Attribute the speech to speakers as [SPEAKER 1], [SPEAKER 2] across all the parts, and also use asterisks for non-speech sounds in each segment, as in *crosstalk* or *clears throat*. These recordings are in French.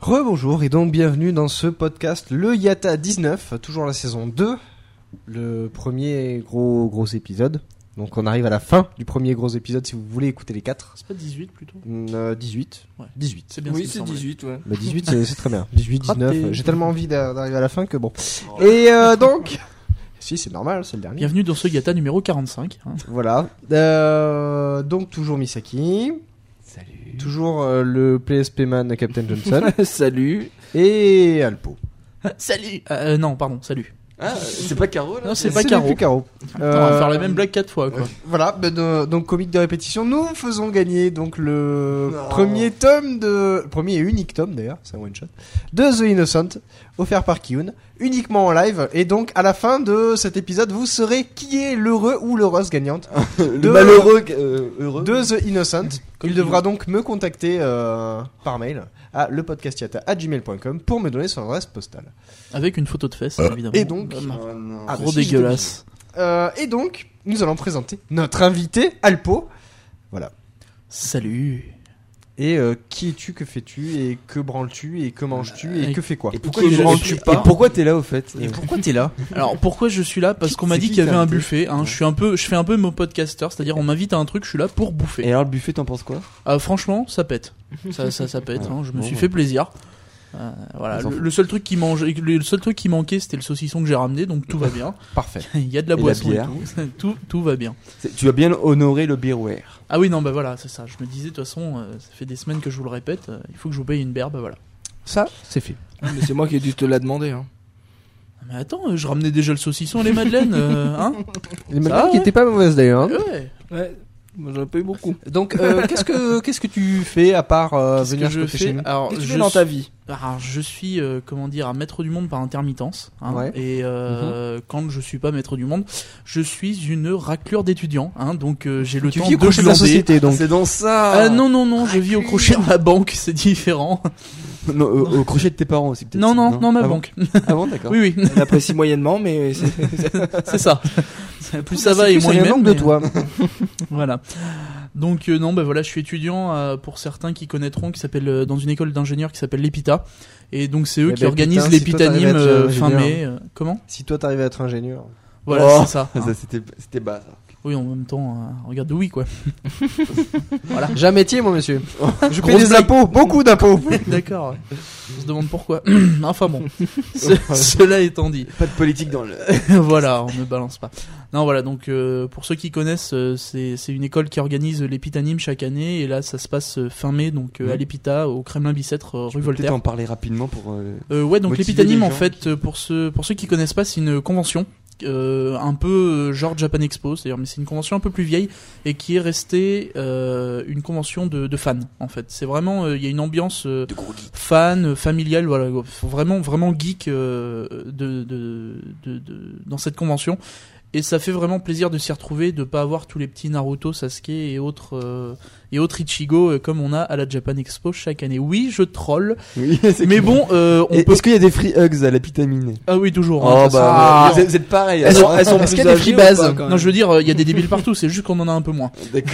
[SPEAKER 1] Rebonjour et donc bienvenue dans ce podcast Le Yata 19, toujours la saison 2, le premier gros gros épisode. Donc on arrive à la fin du premier gros épisode si vous voulez écouter les 4.
[SPEAKER 2] C'est pas 18 plutôt
[SPEAKER 1] Euh, 18.
[SPEAKER 2] Ouais.
[SPEAKER 1] 18.
[SPEAKER 2] bien
[SPEAKER 3] oui,
[SPEAKER 2] ce qui
[SPEAKER 3] c'est
[SPEAKER 2] me semblait.
[SPEAKER 3] 18, ouais.
[SPEAKER 1] Bah 18 c'est- c'est très bien. *laughs* 18, 19,
[SPEAKER 2] Raté.
[SPEAKER 1] euh, j'ai tellement envie d'a- d'arriver à la fin que bon. Et *laughs* euh, donc... Si c'est normal, c'est le dernier.
[SPEAKER 2] Bienvenue dans ce Gata numéro 45.
[SPEAKER 3] *laughs*
[SPEAKER 2] hein.
[SPEAKER 1] Voilà. Euh, donc toujours Misaki. Salut. Toujours euh, le PSP Man Captain
[SPEAKER 2] *laughs*
[SPEAKER 1] Johnson.
[SPEAKER 3] Salut.
[SPEAKER 1] et Alpo.
[SPEAKER 2] salut Euh, Non, pardon, salut.
[SPEAKER 3] Ah, c'est pas Caro, là
[SPEAKER 2] Non, c'est
[SPEAKER 1] Ce
[SPEAKER 2] pas
[SPEAKER 1] n'est
[SPEAKER 2] Caro.
[SPEAKER 1] plus Caro.
[SPEAKER 2] Attends, on va faire la
[SPEAKER 1] Euh,
[SPEAKER 2] même blague 4 fois quoi.
[SPEAKER 1] Voilà, ben, de- donc comique de répétition, nous faisons gagner donc le
[SPEAKER 3] Non.
[SPEAKER 1] premier tome de le premier et unique tome d'ailleurs, c'est un one shot de The Innocent offert par Kiyun uniquement en live et donc à la fin de cet épisode, vous saurez qui est l'heureux ou l'heureuse gagnante
[SPEAKER 3] *laughs* Le
[SPEAKER 1] de-
[SPEAKER 3] malheureux euh, heureux.
[SPEAKER 1] de The Innocent.
[SPEAKER 2] Comme
[SPEAKER 1] Il
[SPEAKER 2] tu
[SPEAKER 1] devra donc me contacter euh, par mail à lepodcastiata@gmail.com pour me donner son adresse postale.
[SPEAKER 2] Avec une photo de fesses, évidemment.
[SPEAKER 1] et donc-
[SPEAKER 2] Ah,
[SPEAKER 3] Oh, non.
[SPEAKER 1] Ah,
[SPEAKER 2] Gros
[SPEAKER 1] bah, si, je
[SPEAKER 2] dégueulasse.
[SPEAKER 1] Euh, et donc, nous allons présenter notre invité Alpo. Voilà.
[SPEAKER 2] Salut.
[SPEAKER 1] Et euh, qui es-tu, que fais-tu, et que branles-tu, et que manges-tu, et
[SPEAKER 2] et-
[SPEAKER 1] que fais quoi
[SPEAKER 3] Et
[SPEAKER 2] Qui
[SPEAKER 3] il-
[SPEAKER 2] est
[SPEAKER 3] et-
[SPEAKER 2] gentil,
[SPEAKER 3] et
[SPEAKER 2] pas.
[SPEAKER 3] pourquoi t'es là, au fait
[SPEAKER 1] Et pourquoi t'es là
[SPEAKER 2] Alors pourquoi je
[SPEAKER 3] *laughs*
[SPEAKER 2] suis là Parce qu'on m'a
[SPEAKER 3] C'est
[SPEAKER 2] dit
[SPEAKER 3] qui
[SPEAKER 2] qu'il y avait
[SPEAKER 3] t'a
[SPEAKER 2] un
[SPEAKER 3] invité
[SPEAKER 2] buffet. hein.
[SPEAKER 3] Ouais.
[SPEAKER 2] Je suis un peu, je fais un peu mon podcasteur, c'est-à-dire on m'invite à un truc, je suis là pour bouffer.
[SPEAKER 3] Et alors, le buffet, t'en penses quoi
[SPEAKER 2] Ah, franchement, ça pète. Ça, ça, ça pète.
[SPEAKER 3] Ouais.
[SPEAKER 2] hein. Je me
[SPEAKER 3] Bon,
[SPEAKER 2] suis
[SPEAKER 3] ouais.
[SPEAKER 2] fait plaisir. Euh, voilà.
[SPEAKER 3] On s'en
[SPEAKER 2] Le,
[SPEAKER 3] fout.
[SPEAKER 2] le seul truc qui mange, le seul truc qui manquait, c'était le saucisson que j'ai ramené, donc tout va
[SPEAKER 3] *laughs*
[SPEAKER 2] bien.
[SPEAKER 1] Parfait.
[SPEAKER 2] Il y a de la
[SPEAKER 3] Et la
[SPEAKER 2] boisson
[SPEAKER 3] bière.
[SPEAKER 2] et tout. *laughs* tout. Tout va bien.
[SPEAKER 3] C'est- Tu as bien honoré le beerware.
[SPEAKER 2] Ah oui, non, bah voilà, c'est ça. Je me disais, de toute façon, euh, ça fait des semaines que je vous le répète, euh, il faut que je vous paye une bière, bah voilà.
[SPEAKER 1] Ça, c'est fait.
[SPEAKER 4] Ah, Mais c'est moi qui ai dû te la demander. Hein.
[SPEAKER 2] Ah, Mais attends, euh, je ramenais déjà le saucisson et les madeleines, euh,
[SPEAKER 1] *laughs*
[SPEAKER 2] hein
[SPEAKER 1] Les
[SPEAKER 2] madeleines qui étaient
[SPEAKER 1] pas mauvaises d'ailleurs.
[SPEAKER 2] Ouais.
[SPEAKER 4] Ouais, moi j'en ai pas eu beaucoup.
[SPEAKER 1] Donc, euh, qu'est-ce que qu'est-ce que tu fais à part euh,
[SPEAKER 2] Qu'est-ce
[SPEAKER 1] venir
[SPEAKER 2] que je
[SPEAKER 1] squatter chez
[SPEAKER 2] fais
[SPEAKER 1] nous
[SPEAKER 2] Alors,
[SPEAKER 4] Qu'est-ce que tu
[SPEAKER 2] je
[SPEAKER 4] fais dans ta
[SPEAKER 2] suis-
[SPEAKER 4] vie
[SPEAKER 2] Alors, je suis, euh, comment dire, un maître du monde par intermittence. hein,
[SPEAKER 1] Ouais. Mhm.
[SPEAKER 2] Et euh, quand je suis pas maître du monde, je suis une raclure d'étudiants. Hein, donc, euh, j'ai le
[SPEAKER 1] Tu
[SPEAKER 2] temps
[SPEAKER 1] vis au
[SPEAKER 2] de
[SPEAKER 1] crochet de la
[SPEAKER 2] glander.
[SPEAKER 1] société
[SPEAKER 3] *laughs*
[SPEAKER 1] donc.
[SPEAKER 3] C'est dans ça
[SPEAKER 2] Ah non, non, non, je vis au crochet de ma banque, c'est différent.
[SPEAKER 3] Non, au, au crochet de tes parents aussi, peut-être.
[SPEAKER 2] Non, non, non, ma
[SPEAKER 3] Ah bon
[SPEAKER 2] banque.
[SPEAKER 3] Ah bon, d'accord.
[SPEAKER 2] Oui, oui,
[SPEAKER 4] On apprécie moyennement, mais c'est
[SPEAKER 1] *laughs*
[SPEAKER 2] c'est ça. Plus ça va
[SPEAKER 1] C'est
[SPEAKER 2] et
[SPEAKER 1] plus
[SPEAKER 2] moins
[SPEAKER 1] un
[SPEAKER 2] il m'aime,
[SPEAKER 1] manque de
[SPEAKER 2] mais-
[SPEAKER 1] toi.
[SPEAKER 2] *laughs* Voilà. Donc euh, non, bah voilà, je suis étudiant euh, pour certains qui connaîtront, qui s'appelle euh, dans une école d'ingénieurs qui s'appelle l'EPITA, et donc c'est eux
[SPEAKER 1] Eh
[SPEAKER 2] qui
[SPEAKER 1] ben,
[SPEAKER 2] organisent
[SPEAKER 1] putain, si toi,
[SPEAKER 2] l'EPITANIM
[SPEAKER 1] t'arrives à être,
[SPEAKER 2] euh,
[SPEAKER 1] euh,
[SPEAKER 2] fin
[SPEAKER 1] ingénieur.
[SPEAKER 2] mai. euh, comment
[SPEAKER 1] *laughs* si toi t'arrives à être ingénieur.
[SPEAKER 2] Voilà,
[SPEAKER 3] Oh,
[SPEAKER 2] c'est ça. hein.
[SPEAKER 1] *laughs*
[SPEAKER 3] Ça, c'était c'était bas, ça.
[SPEAKER 2] Oui, en même temps, euh, regarde, oui quoi.
[SPEAKER 1] Jamais métier mon monsieur. Je paye
[SPEAKER 2] Grosse
[SPEAKER 1] des
[SPEAKER 2] blague.
[SPEAKER 1] impôts, beaucoup *laughs* d'impôts.
[SPEAKER 2] D'accord. ouais. On se demande pourquoi. *clears throat* enfin
[SPEAKER 1] *laughs*
[SPEAKER 2] bon, Ce- cela étant dit,
[SPEAKER 3] Pas de politique dans le.
[SPEAKER 2] *laughs* voilà, on ne balance pas. Non, voilà, donc euh, pour ceux qui connaissent, euh, c'est c'est une école qui organise l'EPITANIM chaque année, et là ça se passe euh, fin mai, donc euh,
[SPEAKER 3] Mhm.
[SPEAKER 2] à l'EPITA, au Kremlin-Bicêtre, euh, rue
[SPEAKER 3] Peut-être
[SPEAKER 2] Voltaire.
[SPEAKER 3] en parler rapidement pour. euh,
[SPEAKER 2] Euh, ouais, donc
[SPEAKER 3] Motiver
[SPEAKER 2] l'Épitanime,
[SPEAKER 3] les
[SPEAKER 2] en
[SPEAKER 3] gens
[SPEAKER 2] fait, euh, pour ceux, pour ceux qui connaissent pas, c'est une convention. euh, un peu euh, genre Japan Expo, c'est-à-dire, mais c'est une convention un peu plus vieille et qui est restée euh, une convention de, de fans en fait. C'est vraiment, euh, il y a une ambiance euh, fan, euh, familiale, voilà, vraiment vraiment geek euh, de, de, de, de- dans cette convention et ça fait vraiment plaisir de s'y retrouver, de pas avoir tous les petits Naruto, Sasuke et autres euh, et autres Ichigo euh, comme on a à la Japan Expo chaque année. Oui, je troll,
[SPEAKER 3] Oui, c'est
[SPEAKER 2] mais
[SPEAKER 3] cool.
[SPEAKER 2] bon, euh, on
[SPEAKER 3] Et
[SPEAKER 2] peut
[SPEAKER 3] Est-ce qu'il y a des free hugs à la vitamine
[SPEAKER 2] ah oui, toujours. hein,
[SPEAKER 3] Oh
[SPEAKER 2] ça,
[SPEAKER 3] bah,
[SPEAKER 2] ça,
[SPEAKER 3] vous êtes- vous êtes pareil.
[SPEAKER 4] Elles sont,
[SPEAKER 3] alors. hein.
[SPEAKER 4] elles
[SPEAKER 3] *laughs*
[SPEAKER 4] sont
[SPEAKER 1] Est-ce qu'il
[SPEAKER 4] plus
[SPEAKER 1] y a des
[SPEAKER 4] âgées ou
[SPEAKER 1] freebase
[SPEAKER 4] pas, quand
[SPEAKER 2] Non,
[SPEAKER 4] même
[SPEAKER 2] je veux dire, il y a des débiles partout, c'est juste qu'on en a un peu
[SPEAKER 4] *laughs*
[SPEAKER 2] moins.
[SPEAKER 3] D'accord.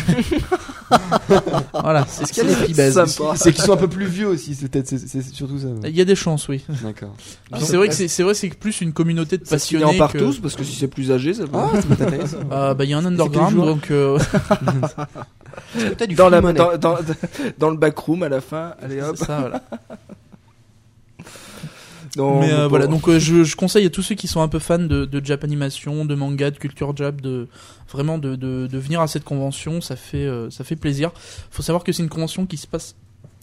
[SPEAKER 2] Voilà, c'est ce qu'il y a.
[SPEAKER 4] Sympa.
[SPEAKER 3] *laughs* C'est qu'ils sont un peu plus vieux aussi, c'est peut-être, c'est- c'est surtout ça. ouais.
[SPEAKER 2] Il y a des chances, oui. Puis
[SPEAKER 3] D'accord.
[SPEAKER 4] Ah,
[SPEAKER 2] c'est vrai que c'est, c'est vrai, c'est plus une communauté de
[SPEAKER 4] Ça se finit
[SPEAKER 2] passionnés.
[SPEAKER 4] en par
[SPEAKER 2] que-
[SPEAKER 4] tous, parce que si c'est plus âgé, ça peut.
[SPEAKER 3] Ah, ça peut être intéressant.
[SPEAKER 2] Ah, bah, il y a un
[SPEAKER 3] quel
[SPEAKER 2] underground,
[SPEAKER 3] jour
[SPEAKER 2] donc euh,
[SPEAKER 4] dans, la, dans, dans, dans le backroom à la fin, *laughs* allez hop.
[SPEAKER 2] *laughs* c'est ça, voilà.
[SPEAKER 4] Non,
[SPEAKER 2] Mais euh,
[SPEAKER 4] bon.
[SPEAKER 2] voilà, donc euh, je, je conseille à tous ceux qui sont un peu fans de, de Japanimation, de manga, de culture Jap, de vraiment de, de, de venir à cette convention, ça fait euh, ça fait plaisir. Faut savoir que c'est une convention qui se passe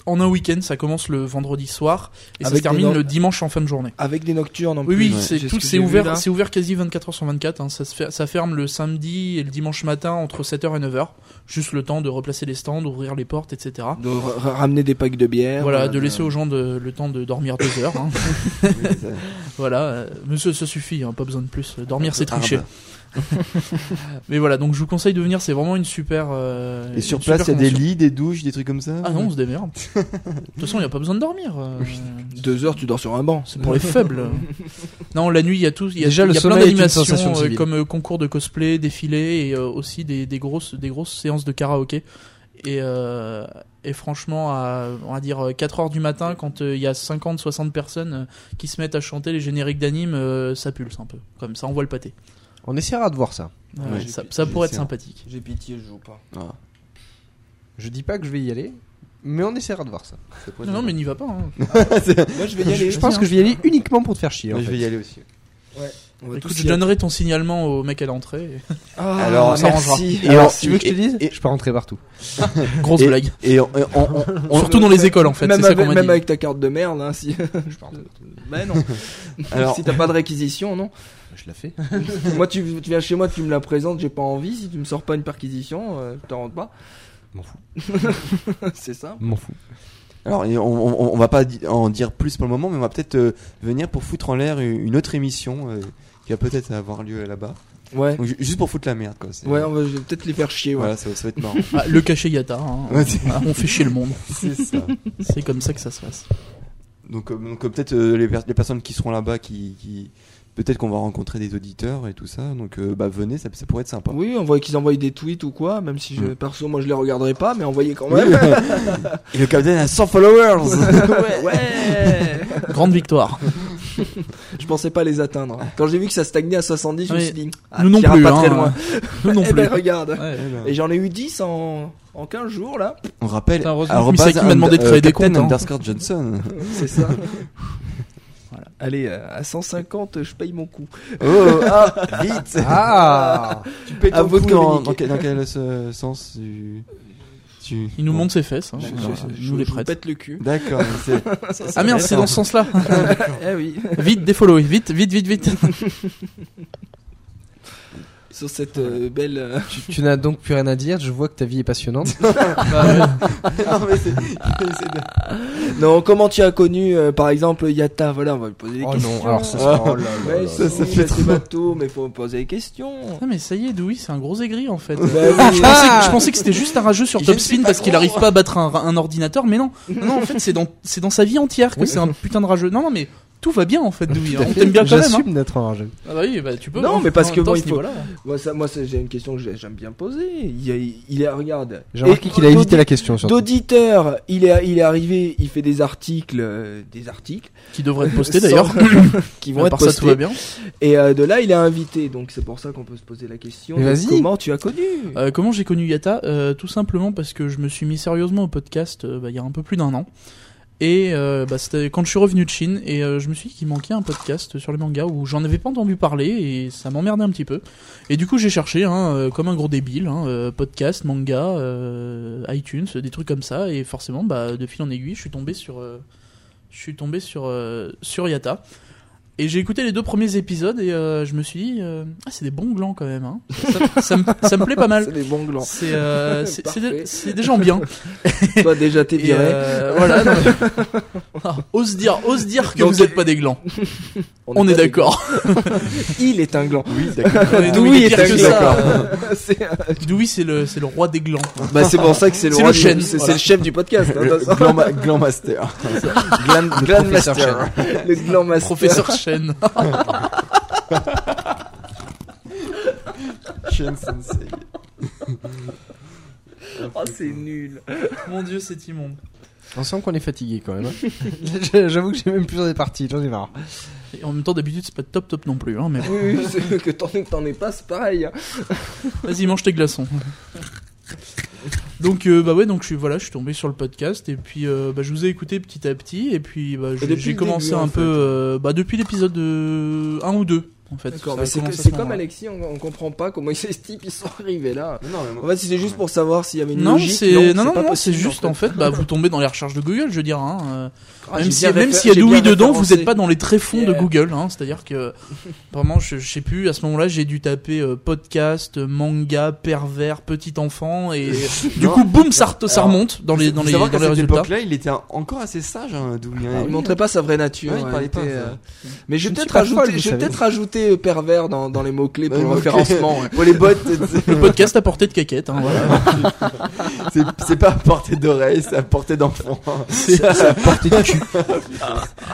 [SPEAKER 2] en un week-end. Ça commence le vendredi soir et ça
[SPEAKER 4] Avec
[SPEAKER 2] se termine
[SPEAKER 4] des-
[SPEAKER 2] le dimanche en fin de journée.
[SPEAKER 4] Avec des nocturnes en
[SPEAKER 2] Oui,
[SPEAKER 4] plus.
[SPEAKER 2] oui,
[SPEAKER 4] ouais.
[SPEAKER 2] c'est
[SPEAKER 4] ce
[SPEAKER 2] tout,
[SPEAKER 4] que
[SPEAKER 2] c'est
[SPEAKER 4] j'ai vu
[SPEAKER 2] ouvert,
[SPEAKER 4] là.
[SPEAKER 2] c'est ouvert quasi 24 h sur 24. hein. ça, se fer- ça ferme le samedi et le dimanche matin entre 7h et 9h. Juste le temps de replacer les stands, ouvrir les portes, etc.
[SPEAKER 4] De ra- ra- ramener des packs de bière.
[SPEAKER 3] euh,
[SPEAKER 4] euh,
[SPEAKER 2] Voilà, de laisser aux gens de- le temps de dormir deux heures.
[SPEAKER 3] *laughs*
[SPEAKER 2] hein. Voilà, euh, monsieur, ça suffit, hein, pas besoin de plus. Dormir, c'est tricher. *laughs* Mais voilà, donc je vous conseille de venir, c'est vraiment une super. euh,
[SPEAKER 3] Et sur
[SPEAKER 2] une super
[SPEAKER 3] place, il y a des
[SPEAKER 2] convention.
[SPEAKER 3] lits, des douches, des trucs comme ça
[SPEAKER 2] Ah non, on se démerde. De toute façon, il n'y a pas besoin de dormir. euh,
[SPEAKER 4] Deux heures, tu dors sur
[SPEAKER 2] *laughs*
[SPEAKER 4] un banc.
[SPEAKER 2] C'est pour les faibles. Non, la nuit, il y a tout. Il y a,
[SPEAKER 1] Déjà,
[SPEAKER 2] il y
[SPEAKER 1] le
[SPEAKER 2] a plein
[SPEAKER 1] sommeil est une
[SPEAKER 2] d'animations
[SPEAKER 1] sensation
[SPEAKER 2] euh,
[SPEAKER 1] civile.
[SPEAKER 2] comme euh, concours de cosplay, défilés et euh, aussi des, des grosses, des grosses séances de karaoké. Et, euh, et franchement, à, on va dire euh, 4 heures du matin, quand euh, il y a 50, 60 personnes euh, qui se mettent à chanter les génériques d'anime, euh, ça pulse un peu. Comme ça, on voit le pâté.
[SPEAKER 1] On essaiera de voir ça.
[SPEAKER 2] Voilà,
[SPEAKER 3] Ouais,
[SPEAKER 2] ça,
[SPEAKER 3] j'ai-
[SPEAKER 2] ça
[SPEAKER 3] j'ai
[SPEAKER 2] pourrait être
[SPEAKER 3] essayé.
[SPEAKER 2] sympathique.
[SPEAKER 4] J'ai pitié, je joue pas.
[SPEAKER 3] Ah,
[SPEAKER 1] Je dis pas que je vais y aller, mais on essaiera de voir ça.
[SPEAKER 3] ça pourrait
[SPEAKER 2] Non,
[SPEAKER 3] être
[SPEAKER 2] non, mais
[SPEAKER 3] bien.
[SPEAKER 2] n'y va pas. hein.
[SPEAKER 4] Moi, je vais y aller.
[SPEAKER 1] Je pense que je vais y aller uniquement pour te faire chier. en
[SPEAKER 3] Moi, je
[SPEAKER 1] fait.
[SPEAKER 3] vais y aller aussi.
[SPEAKER 4] On va
[SPEAKER 2] Écoute,
[SPEAKER 4] tous
[SPEAKER 2] je
[SPEAKER 4] y aller.
[SPEAKER 2] donnerai ton signalement au mec à l'entrée.
[SPEAKER 4] Ah,
[SPEAKER 3] Alors,
[SPEAKER 2] on s'arrangera.
[SPEAKER 4] merci.
[SPEAKER 1] Et
[SPEAKER 3] Alors,
[SPEAKER 1] alors, tu veux que je te
[SPEAKER 3] et-
[SPEAKER 1] dise
[SPEAKER 3] et-
[SPEAKER 1] Je peux rentrer partout.
[SPEAKER 2] Grosse
[SPEAKER 3] Et-
[SPEAKER 2] blague.
[SPEAKER 3] Et on- et on- on- on-
[SPEAKER 2] Surtout dans les écoles, en fait. C'est
[SPEAKER 4] Même,
[SPEAKER 2] ça qu'on
[SPEAKER 4] avec,
[SPEAKER 2] m'a
[SPEAKER 4] même
[SPEAKER 2] dit. Ben
[SPEAKER 4] avec ta carte de merde, hein,
[SPEAKER 2] *laughs*
[SPEAKER 4] si.
[SPEAKER 1] Je peux rentrer partout.
[SPEAKER 4] bah *laughs* non.
[SPEAKER 3] Alors-
[SPEAKER 4] si t'as pas de réquisition, non.
[SPEAKER 1] Je la fais.
[SPEAKER 4] moi, tu, tu viens chez moi, tu me la présentes, j'ai pas envie. Si tu me sors pas une perquisition, euh, je te rentre pas.
[SPEAKER 1] M'en fous.
[SPEAKER 4] *laughs* C'est ça.
[SPEAKER 1] M'en fous.
[SPEAKER 3] Alors, et on, on- on va pas di- en dire plus pour le moment, mais on va peut-être euh, venir pour foutre en l'air une une autre émission euh, qui va peut-être avoir lieu là-bas.
[SPEAKER 4] Ouais.
[SPEAKER 3] Donc, ju- juste pour foutre la merde, quoi. c'est-
[SPEAKER 4] Ouais, on va, je vais peut-être les faire chier. Ouais.
[SPEAKER 3] Voilà, ça, va- ça va être marrant.
[SPEAKER 2] Ah, le cachet Yata. hein.
[SPEAKER 3] Ouais, c'est-
[SPEAKER 2] Ah, on fait chier le monde.
[SPEAKER 3] *laughs* c'est ça.
[SPEAKER 2] C'est comme ça que ça se passe.
[SPEAKER 3] Donc, euh, donc, euh, peut-être euh, les, per- les personnes qui seront là-bas, qui, qui- peut-être qu'on va rencontrer des auditeurs et tout ça. Donc, euh, bah, venez, ça, ça pourrait être sympa.
[SPEAKER 4] Oui, on voit qu'ils envoient des tweets ou quoi, même si je,
[SPEAKER 2] Hmm.
[SPEAKER 3] Mm.
[SPEAKER 4] perso, moi je les regarderai pas, mais envoyez quand
[SPEAKER 2] *laughs*
[SPEAKER 3] Oui.
[SPEAKER 4] même.
[SPEAKER 3] *laughs* et le capitaine a 100 *laughs* followers.
[SPEAKER 4] ouais. ouais.
[SPEAKER 2] Grande victoire.
[SPEAKER 4] *laughs* Je pensais pas les atteindre. Quand j'ai vu que ça stagnait à 70, je me
[SPEAKER 2] Oui.
[SPEAKER 4] suis dit, ah,
[SPEAKER 2] Nous non
[SPEAKER 4] t'iras
[SPEAKER 2] plus.
[SPEAKER 4] pas
[SPEAKER 2] hein.
[SPEAKER 4] très loin.
[SPEAKER 2] *laughs* Nous non
[SPEAKER 4] Eh
[SPEAKER 2] plus.
[SPEAKER 4] ben, regarde.
[SPEAKER 2] Ouais.
[SPEAKER 3] Eh ben,
[SPEAKER 4] Et j'en ai eu 10 en, en 15 jours, là.
[SPEAKER 3] on rappelle.
[SPEAKER 2] Putain, heureusement que
[SPEAKER 3] arrobase
[SPEAKER 2] Misaki m'a demandé de
[SPEAKER 3] und-
[SPEAKER 2] créer des
[SPEAKER 3] capitaine
[SPEAKER 2] comptes, hein.
[SPEAKER 3] underscore *laughs* Johnson.
[SPEAKER 2] *laughs*
[SPEAKER 4] C'est ça. voilà. Allez, euh, à 150, je paye mon coup.
[SPEAKER 3] Oh, ah, vite.
[SPEAKER 1] *laughs* Ah
[SPEAKER 3] Tu pètes
[SPEAKER 4] À
[SPEAKER 3] ton
[SPEAKER 4] votre
[SPEAKER 3] cou dans, dans
[SPEAKER 4] communiqué.
[SPEAKER 3] quel, dans quel, euh, sens tu, tu-
[SPEAKER 2] Il nous
[SPEAKER 3] bon.
[SPEAKER 2] montre ses fesses. hein.
[SPEAKER 4] Je- je-
[SPEAKER 2] Voilà,
[SPEAKER 4] je-
[SPEAKER 2] il
[SPEAKER 4] je-
[SPEAKER 2] nous les
[SPEAKER 4] je vous
[SPEAKER 2] prête.
[SPEAKER 4] pète le cul.
[SPEAKER 3] D'accord. *laughs* c'est-
[SPEAKER 2] Ah merde, c'est dans ce sens-là.
[SPEAKER 4] *laughs* eh oui.
[SPEAKER 2] vite, défollow. Vite, vite, vite, vite.
[SPEAKER 4] Sur cette euh, belle. euh,
[SPEAKER 1] tu, tu n'as donc plus rien à dire, je vois que ta vie est passionnante.
[SPEAKER 3] non, mais c'est-
[SPEAKER 4] *laughs*
[SPEAKER 3] c'est-
[SPEAKER 4] Non, comment tu as connu, euh, par exemple, Yata Voilà, on va lui poser des
[SPEAKER 1] oh
[SPEAKER 4] questions.
[SPEAKER 1] non, alors ça,
[SPEAKER 3] Ah.
[SPEAKER 1] c'est- oh là là
[SPEAKER 4] Mais
[SPEAKER 1] là
[SPEAKER 4] si,
[SPEAKER 1] là.
[SPEAKER 3] ça
[SPEAKER 4] mais
[SPEAKER 3] fait
[SPEAKER 4] c'est bateau, mais faut me poser des questions.
[SPEAKER 2] Ah mais ça y est, Dewey, c'est un gros aigri en fait.
[SPEAKER 4] *laughs* Bah oui.
[SPEAKER 2] Je pensais que, je pensais que c'était juste un rageux sur
[SPEAKER 3] Je
[SPEAKER 2] Top
[SPEAKER 3] ne suis
[SPEAKER 2] Spin
[SPEAKER 3] pas
[SPEAKER 2] parce qu'il
[SPEAKER 3] gros.
[SPEAKER 2] arrive pas à battre un, un ordinateur, mais
[SPEAKER 4] *laughs*
[SPEAKER 2] non. Non, non, en fait, c'est dans, c'est dans sa vie entière que c'est un putain de rageux. Non, non, mais tout va bien en fait, Dewey. hein. On t'aime bien quand même. hein.
[SPEAKER 1] J'assume d'être enragé.
[SPEAKER 2] Ah bah oui, bah tu peux.
[SPEAKER 4] Non,
[SPEAKER 2] hein.
[SPEAKER 4] mais parce
[SPEAKER 2] En
[SPEAKER 4] que
[SPEAKER 2] même temps,
[SPEAKER 4] moi,
[SPEAKER 2] ce
[SPEAKER 4] il faut-
[SPEAKER 2] niveau-là.
[SPEAKER 4] Moi, ça, moi ça, j'ai une question que j'ai- j'aime bien poser. Il, y a- il est, regarde.
[SPEAKER 1] J'ai remarqué
[SPEAKER 4] Et
[SPEAKER 1] qu'il a évité la question surtout.
[SPEAKER 4] D'auditeur, il est, il est arrivé, il fait des articles, euh, des articles
[SPEAKER 2] Qui devrait être posté d'ailleurs.
[SPEAKER 4] *laughs*
[SPEAKER 2] *laughs*
[SPEAKER 4] qui vont
[SPEAKER 2] À
[SPEAKER 4] être
[SPEAKER 2] part ça, tout va
[SPEAKER 4] postés.
[SPEAKER 2] bien.
[SPEAKER 4] Et euh, de là, il est invité, donc c'est pour ça qu'on peut se poser la question.
[SPEAKER 1] Mais
[SPEAKER 4] de
[SPEAKER 1] vas-y.
[SPEAKER 4] Comment tu as connu
[SPEAKER 2] Euh, comment j'ai connu Yata Euh, Tout simplement parce que je me suis mis sérieusement au podcast euh, bah, il y a un peu plus d'un an. Et euh, bah, c'était quand je suis revenu de Chine et euh, je me suis dit qu'il manquait un podcast sur les mangas où j'en avais pas entendu parler et ça m'emmerdait un petit peu. Et du coup j'ai cherché hein, euh, comme un gros débile hein, euh, podcast, manga, euh, iTunes, des trucs comme ça et forcément bah, de fil en aiguille je suis tombé sur euh, je suis tombé sur euh, sur Yata. Et j'ai écouté les deux premiers épisodes et euh, je me suis dit euh, ah c'est des bons glands quand même hein. ça, ça- ça me, ça me plaît pas mal
[SPEAKER 4] *laughs* C'est des bons glands.
[SPEAKER 2] c'est euh, c'est- c'est
[SPEAKER 4] Parfait.
[SPEAKER 2] des- c'est des gens bien.
[SPEAKER 4] *laughs* Toi déjà t'es
[SPEAKER 2] Et,
[SPEAKER 4] viré.
[SPEAKER 2] euh, voilà. non, mais- *laughs* Ah, ose dire, ose dire que
[SPEAKER 4] Donc,
[SPEAKER 2] vous n'êtes pas des glands. On, est
[SPEAKER 4] pas des-
[SPEAKER 2] d'accord.
[SPEAKER 4] Il est un gland.
[SPEAKER 3] Oui, d'accord.
[SPEAKER 4] *laughs* Douy
[SPEAKER 2] il est
[SPEAKER 4] est
[SPEAKER 2] pire
[SPEAKER 4] un
[SPEAKER 2] que
[SPEAKER 4] gland.
[SPEAKER 2] ça. Euh,
[SPEAKER 4] *laughs*
[SPEAKER 2] *laughs*
[SPEAKER 4] c'est
[SPEAKER 2] Douy, c'est le, c'est le roi des glands.
[SPEAKER 4] bah, *laughs* c'est pour ça que c'est le,
[SPEAKER 2] C'est
[SPEAKER 4] roi
[SPEAKER 2] le
[SPEAKER 4] du-
[SPEAKER 2] chêne,
[SPEAKER 4] c'est-
[SPEAKER 2] voilà.
[SPEAKER 4] c'est le chef du podcast. hein, de toute
[SPEAKER 3] Le
[SPEAKER 4] façon.
[SPEAKER 3] Glam, Glam Master. *laughs* Glam, Glam
[SPEAKER 1] professeur
[SPEAKER 3] Master.
[SPEAKER 4] le gland master.
[SPEAKER 2] Professeur Chen.
[SPEAKER 3] Shen Sensei.
[SPEAKER 4] Oh, c'est nul.
[SPEAKER 2] Mon dieu, c'est immonde.
[SPEAKER 1] On sent qu'on est fatigué quand même. hein. *laughs* J'avoue que j'ai même plus des parties, j'en ai marre.
[SPEAKER 2] Et en même temps, d'habitude, c'est pas top top non plus. Hein, mais bon.
[SPEAKER 4] Oui, oui, c'est- que t'en aies- t'en aies pas, c'est pareil. hein.
[SPEAKER 2] vas-y, mange tes glaçons. Donc euh, bah ouais donc je suis voilà je suis tombé sur le podcast et puis euh, bah, je vous ai écouté petit à petit et puis bah, je-
[SPEAKER 4] depuis
[SPEAKER 2] j'ai
[SPEAKER 4] le
[SPEAKER 2] commencé
[SPEAKER 4] début, en
[SPEAKER 2] un
[SPEAKER 4] fait.
[SPEAKER 2] peu euh, bah depuis l'épisode 1 ou 2 en fait.
[SPEAKER 4] D'accord,
[SPEAKER 2] Ça
[SPEAKER 4] mais
[SPEAKER 2] a commencé
[SPEAKER 4] c'est que-
[SPEAKER 2] à
[SPEAKER 4] c'est
[SPEAKER 2] ce
[SPEAKER 4] comme
[SPEAKER 2] moment-là.
[SPEAKER 4] Alexis, on, on comprend pas comment *laughs* ces types ils sont arrivés là.
[SPEAKER 3] Non, non, mais moi-
[SPEAKER 4] En fait, c'est juste pour savoir s'il y avait une
[SPEAKER 2] Non,
[SPEAKER 4] logique.
[SPEAKER 2] c'est non non
[SPEAKER 4] pas
[SPEAKER 2] non, c'est
[SPEAKER 4] possible,
[SPEAKER 2] juste en fait, bah, vous tombez dans les recherches de Google, je veux dire. Hein. euh,
[SPEAKER 4] Ah, j'ai
[SPEAKER 2] même si
[SPEAKER 4] bien
[SPEAKER 2] même
[SPEAKER 4] réfé-
[SPEAKER 2] s'il y a
[SPEAKER 4] j'ai
[SPEAKER 2] de oui
[SPEAKER 4] bien
[SPEAKER 2] dedans, vous
[SPEAKER 4] référencé.
[SPEAKER 2] n'êtes pas dans les tréfonds de
[SPEAKER 4] Yeah.
[SPEAKER 2] Google. Hein. C'est-à-dire que vraiment, je, je sais plus. À ce moment-là, j'ai dû taper euh, podcast, manga, pervers, petit enfant, et du
[SPEAKER 3] Non.
[SPEAKER 2] coup, boum, ça, re- ça
[SPEAKER 3] Alors,
[SPEAKER 2] remonte dans les
[SPEAKER 3] Faut
[SPEAKER 2] dans les
[SPEAKER 3] savoir
[SPEAKER 2] dans
[SPEAKER 3] qu'à
[SPEAKER 2] les
[SPEAKER 3] cette
[SPEAKER 2] résultats. Ah
[SPEAKER 3] époque-là, il était un- encore assez sage, hein, Doumi, hein.
[SPEAKER 4] Il montrait pas sa vraie nature.
[SPEAKER 3] Ouais, il
[SPEAKER 4] ouais,
[SPEAKER 3] parlait
[SPEAKER 4] était,
[SPEAKER 3] pas, ça.
[SPEAKER 4] euh, Mais je
[SPEAKER 1] Je
[SPEAKER 4] vais
[SPEAKER 1] ne suis
[SPEAKER 4] peut-être
[SPEAKER 1] pas folle, vous
[SPEAKER 4] rajouter, je vais
[SPEAKER 1] savez.
[SPEAKER 4] peut-être rajouter pervers dans, dans les mots-clés pour
[SPEAKER 3] Bah,
[SPEAKER 4] le
[SPEAKER 3] ok.
[SPEAKER 4] référencement. ouais.
[SPEAKER 3] Pour les bottes, c'est-
[SPEAKER 2] Le podcast à portée de caquette. Hein, voilà.
[SPEAKER 3] c'est c'est pas à portée d'oreille, c'est à portée d'enfant.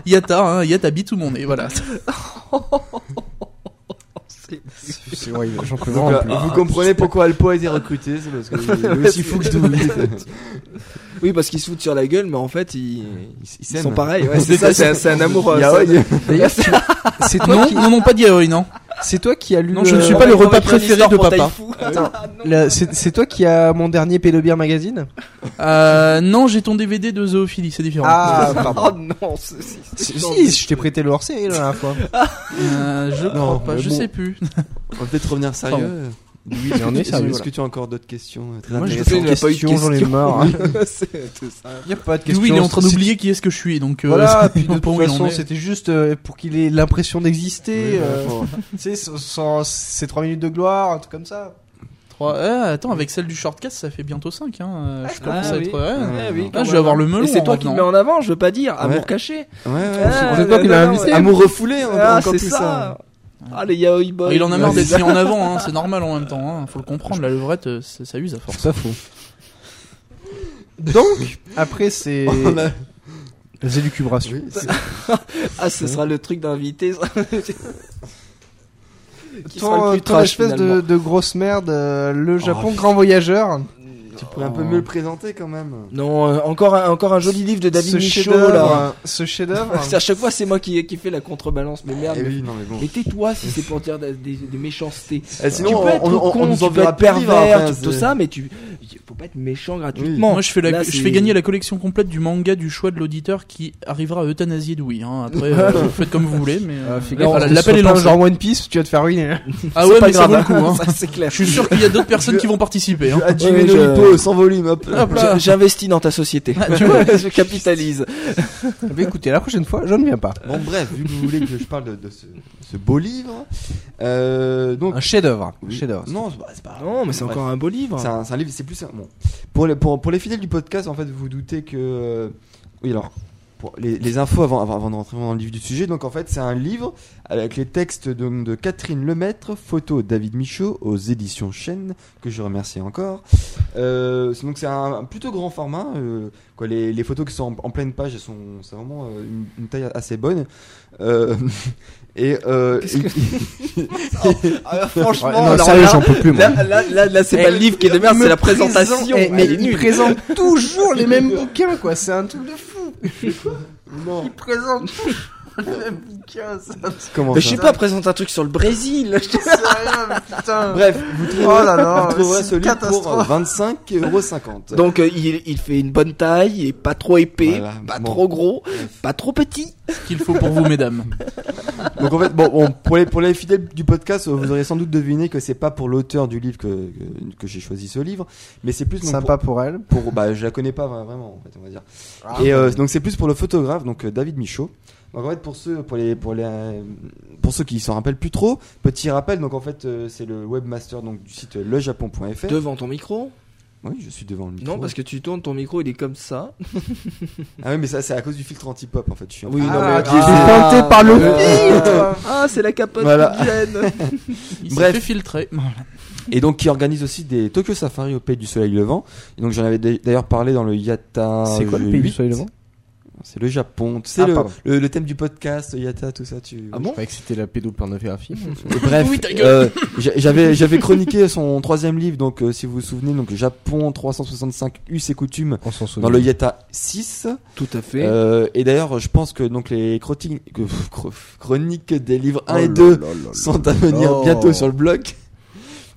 [SPEAKER 2] Yata, hein, Yata bite tout le monde. Et voilà.
[SPEAKER 1] C'est horrible, j'en peux
[SPEAKER 3] Donc,
[SPEAKER 1] vraiment
[SPEAKER 3] euh,
[SPEAKER 1] plus.
[SPEAKER 3] vous comprenez pourquoi Alpo a été recruté, c'est *laughs* parce qu'il est aussi fou que Doumi. *laughs* c'est-
[SPEAKER 4] Oui, parce qu'ils se foutent sur la gueule, mais en fait, ils, ils
[SPEAKER 3] s'aiment.
[SPEAKER 4] sont
[SPEAKER 3] *laughs*
[SPEAKER 4] pareils. Ouais, c'est ça, c'est un- c'est un amour. euh,
[SPEAKER 3] Il y a-
[SPEAKER 4] ça-
[SPEAKER 3] il y a-
[SPEAKER 1] D'ailleurs, tu- c'est toi,
[SPEAKER 2] Non,
[SPEAKER 1] qui...
[SPEAKER 2] non, non, pas d'Yaoi, non.
[SPEAKER 1] c'est toi qui as lu.
[SPEAKER 2] Non, je ne
[SPEAKER 1] euh,
[SPEAKER 2] suis pas le
[SPEAKER 4] Avec-
[SPEAKER 2] repas
[SPEAKER 4] avec une
[SPEAKER 2] préféré
[SPEAKER 4] histoire
[SPEAKER 2] de
[SPEAKER 4] pour
[SPEAKER 2] papa.
[SPEAKER 4] taille fou. Ah, non.
[SPEAKER 1] la- C'est c'est toi qui as mon dernier Pédobière magazine
[SPEAKER 2] Euh, non, j'ai ton DVD de zoophilie, c'est différent.
[SPEAKER 1] Ah,
[SPEAKER 4] Oh
[SPEAKER 1] pardon.
[SPEAKER 4] non, c'est- c'est- c'est-
[SPEAKER 1] Si, si, je t'ai prêté le hors série la dernière fois.
[SPEAKER 2] Euh, je crois
[SPEAKER 3] Non,
[SPEAKER 2] pas,
[SPEAKER 3] mais
[SPEAKER 2] je
[SPEAKER 3] bon.
[SPEAKER 2] sais plus.
[SPEAKER 3] On va peut-être revenir sérieux. Oui,
[SPEAKER 1] on est sérieux,
[SPEAKER 3] Est-ce
[SPEAKER 1] voilà.
[SPEAKER 3] que tu as encore d'autres questions euh, très
[SPEAKER 1] Moi, je
[SPEAKER 4] te
[SPEAKER 1] te
[SPEAKER 4] fais
[SPEAKER 1] fais
[SPEAKER 3] intéressantes
[SPEAKER 4] une
[SPEAKER 1] une
[SPEAKER 4] question,
[SPEAKER 1] question, j'en ai marre.
[SPEAKER 4] *laughs* c'est tout ça.
[SPEAKER 1] Il y a pas de question.
[SPEAKER 2] Oui, il est en train
[SPEAKER 1] c'est-
[SPEAKER 2] d'oublier qui est-ce que je suis, donc euh,
[SPEAKER 1] Voilà,
[SPEAKER 2] *laughs* c'est
[SPEAKER 1] puis de
[SPEAKER 2] pas
[SPEAKER 1] toute
[SPEAKER 2] où il en
[SPEAKER 1] façon,
[SPEAKER 2] est.
[SPEAKER 1] c'était juste euh, pour qu'il ait l'impression d'exister.
[SPEAKER 3] Oui, bah,
[SPEAKER 1] euh,
[SPEAKER 3] bon.
[SPEAKER 1] tu
[SPEAKER 4] *laughs*
[SPEAKER 1] sais, sans- sans ces 3 minutes de gloire, un truc comme ça.
[SPEAKER 2] Trois- ah, attends, avec celle du shortcast, ça fait bientôt 5. Hein. euh, je commence
[SPEAKER 4] ah
[SPEAKER 2] à
[SPEAKER 4] oui.
[SPEAKER 2] être. ouais.
[SPEAKER 3] Ouais, non.
[SPEAKER 2] Ah, je vais avoir le melon.
[SPEAKER 4] Et c'est
[SPEAKER 2] en
[SPEAKER 4] toi qui le mets
[SPEAKER 2] revenant.
[SPEAKER 4] en avant, je veux pas dire. Amour
[SPEAKER 3] Ouais.
[SPEAKER 4] caché.
[SPEAKER 3] Ouais, ouais.
[SPEAKER 4] Ah,
[SPEAKER 1] c'est toi qui
[SPEAKER 4] non,
[SPEAKER 1] l'as
[SPEAKER 4] non,
[SPEAKER 1] invité.
[SPEAKER 4] ouais.
[SPEAKER 3] Amour refoulé, on
[SPEAKER 4] Ah,
[SPEAKER 3] hein, encore hein.
[SPEAKER 4] c'est
[SPEAKER 3] tout
[SPEAKER 4] ça.
[SPEAKER 3] ça.
[SPEAKER 4] Ah, les yaoi boys.
[SPEAKER 2] Il en a marre
[SPEAKER 4] Ouais,
[SPEAKER 2] d'être mis en avant, hein, c'est normal en même temps. Hein. Faut le comprendre, la levrette, euh, c'est- ça use à force.
[SPEAKER 1] pas faux. Donc, après ces
[SPEAKER 3] On a-
[SPEAKER 1] les élucubrations.
[SPEAKER 3] Oui, c'est-
[SPEAKER 4] Ah, ce sera le truc d'invité. ça. Qui sera le
[SPEAKER 1] Ton,
[SPEAKER 4] plus
[SPEAKER 1] ton
[SPEAKER 4] trash,
[SPEAKER 1] espèce de,
[SPEAKER 4] finalement.
[SPEAKER 1] de grosse merde, euh, le Japon
[SPEAKER 3] putain.
[SPEAKER 1] grand voyageur.
[SPEAKER 3] Tu pourrais un peu mieux le présenter quand même.
[SPEAKER 4] Non, euh, encore un, encore un joli livre de David
[SPEAKER 1] ce
[SPEAKER 4] Michaud
[SPEAKER 1] chef-d'œuvre,
[SPEAKER 4] là.
[SPEAKER 1] euh, Ce
[SPEAKER 4] *laughs*
[SPEAKER 1] chef-d'œuvre.
[SPEAKER 4] C'est à chaque fois, c'est moi qui, qui fais la contrebalance, mais merde.
[SPEAKER 3] Eh
[SPEAKER 4] mais-
[SPEAKER 3] oui, non mais bon.
[SPEAKER 4] Mais tais-toi si c'est pour dire des, des- des méchancetés.
[SPEAKER 3] Eh,
[SPEAKER 4] tu
[SPEAKER 3] sinon,
[SPEAKER 4] peux être
[SPEAKER 3] on, on,
[SPEAKER 4] con,
[SPEAKER 3] on nous
[SPEAKER 4] tu peux
[SPEAKER 3] enverra
[SPEAKER 4] être
[SPEAKER 3] plus vivre
[SPEAKER 4] pervers,
[SPEAKER 3] après,
[SPEAKER 4] tu- tout
[SPEAKER 3] c'est-
[SPEAKER 4] ça, mais tu, faut pas être méchant gratuitement.
[SPEAKER 2] Moi, je fais, la-
[SPEAKER 4] Là,
[SPEAKER 2] je
[SPEAKER 4] c'est-
[SPEAKER 2] fais gagner la collection complète du manga du choix de l'auditeur qui arrivera à euthanasier Doui. Hein. Après, euh, vous faites comme vous voulez, mais euh,
[SPEAKER 1] Alors,
[SPEAKER 2] voilà,
[SPEAKER 1] que ce
[SPEAKER 2] l'appel
[SPEAKER 1] soit
[SPEAKER 2] est
[SPEAKER 1] pas
[SPEAKER 2] lancé.
[SPEAKER 1] Genre One Piece, tu vas te faire *laughs* ruiner.
[SPEAKER 2] Ah
[SPEAKER 4] C'est
[SPEAKER 2] ouais,
[SPEAKER 4] pas
[SPEAKER 2] mais ça
[SPEAKER 4] grave,
[SPEAKER 2] vaut le coup.
[SPEAKER 4] hein. *laughs*
[SPEAKER 2] Hein.
[SPEAKER 4] Ça, c'est clair.
[SPEAKER 2] Je suis sûr qu'il y a d'autres personnes
[SPEAKER 3] Je-
[SPEAKER 2] qui vont participer.
[SPEAKER 3] *laughs*
[SPEAKER 2] Hein.
[SPEAKER 3] Hajime
[SPEAKER 4] Ouais,
[SPEAKER 3] no
[SPEAKER 4] je-
[SPEAKER 3] Hippo, Ah, sans volume, hop.
[SPEAKER 2] Hop là.
[SPEAKER 4] Je- J'investis dans ta société. Ah, tu vois, je capitalise.
[SPEAKER 1] Mais Eh ben, écoutez, la prochaine fois, je ne viens pas.
[SPEAKER 3] Bon bref, vu que vous voulez que je parle de, de ce, ce beau livre, euh, donc
[SPEAKER 1] Un chef-d'œuvre.
[SPEAKER 3] Oui.
[SPEAKER 1] Chef-d'œuvre.
[SPEAKER 3] Non, c'est pas- c'est pas.
[SPEAKER 4] Non, mais c'est
[SPEAKER 3] Bref.
[SPEAKER 4] encore un beau livre.
[SPEAKER 3] C'est un, c'est un livre, c'est plus un- bon. Pour les, pour, pour les fidèles du podcast, en fait, vous vous doutez que euh, oui alors pour les, les infos avant, avant avant de rentrer dans le livre du sujet. Donc en fait, c'est un livre avec les textes de, de Catherine Lemaître, photo David Michaud aux éditions Chêne que je remercie encore. Euh, c'est- donc c'est un, un plutôt grand format. euh, quoi, les, les photos qui sont en, en pleine page, elles sont c'est vraiment euh, une, une taille assez bonne. Euh, *laughs* et euh,
[SPEAKER 4] *laughs* Ah, franchement,
[SPEAKER 1] Ouais, non,
[SPEAKER 4] alors
[SPEAKER 1] sérieux,
[SPEAKER 4] là-
[SPEAKER 1] j'en peux plus, moi.
[SPEAKER 4] Là, là, là, là, c'est
[SPEAKER 1] Eh,
[SPEAKER 4] pas le livre qui est de merde,
[SPEAKER 1] me
[SPEAKER 4] c'est la
[SPEAKER 1] présente-
[SPEAKER 4] présentation.
[SPEAKER 1] eh, mais
[SPEAKER 4] Elle est
[SPEAKER 1] il
[SPEAKER 4] nulle. *laughs*
[SPEAKER 1] présente toujours les mêmes bouquins, quoi. C'est un truc de fou.
[SPEAKER 3] non,
[SPEAKER 1] Il présente toujours les mêmes bouquins. C'est un truc
[SPEAKER 3] comment
[SPEAKER 4] Mais je
[SPEAKER 3] ça
[SPEAKER 4] sais pas, présente un truc sur le Brésil. *laughs* Je te-
[SPEAKER 1] sérieux, mais putain.
[SPEAKER 3] Bref, vous
[SPEAKER 1] Oh
[SPEAKER 3] trouverez,
[SPEAKER 1] là là,
[SPEAKER 3] vous trouverez
[SPEAKER 1] c'est
[SPEAKER 3] ce
[SPEAKER 1] une
[SPEAKER 3] livre pour euh,
[SPEAKER 1] catastrophe.
[SPEAKER 3] 25,50€.
[SPEAKER 4] Donc euh, il, il fait une bonne taille, il est pas trop épais,
[SPEAKER 3] Voilà,
[SPEAKER 4] pas
[SPEAKER 3] bon.
[SPEAKER 4] trop gros, pas trop petit.
[SPEAKER 2] qu'il faut pour vous, mesdames.
[SPEAKER 3] Donc en fait, bon, bon, pour, les, pour les fidèles du podcast, euh, vous aurez sans doute deviné que c'est pas pour l'auteur du livre que, que, que j'ai choisi ce livre, mais c'est plus donc,
[SPEAKER 1] Sympa pour elle.
[SPEAKER 3] Pour, pour- bah, je la connais pas vra- vraiment, en fait, on va dire.
[SPEAKER 1] Ah.
[SPEAKER 3] Et euh, donc c'est plus pour le photographe, donc euh, David Michaud. Donc en fait pour ceux pour les pour les euh, pour ceux qui s'en rappellent plus trop, petit rappel donc en fait euh, c'est le webmaster donc du site euh, lejapon.fr.
[SPEAKER 4] Devant ton micro
[SPEAKER 3] Oui, je suis devant le micro.
[SPEAKER 1] bah,
[SPEAKER 4] Non, parce que tu tournes ton micro, il est comme ça.
[SPEAKER 3] Ah oui, mais ça c'est à cause du filtre anti-pop en fait, je suis un
[SPEAKER 4] Oui,
[SPEAKER 3] peu-
[SPEAKER 4] non,
[SPEAKER 1] Ah,
[SPEAKER 4] mais-
[SPEAKER 1] tu es pointé par le
[SPEAKER 4] *laughs* Ah, c'est la capote
[SPEAKER 3] Voilà.
[SPEAKER 4] qui gêne.
[SPEAKER 2] Il s'est
[SPEAKER 3] Bref.
[SPEAKER 2] fait filtrer.
[SPEAKER 3] Et donc qui organise aussi des Tokyo Safari au pays du soleil levant. Et donc j'en avais d'a- d'ailleurs parlé dans le Yata.
[SPEAKER 4] Ah,
[SPEAKER 3] huit. C'est le Japon. C'est
[SPEAKER 1] Ah,
[SPEAKER 3] le,
[SPEAKER 1] pardon.
[SPEAKER 3] le, le thème du podcast euh, Yata, tout ça. Tu...
[SPEAKER 4] Ah bon
[SPEAKER 1] que c'était la
[SPEAKER 3] *laughs*
[SPEAKER 1] pédopornographie.
[SPEAKER 3] Et Bref,
[SPEAKER 2] Oui, ta gueule.
[SPEAKER 3] euh, *laughs* j'a- j'avais j'avais chroniqué son troisième livre. Donc euh, si vous vous souvenez, donc Japon 365 us et coutumes
[SPEAKER 1] On s'en
[SPEAKER 3] dans le Yata 6.
[SPEAKER 4] *laughs* Tout à fait.
[SPEAKER 3] Euh, et d'ailleurs, je pense que donc les chroti- que- chro- chroniques des livres 1 et 2 sont à venir
[SPEAKER 1] Oh.
[SPEAKER 3] bientôt sur le blog. *laughs*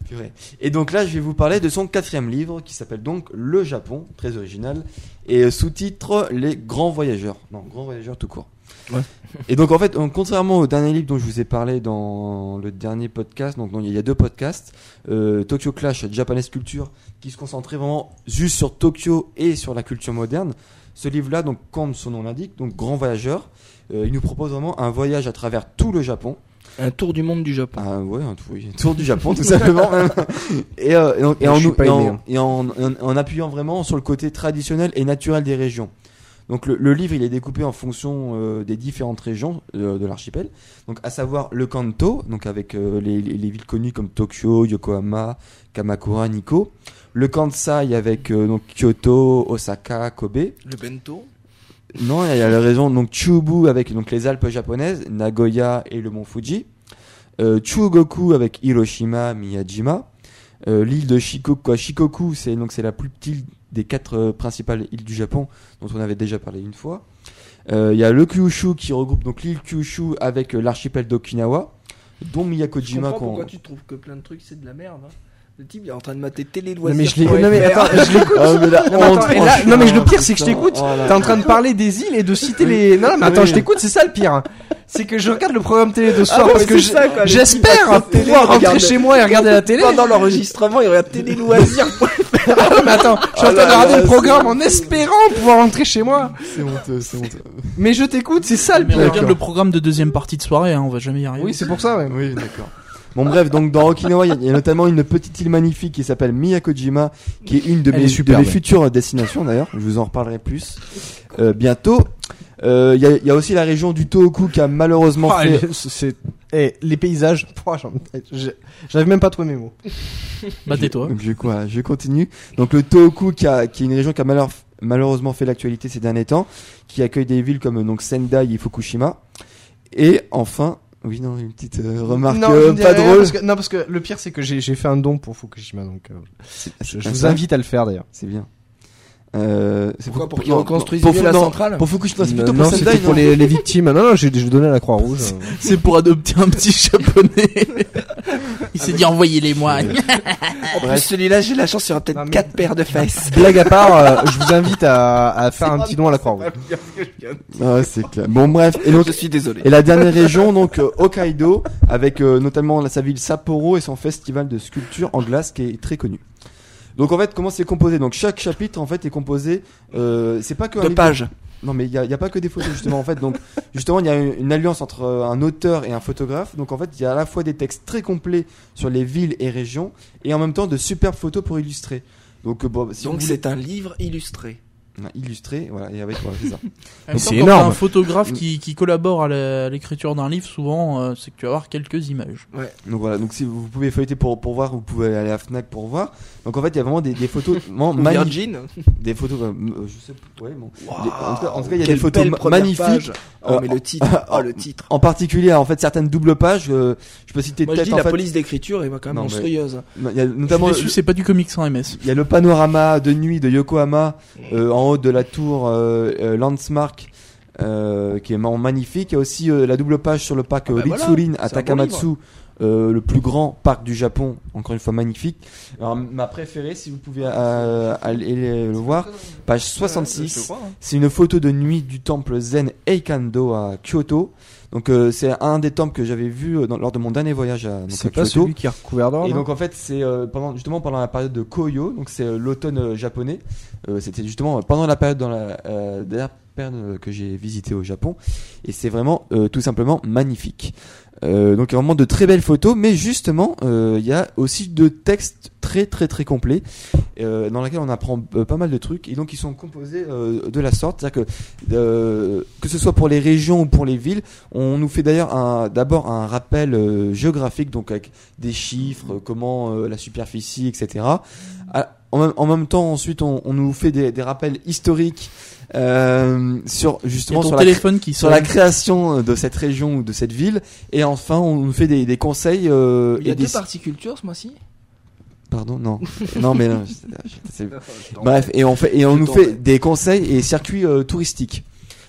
[SPEAKER 3] Purée. Et donc là, je vais vous parler de son quatrième livre qui s'appelle donc Le Japon, très original, et euh, sous-titre Les Grands Voyageurs. Non, Grands Voyageurs tout court.
[SPEAKER 4] Ouais.
[SPEAKER 3] Et donc en fait, donc, contrairement au dernier livre dont je vous ai parlé dans le dernier podcast, donc non, il y a deux podcasts, euh, Tokyo Clash Japanese Culture, qui se concentrait vraiment juste sur Tokyo et sur la culture moderne. Ce livre-là, donc comme son nom l'indique, donc Grand Voyageur, euh, il nous propose vraiment un voyage à travers tout le Japon.
[SPEAKER 4] Un tour du monde du Japon.
[SPEAKER 3] Ah ouais, un tour, oui, *laughs* un tour du Japon
[SPEAKER 1] *laughs*
[SPEAKER 3] tout simplement. même. Et, euh, et en- et
[SPEAKER 1] Je
[SPEAKER 3] en,
[SPEAKER 1] suis pas
[SPEAKER 3] et en-
[SPEAKER 1] aimé, hein.
[SPEAKER 3] et en- en- en appuyant vraiment sur le côté traditionnel et naturel des régions. Donc le, le livre il est découpé en fonction euh, des différentes régions euh, de l'archipel. Donc à savoir le Kanto, donc avec euh, les, les- les villes connues comme Tokyo, Yokohama, Kamakura, Nikko. Le Kansai avec euh, donc Kyoto, Osaka, Kobe.
[SPEAKER 4] Le bento.
[SPEAKER 3] Non, il y a la raison. Donc Chubu avec donc les Alpes japonaises, Nagoya et le mont Fuji. Euh, Chugoku avec Hiroshima, Miyajima. Euh, l'île de Shikoku, Shikoku, c'est donc c'est la plus petite des quatre euh, principales îles du Japon dont on avait déjà parlé une fois. Euh, Il y a le Kyushu qui regroupe donc l'île Kyushu avec euh, l'archipel d'Okinawa, dont
[SPEAKER 4] Je
[SPEAKER 3] Miyakojima.
[SPEAKER 4] comprends
[SPEAKER 3] qu'on-
[SPEAKER 4] pourquoi tu trouves que plein de trucs c'est de la merde. hein. Le type il est en train de mater télé
[SPEAKER 1] Non,
[SPEAKER 4] loisirs.
[SPEAKER 1] mais je l'ai-
[SPEAKER 4] pour
[SPEAKER 1] non, mais
[SPEAKER 4] FR.
[SPEAKER 1] attends, je l'écoute.
[SPEAKER 3] *laughs* Ah, mais la
[SPEAKER 1] Non, mais *laughs* attends,
[SPEAKER 3] honte,
[SPEAKER 1] et là-
[SPEAKER 3] franchement,
[SPEAKER 1] non, mais je- le pire, c'est que je
[SPEAKER 3] putain,
[SPEAKER 1] t'écoute.
[SPEAKER 3] oh là
[SPEAKER 1] T'es en train de parler des îles et de citer les. Non, non, mais attends,
[SPEAKER 3] Oui.
[SPEAKER 1] je t'écoute, c'est ça le pire. hein. C'est que je regarde le programme télé de ce
[SPEAKER 4] Ah
[SPEAKER 1] soir
[SPEAKER 4] ouais,
[SPEAKER 1] parce
[SPEAKER 4] mais
[SPEAKER 1] que
[SPEAKER 4] c'est
[SPEAKER 1] je-
[SPEAKER 4] ça, quoi, les
[SPEAKER 1] j'espère
[SPEAKER 4] petits patrons de télé,
[SPEAKER 1] pouvoir rentrer
[SPEAKER 4] regarde.
[SPEAKER 1] chez moi et regarder la télé.
[SPEAKER 4] Pendant l'enregistrement, il regarde télé *laughs* loisirs.
[SPEAKER 1] mais attends, je suis en train
[SPEAKER 3] Ah
[SPEAKER 1] de
[SPEAKER 3] là
[SPEAKER 1] regarder
[SPEAKER 3] là,
[SPEAKER 1] le
[SPEAKER 3] c'est-
[SPEAKER 1] programme en espérant pouvoir rentrer chez moi.
[SPEAKER 3] C'est honteux, c'est honteux.
[SPEAKER 1] Mais je t'écoute, c'est ça le
[SPEAKER 2] Mais on
[SPEAKER 1] pire.
[SPEAKER 2] regarde le programme de deuxième partie de soirée, hein, on va jamais y arriver.
[SPEAKER 1] Oui, c'est pour ça, ouais.
[SPEAKER 3] Oui, d'accord. Bon, bref, donc dans Okinawa, il y a- il y, a notamment une petite île magnifique qui s'appelle Miyakojima, qui est une de
[SPEAKER 2] Elle
[SPEAKER 3] mes,
[SPEAKER 2] est
[SPEAKER 3] de
[SPEAKER 2] superbe.
[SPEAKER 3] mes futures destinations d'ailleurs. Je vous en reparlerai plus euh, bientôt. Euh, Il y, a- il y a aussi la région du Tohoku qui a malheureusement
[SPEAKER 1] Ah,
[SPEAKER 3] fait.
[SPEAKER 1] les- c'est- eh, les paysages, pouah, j'en- j'ai- j'avais même pas trouvé mes mots.
[SPEAKER 2] Bah tais-toi.
[SPEAKER 3] Je, donc, je- voilà, je continue. Donc le Tohoku qui, a- qui est une région qui a malheur- malheureusement fait l'actualité ces derniers temps, qui accueille des villes comme euh, donc Sendai et Fukushima. Et enfin, oui non, une petite euh, remarque
[SPEAKER 1] non,
[SPEAKER 3] euh,
[SPEAKER 1] je ne dirai
[SPEAKER 3] pas
[SPEAKER 1] rien
[SPEAKER 3] drôle.
[SPEAKER 1] parce que- non, parce que le pire, c'est que j'ai j'ai fait un don pour Fukushima, donc euh, je, je
[SPEAKER 3] Ah,
[SPEAKER 1] vous
[SPEAKER 3] ça,
[SPEAKER 1] invite à le faire d'ailleurs.
[SPEAKER 3] C'est bien. Euh, c'est
[SPEAKER 4] Pourquoi, pour
[SPEAKER 3] Fuku-
[SPEAKER 4] qu'ils
[SPEAKER 3] non,
[SPEAKER 4] reconstruisent
[SPEAKER 3] pour
[SPEAKER 4] bien
[SPEAKER 3] Fu-
[SPEAKER 4] la
[SPEAKER 3] non,
[SPEAKER 4] centrale
[SPEAKER 3] Pour Fukushima, c'est
[SPEAKER 1] Non,
[SPEAKER 3] plutôt
[SPEAKER 1] non,
[SPEAKER 3] pour hein. Sendai,
[SPEAKER 1] c'était pour
[SPEAKER 3] non
[SPEAKER 1] les, les victimes. Non, non, j'ai j'ai donné à la Croix-Rouge.
[SPEAKER 2] C'est
[SPEAKER 3] *laughs*
[SPEAKER 2] pour adopter un petit japonais. Il s'est dit envoyez-les moi.
[SPEAKER 4] En plus, celui-là, j'ai la chance, il aura peut-être
[SPEAKER 1] Non, mais-
[SPEAKER 4] 4 paires de fesses.
[SPEAKER 1] Blague à part, euh, je vous invite à, à faire un petit don à la Croix-Rouge.
[SPEAKER 3] Ah, c'est clair. Bon, bref. Et, donc,
[SPEAKER 4] je suis désolé.
[SPEAKER 3] et la dernière région, donc euh, Hokkaido, avec euh, notamment la- sa ville Sapporo et son festival de sculpture en glace qui est très connu. Donc en fait, comment c'est composé Donc chaque chapitre en fait est composé. Euh, c'est pas que un
[SPEAKER 4] Deux
[SPEAKER 3] livre-
[SPEAKER 4] pages.
[SPEAKER 3] Non, mais il y a, il y a pas que des photos justement. en fait, donc justement, il y a une, une alliance entre euh, un auteur et un photographe. Donc en fait, il y a à la fois des textes très complets sur les villes et régions, et en même temps de superbes photos pour illustrer. Donc, euh, bon, si
[SPEAKER 4] Donc
[SPEAKER 3] vous voulez-
[SPEAKER 4] c'est un livre illustré.
[SPEAKER 3] illustré, voilà, et avec voilà, c'est ça.
[SPEAKER 2] En même
[SPEAKER 1] c'est
[SPEAKER 2] temps, quand
[SPEAKER 1] énorme.
[SPEAKER 2] t'as Un photographe qui, qui collabore à la- à l'écriture d'un livre, souvent, euh, c'est que tu vas avoir quelques images.
[SPEAKER 3] Donc voilà, donc si vous vous pouvez feuilleter pour, pour voir, vous pouvez aller à Fnac pour voir. Donc en fait, il y a vraiment des, des
[SPEAKER 4] *laughs*
[SPEAKER 3] photos
[SPEAKER 4] Oh,
[SPEAKER 3] vraiment magnifiques,
[SPEAKER 4] Virgin.
[SPEAKER 3] des photos euh, euh, je sais pas, ouais, bon.
[SPEAKER 4] Waouh,
[SPEAKER 3] Des- en tout cas- en tout cas, il y a
[SPEAKER 4] quelle
[SPEAKER 3] des photos
[SPEAKER 4] belle
[SPEAKER 3] ma-
[SPEAKER 4] première
[SPEAKER 3] magnifiques.
[SPEAKER 4] page. Oh,
[SPEAKER 3] Euh,
[SPEAKER 4] mais le titre. Oh, le titre.
[SPEAKER 3] En particulier, en fait, certaines doubles pages, euh, je peux citer
[SPEAKER 4] Moi, je
[SPEAKER 3] peut-être
[SPEAKER 4] dis
[SPEAKER 3] en
[SPEAKER 4] la
[SPEAKER 3] fait,
[SPEAKER 4] police d'écriture est quand même
[SPEAKER 3] Non, mais-
[SPEAKER 4] monstrueuse.
[SPEAKER 3] non, il y a
[SPEAKER 2] Je suis
[SPEAKER 3] notamment
[SPEAKER 2] déçu, c'est pas du comics sans MS.
[SPEAKER 3] il y a le panorama de nuit de Yokohama euh, en haut de la tour euh, euh, Landsmark euh, qui est vraiment magnifique. Il y a aussi euh, la double page sur le parc
[SPEAKER 4] Ah bah
[SPEAKER 3] euh,
[SPEAKER 4] voilà,
[SPEAKER 3] Ritsurin
[SPEAKER 4] c'est un
[SPEAKER 3] à
[SPEAKER 4] bon
[SPEAKER 3] Takamatsu, euh, le plus grand parc du Japon, encore une fois magnifique. Alors, ma préférée, si vous pouvez euh, aller le voir, page 66. C'est une photo de nuit du temple zen Eikando à Kyoto. Donc euh, c'est un des temples que j'avais vu euh, dans- lors de mon dernier voyage à, donc, à
[SPEAKER 1] C'est
[SPEAKER 3] Kyoto.
[SPEAKER 1] pas celui qui est recouvert d'or.
[SPEAKER 3] Et
[SPEAKER 1] non
[SPEAKER 3] donc en fait c'est euh, pendant justement pendant la période de Koyo, donc c'est euh, l'automne euh, japonais. Euh, C'était justement euh, pendant la période dans la euh, dernière période euh, que j'ai visité au Japon et c'est vraiment euh, tout simplement magnifique. Euh, donc il y a vraiment de très belles photos, mais justement euh, il y a aussi de textes très très très complets euh, dans lesquels on apprend euh, pas mal de trucs et donc ils sont composés euh, de la sorte, c'est-à-dire que euh, que ce soit pour les régions ou pour les villes, on nous fait d'ailleurs un- d'abord un rappel euh, géographique donc avec des chiffres, euh, comment euh, la superficie, etc. À- en, même, en même temps, ensuite, on, on nous fait des, des rappels historiques euh, sur
[SPEAKER 2] Il y a
[SPEAKER 3] justement
[SPEAKER 2] ton
[SPEAKER 3] sur la, cré-
[SPEAKER 2] téléphone qui
[SPEAKER 3] sur la
[SPEAKER 2] sonne.
[SPEAKER 3] création euh, de cette région ou de cette ville. Et enfin, on nous fait des, des conseils euh,
[SPEAKER 4] Il y a
[SPEAKER 3] et des
[SPEAKER 4] deux parties culture ce mois-ci.
[SPEAKER 3] pardon, non, non, mais non, c'est- c'est-
[SPEAKER 4] Bah,
[SPEAKER 3] Bref, et on, fait, et on
[SPEAKER 4] Tout
[SPEAKER 3] nous
[SPEAKER 4] en
[SPEAKER 3] fait
[SPEAKER 4] fait.
[SPEAKER 3] des conseils et circuits euh, touristiques.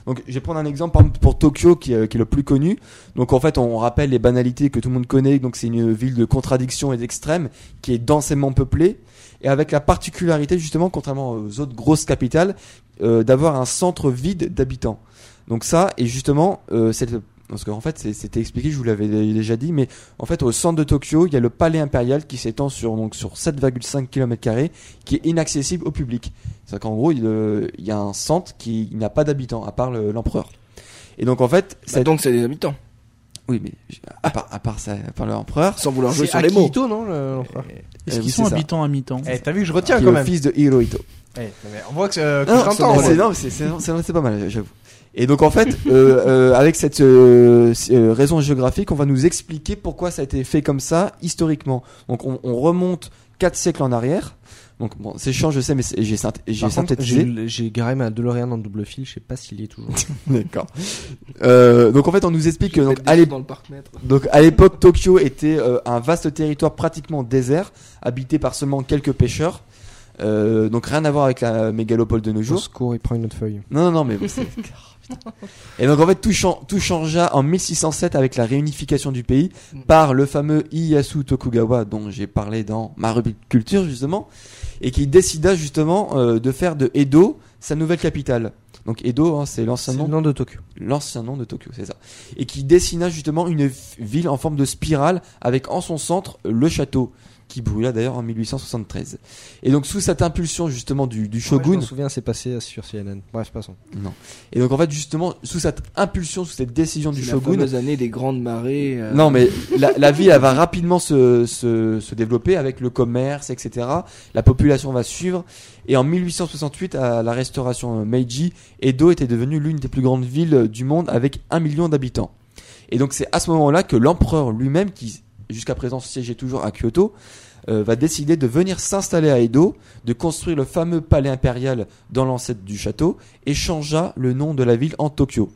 [SPEAKER 3] Donc, je vais prendre un exemple par exemple, pour Tokyo qui, est- qui est le plus connu. Donc, en fait, on rappelle les banalités que tout le monde connaît. Donc, c'est une ville de contradictions et d'extrêmes qui est densément peuplée et avec la particularité, justement, contrairement aux autres grosses capitales, euh, d'avoir un centre vide d'habitants. Donc ça, et justement, euh, cette- parce qu'en fait, c'est- c'était expliqué, je vous l'avais déjà dit, mais en fait, au centre de Tokyo, il y a le palais impérial qui s'étend sur, donc, sur 7,5 km, qui est inaccessible au public. C'est-à-dire qu'en gros, il, euh, il y a un centre qui n'a pas d'habitants, à part le- l'empereur. et donc, en fait,
[SPEAKER 1] Bah
[SPEAKER 3] cette-
[SPEAKER 4] Donc c'est des habitants,
[SPEAKER 3] oui, mais à part, à part, ça, à part l'empereur,
[SPEAKER 4] sans vouloir jouer
[SPEAKER 1] C'est
[SPEAKER 4] sur les mots.
[SPEAKER 1] Akihito, non le- l'empereur
[SPEAKER 2] Est-ce
[SPEAKER 3] Eh
[SPEAKER 2] qu'ils
[SPEAKER 3] oui,
[SPEAKER 2] sont
[SPEAKER 3] c'est ça.
[SPEAKER 2] habitants à mi-temps
[SPEAKER 1] Eh, t'as vu que je
[SPEAKER 3] qui
[SPEAKER 1] retiens
[SPEAKER 3] est
[SPEAKER 1] quand
[SPEAKER 3] le
[SPEAKER 1] même.
[SPEAKER 3] fils de Hirohito.
[SPEAKER 1] Eh, non, mais on voit que, euh, que
[SPEAKER 3] Ah Non,
[SPEAKER 1] je t'entends.
[SPEAKER 3] c'est- c'est-
[SPEAKER 1] ouais.
[SPEAKER 3] non, c'est- c'est c'est- c'est pas mal, j'avoue. Et donc en fait, euh, euh, avec cette euh, c- euh, raison géographique, on va nous expliquer pourquoi ça a été fait comme ça historiquement. Donc on, on remonte quatre siècles en arrière. Donc bon, c'est chiant, je sais, mais c'est- j'ai synth- j'ai
[SPEAKER 5] Par contre,
[SPEAKER 3] synthétisé.
[SPEAKER 5] J'ai j'ai garé ma DeLorean en double fil, je sais pas s'il y est toujours.
[SPEAKER 3] D'accord. Euh, donc en fait, on nous explique que donc,
[SPEAKER 4] Mettre des
[SPEAKER 3] à l'ép-
[SPEAKER 4] choses dans le parc maître.
[SPEAKER 3] donc, à l'époque, Tokyo était euh, un vaste territoire pratiquement désert, habité par seulement quelques pêcheurs. Euh, donc rien à voir avec la mégalopole de nos
[SPEAKER 5] Au
[SPEAKER 3] jours.
[SPEAKER 5] secours, il prend une autre feuille.
[SPEAKER 3] Non, non, non, mais
[SPEAKER 5] *laughs*
[SPEAKER 3] bon, c'est- Putain. Et donc en fait, tout, chan- tout changea en 1607 avec la réunification du pays
[SPEAKER 5] Mm.
[SPEAKER 3] par le fameux Ieyasu Tokugawa dont j'ai parlé dans ma rubrique culture justement, et qui décida justement euh, de faire de Edo sa nouvelle capitale. Donc Edo, hein, c'est l'ancien
[SPEAKER 5] C'est le
[SPEAKER 3] nom
[SPEAKER 5] nom de Tokyo.
[SPEAKER 3] l'ancien nom de Tokyo, c'est ça. Et qui dessina justement une v- ville en forme de spirale avec en son centre euh, le château qui brûla d'ailleurs en 1873. Et donc sous cette impulsion justement du, du
[SPEAKER 5] Ouais, je
[SPEAKER 3] shogun,
[SPEAKER 5] me souviens, c'est passé sur CNN. Bref, passons.
[SPEAKER 3] et donc en fait justement sous cette impulsion, sous cette décision du
[SPEAKER 4] C'est
[SPEAKER 3] shogun,
[SPEAKER 4] La fameuse année des grandes marées. euh,
[SPEAKER 3] non mais la, la ville elle va rapidement se, se, se développer avec le commerce, etc. La population va suivre. Et en 1868, à la restauration euh, Meiji, Edo était devenue l'une des plus grandes villes euh, du monde avec un million d'habitants. Et donc c'est à ce moment-là que l'empereur lui-même, qui jusqu'à présent siégeait toujours à Kyoto, euh, va décider de venir s'installer à Edo, de construire le fameux palais impérial dans l'ancêtre du château, et changea le nom de la ville en Tokyo.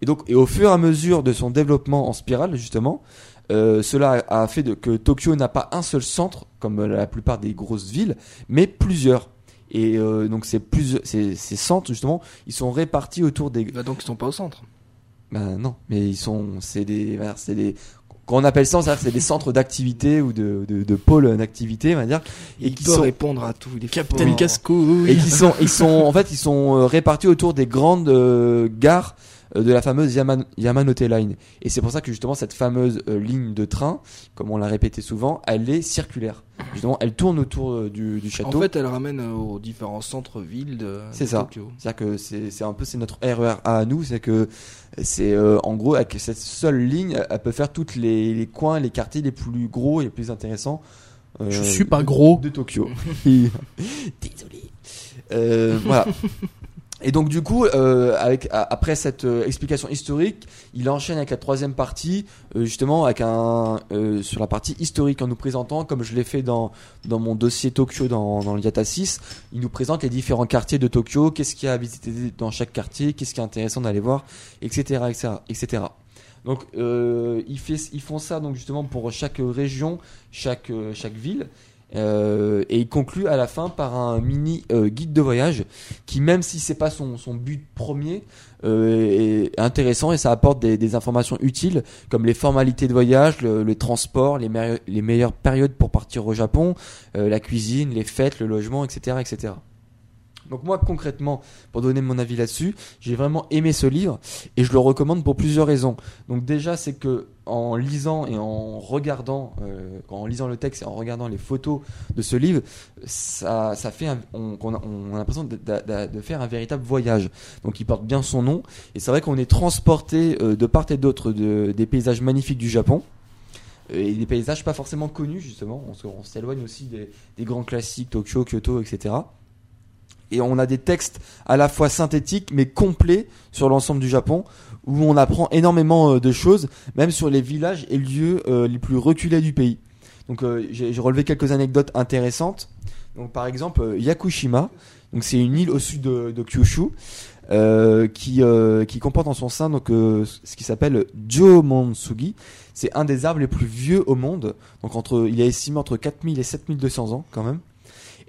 [SPEAKER 3] Et donc, et au fur et à mesure de son développement en spirale, justement, euh, cela a a fait de- que Tokyo n'a pas un seul centre, comme la plupart des grosses villes, mais plusieurs. Et euh, donc, ces, plusieurs, ces, ces centres, justement, ils sont répartis autour des.
[SPEAKER 4] bah donc ils sont pas au centre.
[SPEAKER 3] Ben non, mais ils sont. C'est des. voilà, C'est des. Quand on appelle ça, c'est-à-dire que c'est des centres d'activité ou de, de, de pôles d'activité, on va dire, et
[SPEAKER 4] Il
[SPEAKER 3] qui
[SPEAKER 4] peut
[SPEAKER 3] sont
[SPEAKER 4] répondre à tout. Il est
[SPEAKER 2] Captain
[SPEAKER 4] fort.
[SPEAKER 2] Casco.
[SPEAKER 3] et qui sont, ils sont, en fait, ils sont euh, répartis autour des grandes euh, gares euh, de la fameuse Yaman- Yamanote Line. Et c'est pour ça que justement cette fameuse euh, ligne de train, comme on l'a répété souvent, elle est circulaire. Justement, elle tourne autour euh, du, du
[SPEAKER 4] En
[SPEAKER 3] château.
[SPEAKER 4] fait, elle ramène euh, aux différents centres-villes de,
[SPEAKER 3] C'est
[SPEAKER 4] de
[SPEAKER 3] ça.
[SPEAKER 4] Tokyo.
[SPEAKER 3] c'est-à-dire que c'est c'est un peu c'est notre RER A à nous, c'est que c'est euh, en gros avec cette seule ligne, elle peut faire toutes les, les coins, les quartiers les plus gros et les plus intéressants. euh,
[SPEAKER 2] Je suis pas gros.
[SPEAKER 3] de *laughs* Tokyo. Désolé. Euh, voilà. Et donc du coup, euh, avec a- après cette euh, explication historique, il enchaîne avec la troisième partie, euh, justement avec un euh, sur la partie historique en nous présentant, comme je l'ai fait dans dans mon dossier Tokyo dans dans le Yata 6, il nous présente les différents quartiers de Tokyo, qu'est-ce qu'il y a à visiter dans chaque quartier, qu'est-ce qui est intéressant d'aller voir, etc., etc., etc. Donc euh, ils, fait- ils font ça donc justement pour chaque région, chaque euh, chaque ville. Euh, et il conclut à la fin par un mini euh, guide de voyage qui, même si c'est pas son, son but premier, euh, est intéressant et ça apporte des, des informations utiles comme les formalités de voyage, le, le transport, les, mer- les meilleures périodes pour partir au Japon, euh, la cuisine, les fêtes, le logement, etc., etc. Donc moi concrètement, pour donner mon avis là-dessus, j'ai vraiment aimé ce livre et je le recommande pour plusieurs raisons. Donc déjà c'est que en lisant et en regardant, euh, en lisant le texte et en regardant les photos de ce livre, ça, ça fait un- on, qu'on a, on a l'impression de, de- de faire un véritable voyage. Donc il porte bien son nom et c'est vrai qu'on est transporté euh, de part et d'autre de, des paysages magnifiques du Japon euh, et des paysages pas forcément connus justement. On, se- on s'éloigne aussi des, des grands classiques Tokyo, Kyoto, etc. Et on a des textes à la fois synthétiques mais complets sur l'ensemble du Japon où on apprend énormément euh, de choses, même sur les villages et lieux euh, les plus reculés du pays. Donc euh, j'ai j'ai relevé quelques anecdotes intéressantes. Donc par exemple euh, Yakushima, donc c'est une île au sud de, de Kyushu euh, qui euh, qui comporte en son sein donc euh, ce qui s'appelle Jomonsugi. C'est un des arbres les plus vieux au monde. Donc entre il est estimé entre 4000 et 7200 ans quand même.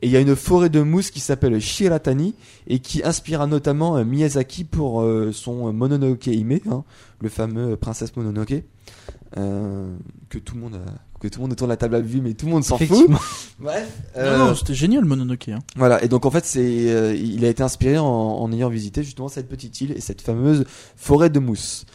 [SPEAKER 3] Et il y a une forêt de mousse qui s'appelle Shiratani et qui inspira notamment euh, Miyazaki pour euh, son Mononoke Hime, hein, le fameux Princesse Mononoke, euh, que tout le monde a que tout le monde autour de la table a vu, mais tout le monde s'en fout.
[SPEAKER 5] Effectivement.
[SPEAKER 3] Bref.
[SPEAKER 2] Non,
[SPEAKER 3] euh,
[SPEAKER 2] non, c'était génial Mononoke. hein.
[SPEAKER 3] Voilà, et donc en fait, c'est, euh, il a été inspiré en, en ayant visité justement cette petite île et cette fameuse forêt de mousse.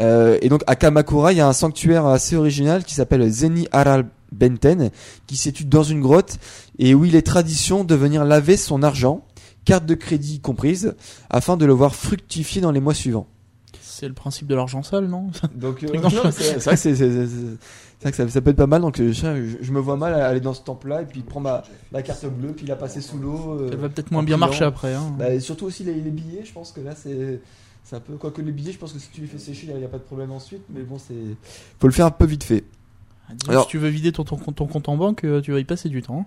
[SPEAKER 3] Euh, et donc à Kamakura, il y a un sanctuaire assez original qui s'appelle Zeni Aral Benten, qui situe dans une grotte et où il est tradition de venir laver son argent, carte de crédit comprise, afin de le voir fructifier dans les mois suivants.
[SPEAKER 2] C'est le principe de l'argent sale, non
[SPEAKER 3] Donc euh,
[SPEAKER 2] Non,
[SPEAKER 3] non,
[SPEAKER 2] je-
[SPEAKER 3] mais c'est c'est vrai que, c'est- c'est- c'est- c'est vrai que ça, ça peut être pas mal. Donc euh, je, je me vois mal aller dans ce temple-là et puis prendre ma, ma carte bleue puis la passer sous l'eau. euh,
[SPEAKER 2] Elle va peut-être moins
[SPEAKER 3] en
[SPEAKER 2] bien
[SPEAKER 3] pliant.
[SPEAKER 2] marcher après. hein.
[SPEAKER 3] Bah, et surtout aussi les, les billets, je pense que là c'est c'est un peu quoi que les billets, je pense que si tu les fais sécher, il n'y a pas de problème ensuite, mais bon c'est faut le faire un peu vite fait.
[SPEAKER 2] Disons,
[SPEAKER 3] alors-
[SPEAKER 2] si tu veux vider ton, ton, compte- ton compte en banque, euh, tu vas y passer du temps.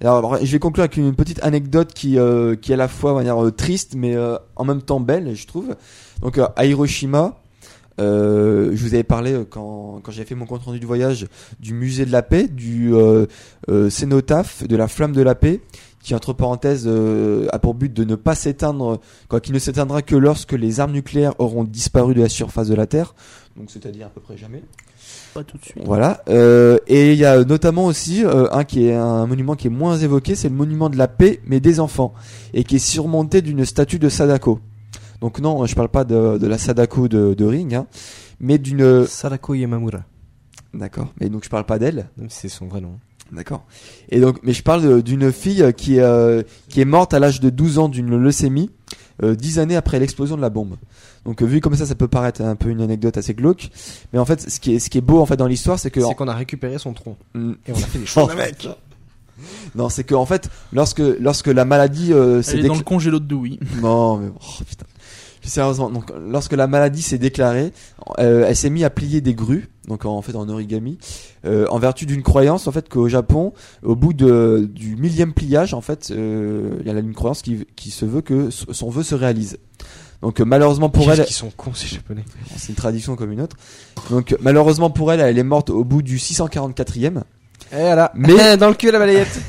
[SPEAKER 3] Alors, alors, je vais conclure avec une petite anecdote qui euh, qui est à la fois on va dire, euh, triste mais euh, en même temps belle, je trouve. Donc euh, à Hiroshima euh, je vous avais parlé euh, quand, quand j'avais fait mon compte rendu de voyage du musée de la paix, du euh, euh, cénotaphe, de la flamme de la paix, qui entre parenthèses euh, a pour but de ne pas s'éteindre, quoi, qui ne s'éteindra que lorsque les armes nucléaires auront disparu de la surface de la Terre, donc c'est-à-dire à peu près jamais.
[SPEAKER 2] Pas tout de suite.
[SPEAKER 3] Voilà. Euh, et il y a notamment aussi euh, un qui est un monument qui est moins évoqué, c'est le monument de la paix mais des enfants et qui est surmonté d'une statue de Sadako. Donc non, je parle pas de, de la Sadako de, de Ring, hein, mais d'une.
[SPEAKER 5] Sadako Yamamura.
[SPEAKER 3] D'accord. Mais donc je parle pas d'elle.
[SPEAKER 5] Même si c'est son vrai nom.
[SPEAKER 3] D'accord. Et donc, mais je parle de- d'une fille qui est, euh, qui est morte à l'âge de 12 ans d'une leucémie, euh, 10 années après l'explosion de la bombe. Donc, euh, vu comme ça, ça peut paraître un peu une anecdote assez glauque. Mais en fait, ce qui est, ce qui est beau en fait dans l'histoire, c'est que
[SPEAKER 5] C'est qu'on a récupéré son tronc.
[SPEAKER 3] Mm.
[SPEAKER 5] Et on a
[SPEAKER 1] *laughs*
[SPEAKER 5] fait des choses.
[SPEAKER 3] Non,
[SPEAKER 1] Oh,
[SPEAKER 3] Non, c'est que en fait, lorsque lorsque la maladie euh, s'est
[SPEAKER 2] Elle est dans
[SPEAKER 3] décl-
[SPEAKER 2] le congélo de Dewey.
[SPEAKER 3] non mais oh, putain. Plus sérieusement, donc lorsque la maladie s'est déclarée, euh, elle s'est mise à plier des grues, donc en, en fait en origami, euh, en vertu d'une croyance en fait qu'au Japon, au bout de, du millième pliage, en fait, euh, il y a une croyance qui, qui se veut que so- son vœu se réalise. Donc euh, malheureusement pour elle,
[SPEAKER 5] Qu'est-ce qu'ils sont cons ces japonais.
[SPEAKER 3] c'est une tradition comme une autre. Donc euh, malheureusement pour elle, elle est morte au bout du 644e.
[SPEAKER 5] Et voilà. *laughs*
[SPEAKER 3] Mais-
[SPEAKER 5] dans le cul la balayette.
[SPEAKER 3] *laughs*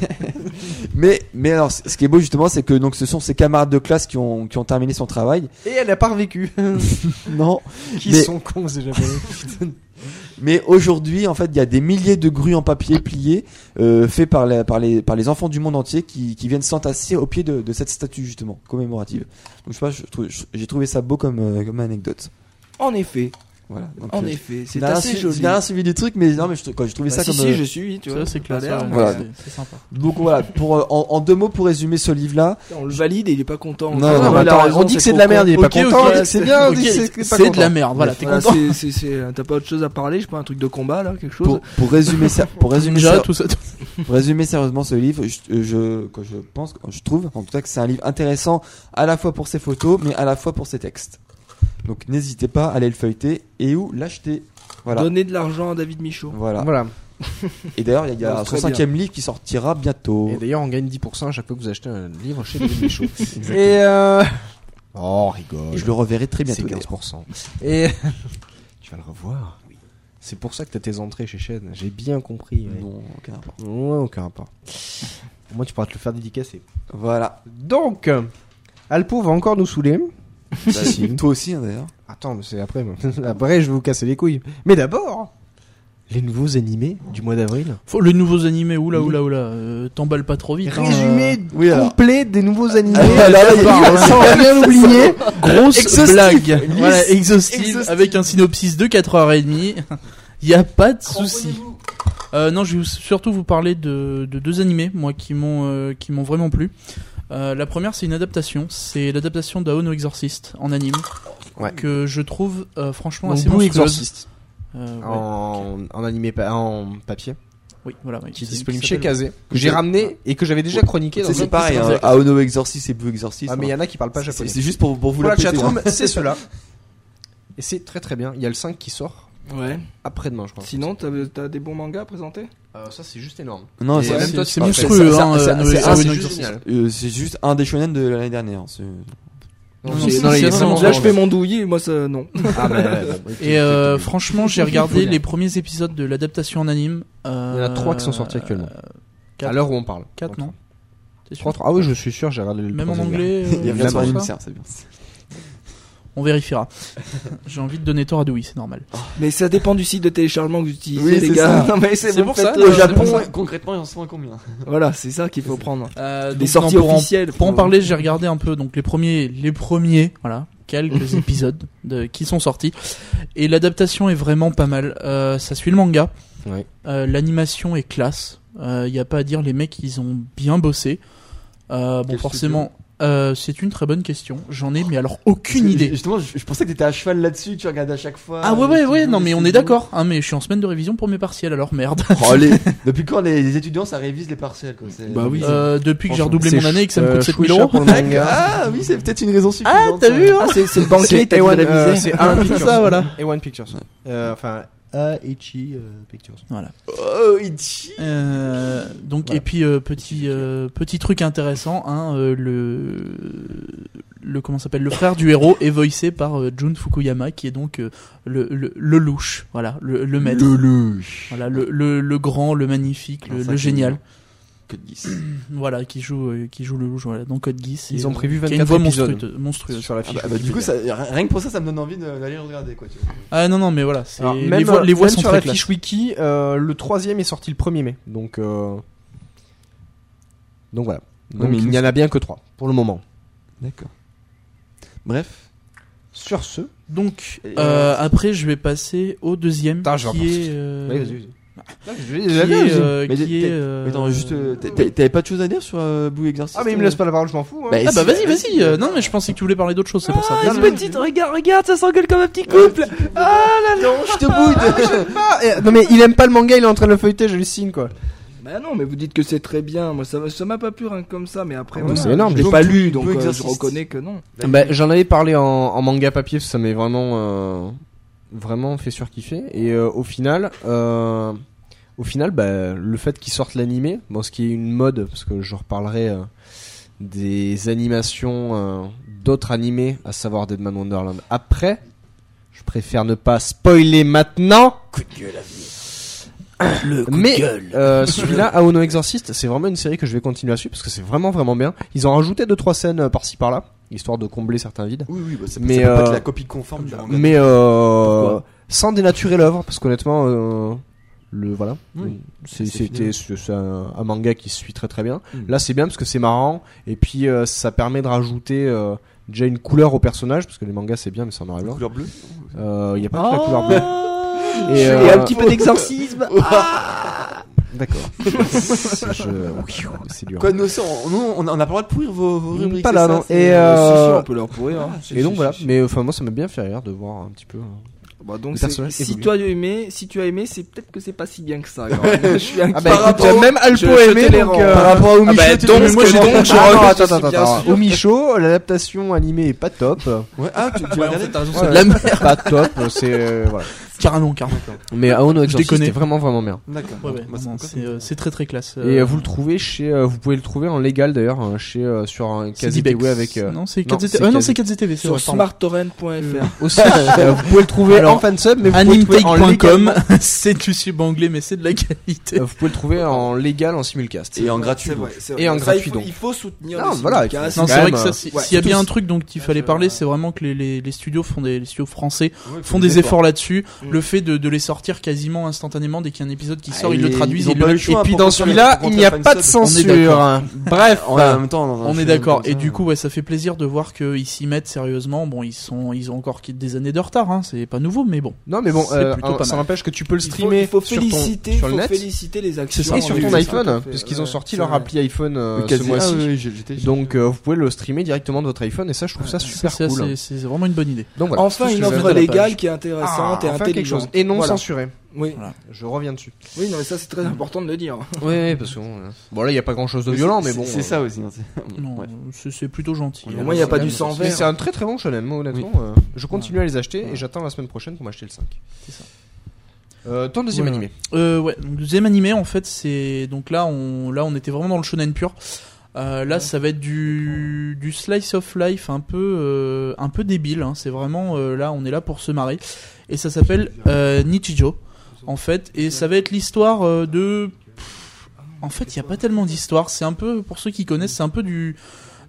[SPEAKER 3] Mais, mais alors, ce qui est beau justement, c'est que donc ce sont ses camarades de classe qui ont, qui ont terminé son travail.
[SPEAKER 1] Et elle a
[SPEAKER 5] *laughs*
[SPEAKER 1] pas revécu.
[SPEAKER 3] Non.
[SPEAKER 1] Qui
[SPEAKER 3] Mais-
[SPEAKER 1] sont cons ces japonais.
[SPEAKER 3] Mais aujourd'hui, en fait, il y a des milliers de grues en papier pliées, euh, faits par, la- par, les, par les enfants du monde entier qui, qui viennent s'entasser au pied de, de cette statue justement, commémorative. Donc je sais pas, je trouve- je- j'ai trouvé ça beau comme, euh, comme anecdote.
[SPEAKER 4] En effet,
[SPEAKER 3] Voilà. Donc,
[SPEAKER 4] en
[SPEAKER 3] euh,
[SPEAKER 4] effet,
[SPEAKER 3] j'ai
[SPEAKER 4] c'est
[SPEAKER 3] rien
[SPEAKER 4] assez
[SPEAKER 3] suivi-
[SPEAKER 4] joli.
[SPEAKER 3] J'ai rien suivi du truc, mais non, mais je, trou- quoi, j'ai trouvé
[SPEAKER 4] Bah,
[SPEAKER 3] ça
[SPEAKER 4] si,
[SPEAKER 3] comme.
[SPEAKER 4] si,
[SPEAKER 3] euh,
[SPEAKER 4] je suis, tu
[SPEAKER 2] Ça,
[SPEAKER 4] vois. Bah,
[SPEAKER 2] c'est clair.
[SPEAKER 4] Voilà.
[SPEAKER 2] ça,
[SPEAKER 3] Voilà.
[SPEAKER 2] c'est- C'est sympa.
[SPEAKER 3] Donc voilà, pour, euh, en, en deux mots pour résumer ce livre-là.
[SPEAKER 4] On le valide et il est pas content.
[SPEAKER 3] Non,
[SPEAKER 4] Ah,
[SPEAKER 3] non,
[SPEAKER 4] mais
[SPEAKER 3] mais
[SPEAKER 4] il a
[SPEAKER 1] attends,
[SPEAKER 4] raison,
[SPEAKER 1] on dit que c'est de la
[SPEAKER 4] trop
[SPEAKER 1] merde,
[SPEAKER 4] con.
[SPEAKER 1] il est pas
[SPEAKER 2] Ok,
[SPEAKER 1] content.
[SPEAKER 2] ok,
[SPEAKER 1] on dit que c'est bien, on dit
[SPEAKER 2] ok,
[SPEAKER 1] que c'est que pas
[SPEAKER 2] C'est de la
[SPEAKER 1] content.
[SPEAKER 2] merde, voilà, t'es
[SPEAKER 4] Voilà,
[SPEAKER 2] content.
[SPEAKER 4] c'est- c'est- c'est- T'as pas autre chose à parler, je sais pas, un truc de combat là, quelque chose
[SPEAKER 3] Pour, pour résumer ça, pour résumer
[SPEAKER 2] Ninja,
[SPEAKER 3] ça,
[SPEAKER 2] tout ça. tout-
[SPEAKER 3] Pour résumer sérieusement ce livre, je, euh, je, quoi, je pense, je trouve en tout cas que c'est un livre intéressant à la fois pour ses photos, mais à la fois pour ses textes. Donc n'hésitez pas à aller le feuilleter et ou l'acheter. Voilà.
[SPEAKER 4] Donner de l'argent à David Michaud.
[SPEAKER 3] Voilà.
[SPEAKER 5] Voilà.
[SPEAKER 3] Et d'ailleurs, il y a, il y a
[SPEAKER 4] Non,
[SPEAKER 3] son
[SPEAKER 4] très bien.
[SPEAKER 3] cinquième livre qui sortira bientôt.
[SPEAKER 5] Et d'ailleurs, on gagne 10% à chaque fois que vous achetez un livre chez David
[SPEAKER 1] *laughs*
[SPEAKER 5] Michaud.
[SPEAKER 1] Et euh... Oh, rigole.
[SPEAKER 3] Et je le reverrai très
[SPEAKER 5] C'est
[SPEAKER 3] bientôt. d'ailleurs.
[SPEAKER 5] 15%. Et *laughs* tu vas le revoir. C'est pour ça que t'as tes entrées chez Chêne. J'ai bien compris. ouais.
[SPEAKER 3] Non, aucun rapport.
[SPEAKER 5] Ouais, aucun rapport. Au moins, tu pourras te le faire dédicacer. *laughs*
[SPEAKER 3] Voilà.
[SPEAKER 1] Donc,
[SPEAKER 5] Alpo va encore nous saouler.
[SPEAKER 3] Bah, toi aussi hein, d'ailleurs.
[SPEAKER 5] Attends, mais c'est après. *laughs* moi. après, je vais vous casser les couilles. Mais d'abord, les nouveaux animés du mois d'avril.
[SPEAKER 2] Faut les nouveaux animés, oula, oula, oula. euh, T'emballe pas trop vite. hein,
[SPEAKER 1] résumé
[SPEAKER 3] Oui alors.
[SPEAKER 1] complet des nouveaux animés.
[SPEAKER 5] bah,
[SPEAKER 3] Ah, là, là, il y a-
[SPEAKER 1] sans rien oublier.
[SPEAKER 2] euh, grosse
[SPEAKER 3] Exhaustive.
[SPEAKER 2] blague. Voilà, exhaustive,
[SPEAKER 3] Exhaustive.
[SPEAKER 2] avec un synopsis de 4h30. Y a pas de souci. Euh, non, je vais vous- surtout vous parler de, de deux animés, moi, qui m'ont euh, qui m'ont vraiment plu. Euh, la première, c'est une adaptation. C'est l'adaptation d'Aono Exorcist en anime.
[SPEAKER 5] Ouais.
[SPEAKER 2] Que je trouve euh, franchement
[SPEAKER 5] Donc,
[SPEAKER 2] assez
[SPEAKER 5] Blue
[SPEAKER 2] monstrueuse.
[SPEAKER 5] Exorcist.
[SPEAKER 2] Euh, ouais.
[SPEAKER 1] Oh.
[SPEAKER 5] En, en animé, pa- en papier.
[SPEAKER 2] Oui, voilà. oui.
[SPEAKER 5] Qui est
[SPEAKER 2] C'est-
[SPEAKER 5] disponible
[SPEAKER 2] qui
[SPEAKER 5] chez
[SPEAKER 2] s'appelle-
[SPEAKER 5] Kazé. Que j'ai ramené et que j'avais déjà chroniqué
[SPEAKER 3] Tu
[SPEAKER 5] dans
[SPEAKER 3] sais,
[SPEAKER 5] un
[SPEAKER 3] c'est pareil.
[SPEAKER 5] podcast.
[SPEAKER 3] Hein, Aono Exorcist et Blue Exorcist.
[SPEAKER 5] Ah, mais il y
[SPEAKER 3] hein.
[SPEAKER 5] en a qui parlent pas
[SPEAKER 3] C'est
[SPEAKER 5] japonais.
[SPEAKER 3] c'est juste pour, pour vous
[SPEAKER 5] Pour la
[SPEAKER 3] péter, hein.
[SPEAKER 5] chatroom, c'est cela. Et c'est très très bien. Il y a le 5 qui sort
[SPEAKER 4] Ouais.
[SPEAKER 5] après-demain, je crois.
[SPEAKER 4] Sinon, t'as t'as des bons mangas à présenter
[SPEAKER 5] Euh, ça, c'est juste énorme.
[SPEAKER 3] Non,
[SPEAKER 5] Et
[SPEAKER 3] c'est
[SPEAKER 5] même
[SPEAKER 3] c'est-
[SPEAKER 5] toi,
[SPEAKER 2] C'est
[SPEAKER 5] Ah,
[SPEAKER 2] monstrueux,
[SPEAKER 3] c'est-
[SPEAKER 2] hein,
[SPEAKER 3] c'est-
[SPEAKER 2] Aono-
[SPEAKER 3] c'est-
[SPEAKER 5] Ah, c'est
[SPEAKER 2] Aono
[SPEAKER 5] juste
[SPEAKER 2] Exorcist.
[SPEAKER 5] génial.
[SPEAKER 3] euh, c'est juste un des shonen de l'année dernière. hein, c'est-
[SPEAKER 5] Non,
[SPEAKER 2] Non, c'est-
[SPEAKER 5] c'est-
[SPEAKER 2] non,
[SPEAKER 5] c'est
[SPEAKER 2] il est
[SPEAKER 5] vraiment
[SPEAKER 2] vraiment
[SPEAKER 4] Là, je
[SPEAKER 5] bon.
[SPEAKER 4] fais mon douillis, moi ça non.
[SPEAKER 5] Ah, *laughs* mais-
[SPEAKER 2] Et euh, franchement, j'ai regardé
[SPEAKER 5] Faut
[SPEAKER 2] les premiers épisodes de l'adaptation en anime. euh,
[SPEAKER 5] Il y en a trois qui sont sortis actuellement.
[SPEAKER 2] quatre.
[SPEAKER 5] à l'heure où on parle.
[SPEAKER 2] 4, non T'es sûr
[SPEAKER 5] Trois, trois. Ah oui, je suis sûr, j'ai regardé le
[SPEAKER 2] Même en
[SPEAKER 5] troisième.
[SPEAKER 2] anglais euh,
[SPEAKER 3] Il
[SPEAKER 5] y a
[SPEAKER 3] revient
[SPEAKER 5] vraiment
[SPEAKER 3] sur
[SPEAKER 2] ça
[SPEAKER 3] une serre, c'est bien.
[SPEAKER 2] On vérifiera. *laughs* J'ai envie de donner tort à Dewey, c'est normal.
[SPEAKER 4] Mais ça dépend du site de téléchargement que vous utilisez,
[SPEAKER 3] Oui,
[SPEAKER 4] les
[SPEAKER 3] c'est
[SPEAKER 4] gars.
[SPEAKER 3] ça.
[SPEAKER 4] *laughs* Non, mais c'est
[SPEAKER 2] C'est
[SPEAKER 4] vous
[SPEAKER 2] pour ça,
[SPEAKER 4] faites-
[SPEAKER 2] euh,
[SPEAKER 4] Au
[SPEAKER 2] c'est
[SPEAKER 4] Japon,
[SPEAKER 2] pour ça.
[SPEAKER 4] ouais.
[SPEAKER 3] Concrètement, il en sont à combien
[SPEAKER 4] Voilà, c'est ça qu'il faut prendre.
[SPEAKER 2] Euh,
[SPEAKER 4] Les
[SPEAKER 2] donc,
[SPEAKER 4] sorties
[SPEAKER 2] non, pour en-
[SPEAKER 4] officielles. Euh.
[SPEAKER 2] Pour en parler, j'ai regardé un peu donc les premiers, les premiers, voilà, quelques épisodes de, qui sont sortis. Et l'adaptation est vraiment pas mal. Euh, ça suit le manga.
[SPEAKER 5] Ouais.
[SPEAKER 2] Euh, L'animation est classe. Il n'y a pas à dire, les mecs, ils ont bien bossé. Euh, bon,
[SPEAKER 3] Quel
[SPEAKER 2] forcément, euh, c'est une très bonne question. J'en ai, mais alors aucune
[SPEAKER 3] Parce que,
[SPEAKER 2] idée.
[SPEAKER 3] Justement, *laughs* je, je pensais que t'étais à cheval là-dessus, tu regardes à chaque fois.
[SPEAKER 2] Ah ouais,
[SPEAKER 3] euh,
[SPEAKER 2] ouais,
[SPEAKER 3] les
[SPEAKER 2] ouais, non,
[SPEAKER 3] studios,
[SPEAKER 2] mais
[SPEAKER 3] les
[SPEAKER 2] on est
[SPEAKER 3] studios.
[SPEAKER 2] d'accord. Hein, mais je suis en semaine de révision pour mes partiels, alors merde. *laughs*
[SPEAKER 3] Oh, les- Depuis quand les, les étudiants ça révise les partiels quoi c'est-
[SPEAKER 4] Bah oui.
[SPEAKER 2] Euh, depuis que j'ai
[SPEAKER 5] Franchement,
[SPEAKER 2] redoublé mon
[SPEAKER 5] c'est
[SPEAKER 2] année et que ça me
[SPEAKER 5] euh,
[SPEAKER 2] coûte 7000
[SPEAKER 5] Shueisha
[SPEAKER 2] euros.
[SPEAKER 5] pour le *laughs* manga.
[SPEAKER 3] Ah oui, c'est peut-être une raison suffisante.
[SPEAKER 2] Ah, t'as
[SPEAKER 3] ça.
[SPEAKER 2] vu, hein
[SPEAKER 4] Ah, c'est c'est le banquier,
[SPEAKER 1] C'est
[SPEAKER 4] t'as
[SPEAKER 1] A1,
[SPEAKER 4] dû
[SPEAKER 1] euh,
[SPEAKER 4] l'aviser.
[SPEAKER 1] c'est A1 Pictures.
[SPEAKER 2] ça, voilà.
[SPEAKER 1] A1 Pictures. Euh, enfin, Aichi euh, Pictures.
[SPEAKER 3] Oh, Ichi.
[SPEAKER 2] Euh, donc
[SPEAKER 1] Voilà.
[SPEAKER 2] et puis euh, petit euh, petit truc intéressant hein, euh, le le comment ça s'appelle le frère du héros est voicé par euh, Jun Fukuyama qui est donc euh, le, le le louche voilà le le maître voilà le, le le grand le magnifique le,
[SPEAKER 3] Non, ça,
[SPEAKER 2] le
[SPEAKER 3] c'est
[SPEAKER 2] génial Ah,
[SPEAKER 3] Que de dix.
[SPEAKER 2] voilà qui joue euh, qui joue le louche voilà dans Code Geass
[SPEAKER 1] Ils
[SPEAKER 2] et,
[SPEAKER 1] ont
[SPEAKER 2] euh,
[SPEAKER 1] prévu
[SPEAKER 2] qui a une voix
[SPEAKER 1] 24 épisodes
[SPEAKER 2] monstrueuse, monstrueuse.
[SPEAKER 1] sur la
[SPEAKER 3] Ah
[SPEAKER 1] fiche.
[SPEAKER 3] bah, bah, du coup, ça, rien que pour ça, ça me donne envie de- d'aller le regarder quoi. Tu vois.
[SPEAKER 2] Ah non non mais voilà, c'est
[SPEAKER 1] Alors,
[SPEAKER 2] les voix, les voix
[SPEAKER 1] même
[SPEAKER 2] sont
[SPEAKER 1] sur
[SPEAKER 2] très
[SPEAKER 1] la
[SPEAKER 2] classe.
[SPEAKER 1] fiche wiki, euh, le troisième est sorti le 1er mai. Donc, euh, donc voilà. Donc,
[SPEAKER 3] mais
[SPEAKER 1] il n'y en a bien que trois pour le moment.
[SPEAKER 3] D'accord. Bref.
[SPEAKER 1] Sur ce,
[SPEAKER 2] Donc
[SPEAKER 3] Et,
[SPEAKER 2] euh,
[SPEAKER 3] euh,
[SPEAKER 2] après je vais passer au deuxième
[SPEAKER 1] Putain, je vais
[SPEAKER 2] qui est euh, qui
[SPEAKER 1] J'avais
[SPEAKER 2] est,
[SPEAKER 1] raison.
[SPEAKER 2] euh,
[SPEAKER 3] Mais
[SPEAKER 2] qui
[SPEAKER 3] t'es-
[SPEAKER 2] est,
[SPEAKER 3] t'es-
[SPEAKER 2] euh,
[SPEAKER 3] Mais attends, juste, euh, t'a- t'a- t'avais pas de choses à dire sur euh, Blue Exorcist
[SPEAKER 1] Ah mais il me laisse pas la parole, je m'en fous. hein.
[SPEAKER 3] Bah,
[SPEAKER 2] Ah bah vas-y,
[SPEAKER 3] si, bah,
[SPEAKER 2] vas-y. euh, non mais je pensais que tu voulais parler d'autre chose, c'est pour ça.
[SPEAKER 1] Non,
[SPEAKER 4] Ah,
[SPEAKER 1] non,
[SPEAKER 4] ce petite, regarde, regarde, ça s'engueule comme un petit couple. Ah,
[SPEAKER 3] Non, je te boude.
[SPEAKER 1] Ah, eh, non mais il aime pas le manga, il est en train de le feuilleter, j'hallucine quoi.
[SPEAKER 4] Bah non, mais vous dites que c'est très bien. Moi, ça, ça m'a pas plu rien que comme ça, mais après,
[SPEAKER 1] Ah,
[SPEAKER 4] voilà,
[SPEAKER 1] c'est énorme.
[SPEAKER 4] je l'ai
[SPEAKER 3] Donc,
[SPEAKER 4] pas
[SPEAKER 3] tout-
[SPEAKER 4] lu,
[SPEAKER 3] tout
[SPEAKER 4] donc euh, je
[SPEAKER 3] exercice.
[SPEAKER 4] reconnais que non.
[SPEAKER 1] Bah, j'en avais parlé en, en manga papier, parce que ça m'est vraiment euh, vraiment fait surkiffer. Et euh, au final, euh, au final, bah, le fait qu'ils sortent l'animé, bon, ce qui est une mode, parce que je reparlerai euh, des animations euh, d'autres animés, à savoir Deadman Wonderland. Après, je préfère ne pas spoiler maintenant. Mais
[SPEAKER 3] *laughs*
[SPEAKER 1] euh, celui-là, Aono Exorcist, c'est vraiment une série que je vais continuer à suivre parce que c'est vraiment vraiment bien. Ils ont rajouté deux trois scènes euh, par-ci par-là, histoire de combler certains vides.
[SPEAKER 3] Oui, oui, bah, ça,
[SPEAKER 1] Mais,
[SPEAKER 3] mais ça peut pas
[SPEAKER 1] euh,
[SPEAKER 3] être la copie conforme du manga.
[SPEAKER 1] Mais euh,
[SPEAKER 3] Pourquoi
[SPEAKER 1] sans dénaturer l'œuvre, parce qu'honnêtement, euh, le voilà,
[SPEAKER 3] Oui,
[SPEAKER 1] c'est
[SPEAKER 3] c'est
[SPEAKER 1] c'était- c'est un, un manga qui se suit très très bien.
[SPEAKER 3] Mm.
[SPEAKER 1] Là, c'est bien parce que c'est marrant et puis euh, ça permet de rajouter euh, déjà une couleur au personnage parce que les mangas c'est bien mais c'est en noir et blanc.
[SPEAKER 3] couleur bleue.
[SPEAKER 1] Il Euh, y a pas
[SPEAKER 3] Oh.
[SPEAKER 1] que la couleur
[SPEAKER 3] *laughs*
[SPEAKER 1] bleue.
[SPEAKER 4] *laughs* Et,
[SPEAKER 1] Et,
[SPEAKER 4] Ah. un
[SPEAKER 1] euh,
[SPEAKER 4] petit peu d'exorcisme.
[SPEAKER 1] D'accord. C'est-
[SPEAKER 3] *laughs*
[SPEAKER 1] je- c'est dur.
[SPEAKER 3] Quoi, nous, ça, on, nous, on, a- on a pas le droit de pourrir vos, vos
[SPEAKER 1] Mm,
[SPEAKER 3] rubriques.
[SPEAKER 1] pas
[SPEAKER 3] c'est
[SPEAKER 1] là,
[SPEAKER 3] ça,
[SPEAKER 1] non.
[SPEAKER 3] c'est-
[SPEAKER 1] Et, euh,
[SPEAKER 4] Si, si, on peut leur pourrir. hein.
[SPEAKER 3] Ah, si,
[SPEAKER 1] Et donc
[SPEAKER 3] si,
[SPEAKER 1] voilà,
[SPEAKER 3] si, si.
[SPEAKER 1] mais enfin moi ça m'a bien fait rire de voir un petit peu. hein.
[SPEAKER 4] Bah, donc,
[SPEAKER 1] Le
[SPEAKER 4] c'est-
[SPEAKER 1] personnage
[SPEAKER 4] si
[SPEAKER 1] évolue.
[SPEAKER 4] toi tu as aimé, si tu as aimé, c'est peut-être que c'est pas si bien que ça. alors. je suis inquiet.
[SPEAKER 1] Ah
[SPEAKER 3] bah,
[SPEAKER 1] bah
[SPEAKER 3] Par
[SPEAKER 1] écoute,
[SPEAKER 3] rapport-
[SPEAKER 1] même Alpo
[SPEAKER 4] je- je
[SPEAKER 1] aimé
[SPEAKER 4] tolère
[SPEAKER 1] donc
[SPEAKER 4] en-
[SPEAKER 1] euh,
[SPEAKER 3] Par rapport à Omicho,
[SPEAKER 1] bah,
[SPEAKER 3] t'es-
[SPEAKER 1] donc,
[SPEAKER 3] mais moi,
[SPEAKER 1] je-
[SPEAKER 3] j'ai donc, je
[SPEAKER 1] Ah non,
[SPEAKER 3] reconnais,
[SPEAKER 1] attends,
[SPEAKER 3] c'est
[SPEAKER 1] attends,
[SPEAKER 3] bien
[SPEAKER 1] attends.
[SPEAKER 3] sûr.
[SPEAKER 1] Au Michaud, l'adaptation animée est pas top.
[SPEAKER 3] Ouais, ah, tu, tu l'as regardé
[SPEAKER 1] c'est de
[SPEAKER 2] la
[SPEAKER 1] la *laughs* pas top, c'est euh, voilà.
[SPEAKER 2] Carrément, carrément.
[SPEAKER 1] Mais Aono Exorcist
[SPEAKER 2] déconne.
[SPEAKER 1] c'était vraiment vraiment bien.
[SPEAKER 3] D'accord.
[SPEAKER 2] Ouais, ouais,
[SPEAKER 3] Bah,
[SPEAKER 2] non,
[SPEAKER 3] c'est-
[SPEAKER 2] c'est euh, c'est très très classe.
[SPEAKER 1] Et
[SPEAKER 2] Euh,
[SPEAKER 1] euh, vous le trouvez chez euh, vous pouvez le trouver en légal d'ailleurs hein, chez euh, sur un
[SPEAKER 2] c'est Dibex.
[SPEAKER 1] KZTW avec euh,
[SPEAKER 2] Non, c'est
[SPEAKER 1] non,
[SPEAKER 2] 4ZTV.
[SPEAKER 1] c'est
[SPEAKER 2] Ouais, ah, non,
[SPEAKER 1] KZ.
[SPEAKER 2] c'est 4ZTV. c'est
[SPEAKER 4] Sur
[SPEAKER 2] vrai, pardon.
[SPEAKER 1] *laughs*
[SPEAKER 4] smarttorrent.fr.
[SPEAKER 1] aussi euh, vous pouvez le trouver
[SPEAKER 2] Alors,
[SPEAKER 1] en fansub mais vous pouvez le trouver en légalement.
[SPEAKER 2] Animtech.com, *laughs* c'est du sub anglais, mais c'est de la qualité.
[SPEAKER 1] Euh, vous pouvez le trouver en légal en simulcast.
[SPEAKER 3] Et en gratuit.
[SPEAKER 4] C'est vrai,
[SPEAKER 3] donc.
[SPEAKER 4] c'est
[SPEAKER 1] Et en
[SPEAKER 4] Ça, il
[SPEAKER 1] gratuit,
[SPEAKER 4] faut-
[SPEAKER 1] donc.
[SPEAKER 4] Il faut soutenir.
[SPEAKER 1] Non,
[SPEAKER 4] les
[SPEAKER 1] voilà, il faut-
[SPEAKER 4] syndicats,
[SPEAKER 1] Non, c'est
[SPEAKER 2] Non, c'est
[SPEAKER 1] quand
[SPEAKER 2] vrai que
[SPEAKER 1] même,
[SPEAKER 2] ça,
[SPEAKER 1] euh,
[SPEAKER 2] si-
[SPEAKER 4] ouais,
[SPEAKER 2] s'il y a bien
[SPEAKER 4] surtout
[SPEAKER 2] un truc dont il
[SPEAKER 4] Ouais,
[SPEAKER 2] fallait
[SPEAKER 4] je-
[SPEAKER 2] parler,
[SPEAKER 4] ouais.
[SPEAKER 2] c'est vraiment que les, les, les studios font des les studios français
[SPEAKER 3] Ouais,
[SPEAKER 2] font des efforts là-dessus. Le fait de, de les sortir quasiment instantanément dès qu'il y a un épisode qui
[SPEAKER 3] Ah,
[SPEAKER 2] sort, ils
[SPEAKER 3] et
[SPEAKER 2] le
[SPEAKER 3] les-
[SPEAKER 2] traduisent,
[SPEAKER 3] ils ont
[SPEAKER 2] ils le
[SPEAKER 3] pas eu
[SPEAKER 2] mettent-
[SPEAKER 3] le choix
[SPEAKER 2] et puis
[SPEAKER 3] pour
[SPEAKER 1] Dans
[SPEAKER 3] Quand on est-
[SPEAKER 1] celui-là,
[SPEAKER 3] quand
[SPEAKER 1] il
[SPEAKER 3] on
[SPEAKER 1] n'y a
[SPEAKER 3] fait un
[SPEAKER 1] pas de
[SPEAKER 3] fansub,
[SPEAKER 2] on est
[SPEAKER 1] censure. Bref,
[SPEAKER 3] En en même temps, dans un
[SPEAKER 2] On est
[SPEAKER 3] film
[SPEAKER 2] d'accord.
[SPEAKER 3] hein, comme
[SPEAKER 2] Et
[SPEAKER 3] ça,
[SPEAKER 2] du coup, ouais, ça fait plaisir de voir qu'ils s'y mettent sérieusement. Bon, ils sont, ils ont encore qui- des années de retard. Hein. C'est pas nouveau, mais bon.
[SPEAKER 1] non mais bon,
[SPEAKER 2] C'est
[SPEAKER 1] euh,
[SPEAKER 2] plutôt pas
[SPEAKER 1] ça
[SPEAKER 2] mal.
[SPEAKER 1] n'empêche que tu peux le
[SPEAKER 4] Il faut-
[SPEAKER 1] streamer
[SPEAKER 4] il faut
[SPEAKER 1] sur ton-
[SPEAKER 4] féliciter,
[SPEAKER 1] sur le
[SPEAKER 4] faut
[SPEAKER 1] net.
[SPEAKER 4] féliciter les actions.
[SPEAKER 2] ça,
[SPEAKER 1] et
[SPEAKER 2] on
[SPEAKER 1] sur
[SPEAKER 2] l'a
[SPEAKER 1] ton
[SPEAKER 2] vu,
[SPEAKER 1] iPhone, puisqu'ils ont sorti leur
[SPEAKER 4] appli
[SPEAKER 1] appli iPhone euh,
[SPEAKER 3] Le
[SPEAKER 1] ce
[SPEAKER 3] quasi-
[SPEAKER 1] mois-ci.
[SPEAKER 3] Ah, oui, j'ai- j'étais-
[SPEAKER 1] Donc euh, vous pouvez le streamer directement de votre iPhone et ça je trouve ça super
[SPEAKER 2] Ça,
[SPEAKER 1] cool.
[SPEAKER 2] c'est- C'est vraiment une bonne idée.
[SPEAKER 1] Donc voilà.
[SPEAKER 4] Enfin,
[SPEAKER 2] tout ce
[SPEAKER 4] une
[SPEAKER 2] que je
[SPEAKER 4] offre
[SPEAKER 2] voulais dire.
[SPEAKER 4] légale qui est
[SPEAKER 1] Ah,
[SPEAKER 4] intéressante et
[SPEAKER 1] enfin quelque chose
[SPEAKER 4] intelligente.
[SPEAKER 1] et non
[SPEAKER 4] Voilà.
[SPEAKER 1] censuré.
[SPEAKER 4] Oui,
[SPEAKER 1] Je reviens dessus.
[SPEAKER 4] oui, non, mais ça c'est très important de le dire.
[SPEAKER 1] Oui, parce que bon, euh, bon, là il y a pas grand chose de violent mais
[SPEAKER 3] c'est-
[SPEAKER 1] bon.
[SPEAKER 3] C'est
[SPEAKER 1] euh,
[SPEAKER 3] ça aussi. hein, c'est-
[SPEAKER 2] Non,
[SPEAKER 3] Ouais.
[SPEAKER 2] c'est c'est plutôt gentil.
[SPEAKER 4] Au moins, il n'y a pas du sang
[SPEAKER 1] Mais
[SPEAKER 4] vert.
[SPEAKER 1] c'est un très très bon shonen moi honnêtement. euh, je continue à les acheter et j'attends la semaine prochaine pour m'acheter le 5.
[SPEAKER 2] C'est ça.
[SPEAKER 1] Euh, ton deuxième
[SPEAKER 2] Voilà.
[SPEAKER 1] animé.
[SPEAKER 2] Euh, ouais, donc deuxième animé en fait, c'est donc là on là on était vraiment dans le shonen pur. Euh, là, ça va être du, du slice of life un peu euh, un peu débile. hein. C'est vraiment euh, là, on est là pour se marrer. Et ça s'appelle euh, Nichijo en fait, et ça va être l'histoire euh, de. Pff, En fait, il y a pas tellement d'histoire. C'est un peu pour ceux qui connaissent, c'est un peu du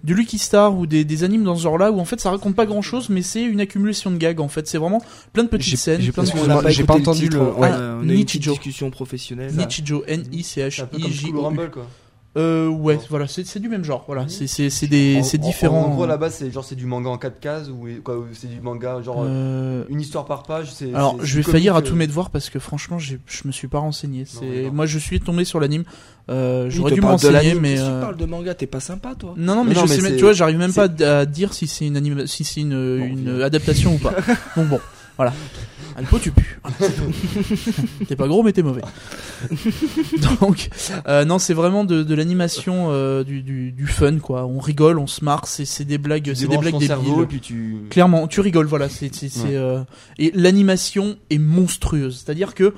[SPEAKER 2] du Lucky Star ou des, des animes dans ce genre-là où en fait ça raconte pas grand-chose, mais c'est une accumulation de gags en fait. C'est vraiment plein de petites scènes, plein de
[SPEAKER 1] parce qu'on a- j'ai pas entendu le-
[SPEAKER 4] On
[SPEAKER 2] ouais.
[SPEAKER 4] a eu une petite
[SPEAKER 2] Nichijou.
[SPEAKER 4] discussion professionnelle.
[SPEAKER 2] Nichijo,
[SPEAKER 3] C'est un peu comme
[SPEAKER 2] N-I-C-H-I-J.
[SPEAKER 3] Cool Rumble quoi.
[SPEAKER 2] Euh, ouais,
[SPEAKER 3] Non.
[SPEAKER 2] voilà, c'est c'est du même genre. Voilà, c'est c'est c'est des
[SPEAKER 3] En-
[SPEAKER 2] c'est
[SPEAKER 3] en-
[SPEAKER 2] différent.
[SPEAKER 3] En gros, là-bas, c'est genre c'est du manga en 4 cases ou quoi, ou c'est du manga genre
[SPEAKER 2] Euh,
[SPEAKER 3] une histoire par page. c'est-
[SPEAKER 2] Alors,
[SPEAKER 3] c'est-
[SPEAKER 2] je
[SPEAKER 3] c'est
[SPEAKER 2] vais faillir à
[SPEAKER 3] comique,
[SPEAKER 2] tous
[SPEAKER 3] euh,
[SPEAKER 2] mes devoirs parce que franchement, j'ai- je me suis pas renseigné. C'est
[SPEAKER 3] d'accord.
[SPEAKER 2] moi, je suis tombé sur l'anime. Euh, J'aurais
[SPEAKER 4] Oui,
[SPEAKER 2] dû
[SPEAKER 4] te
[SPEAKER 2] me
[SPEAKER 4] parle de
[SPEAKER 2] renseigner,
[SPEAKER 4] l'anime,
[SPEAKER 2] mais
[SPEAKER 4] qu'est-ce que
[SPEAKER 2] euh,
[SPEAKER 4] tu parles de manga, t'es pas sympa toi.
[SPEAKER 2] non, non, mais
[SPEAKER 3] Non,
[SPEAKER 2] je
[SPEAKER 3] mais
[SPEAKER 2] sais, même-
[SPEAKER 3] c'est-
[SPEAKER 2] tu vois, j'arrive même pas à dire si c'est une anime, si c'est une, une
[SPEAKER 3] viens.
[SPEAKER 2] adaptation ou
[SPEAKER 3] *laughs*
[SPEAKER 2] pas. Donc bon, voilà. Alpo, tu pues. Voilà, c'est
[SPEAKER 3] *laughs*
[SPEAKER 2] tout. t'es pas gros, mais t'es mauvais. *laughs* Donc, euh, non, c'est vraiment de, de l'animation, euh, du, du, du fun, quoi. On rigole, on se marre, c'est c'est des blagues,
[SPEAKER 3] tu
[SPEAKER 2] c'est des
[SPEAKER 3] débranches
[SPEAKER 2] blagues
[SPEAKER 3] ton
[SPEAKER 2] débiles.
[SPEAKER 3] cerveau, et puis tu.
[SPEAKER 2] Clairement, tu rigoles, voilà. C'est, c'est, c'est,
[SPEAKER 3] Ouais.
[SPEAKER 2] euh, Et l'animation est monstrueuse. C'est-à-dire que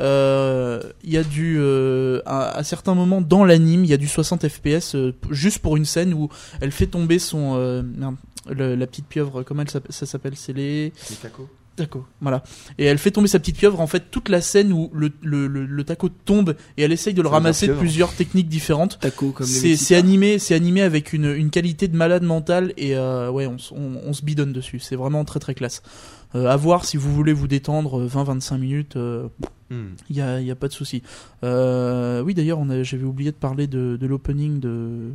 [SPEAKER 2] euh, il y a du euh, à, à certains moments dans l'anime, il y a du 60 FPS euh, p- juste pour une scène où elle fait tomber son euh, merde, le- la petite pieuvre. Comment elle s'appelle, ça s'appelle C'est les
[SPEAKER 3] C'est caco.
[SPEAKER 2] Taco, voilà. Et elle fait tomber sa petite pieuvre. En fait, toute la scène où le, le, le, le taco tombe et elle essaye de le
[SPEAKER 3] Ça veut dire
[SPEAKER 2] ramasser de
[SPEAKER 3] pieuvre.
[SPEAKER 2] plusieurs techniques différentes.
[SPEAKER 4] Taco comme les
[SPEAKER 2] C'est
[SPEAKER 4] Mexicains.
[SPEAKER 2] c'est animé, c'est animé avec une, une qualité de malade mental et euh, ouais, on, s- on, on se bidonne dessus. C'est vraiment très très classe. Euh, à voir si vous voulez vous détendre euh, 20-25 minutes, il y, a, y a pas de souci. Euh, oui d'ailleurs, on a- j'avais oublié de parler de, de l'opening de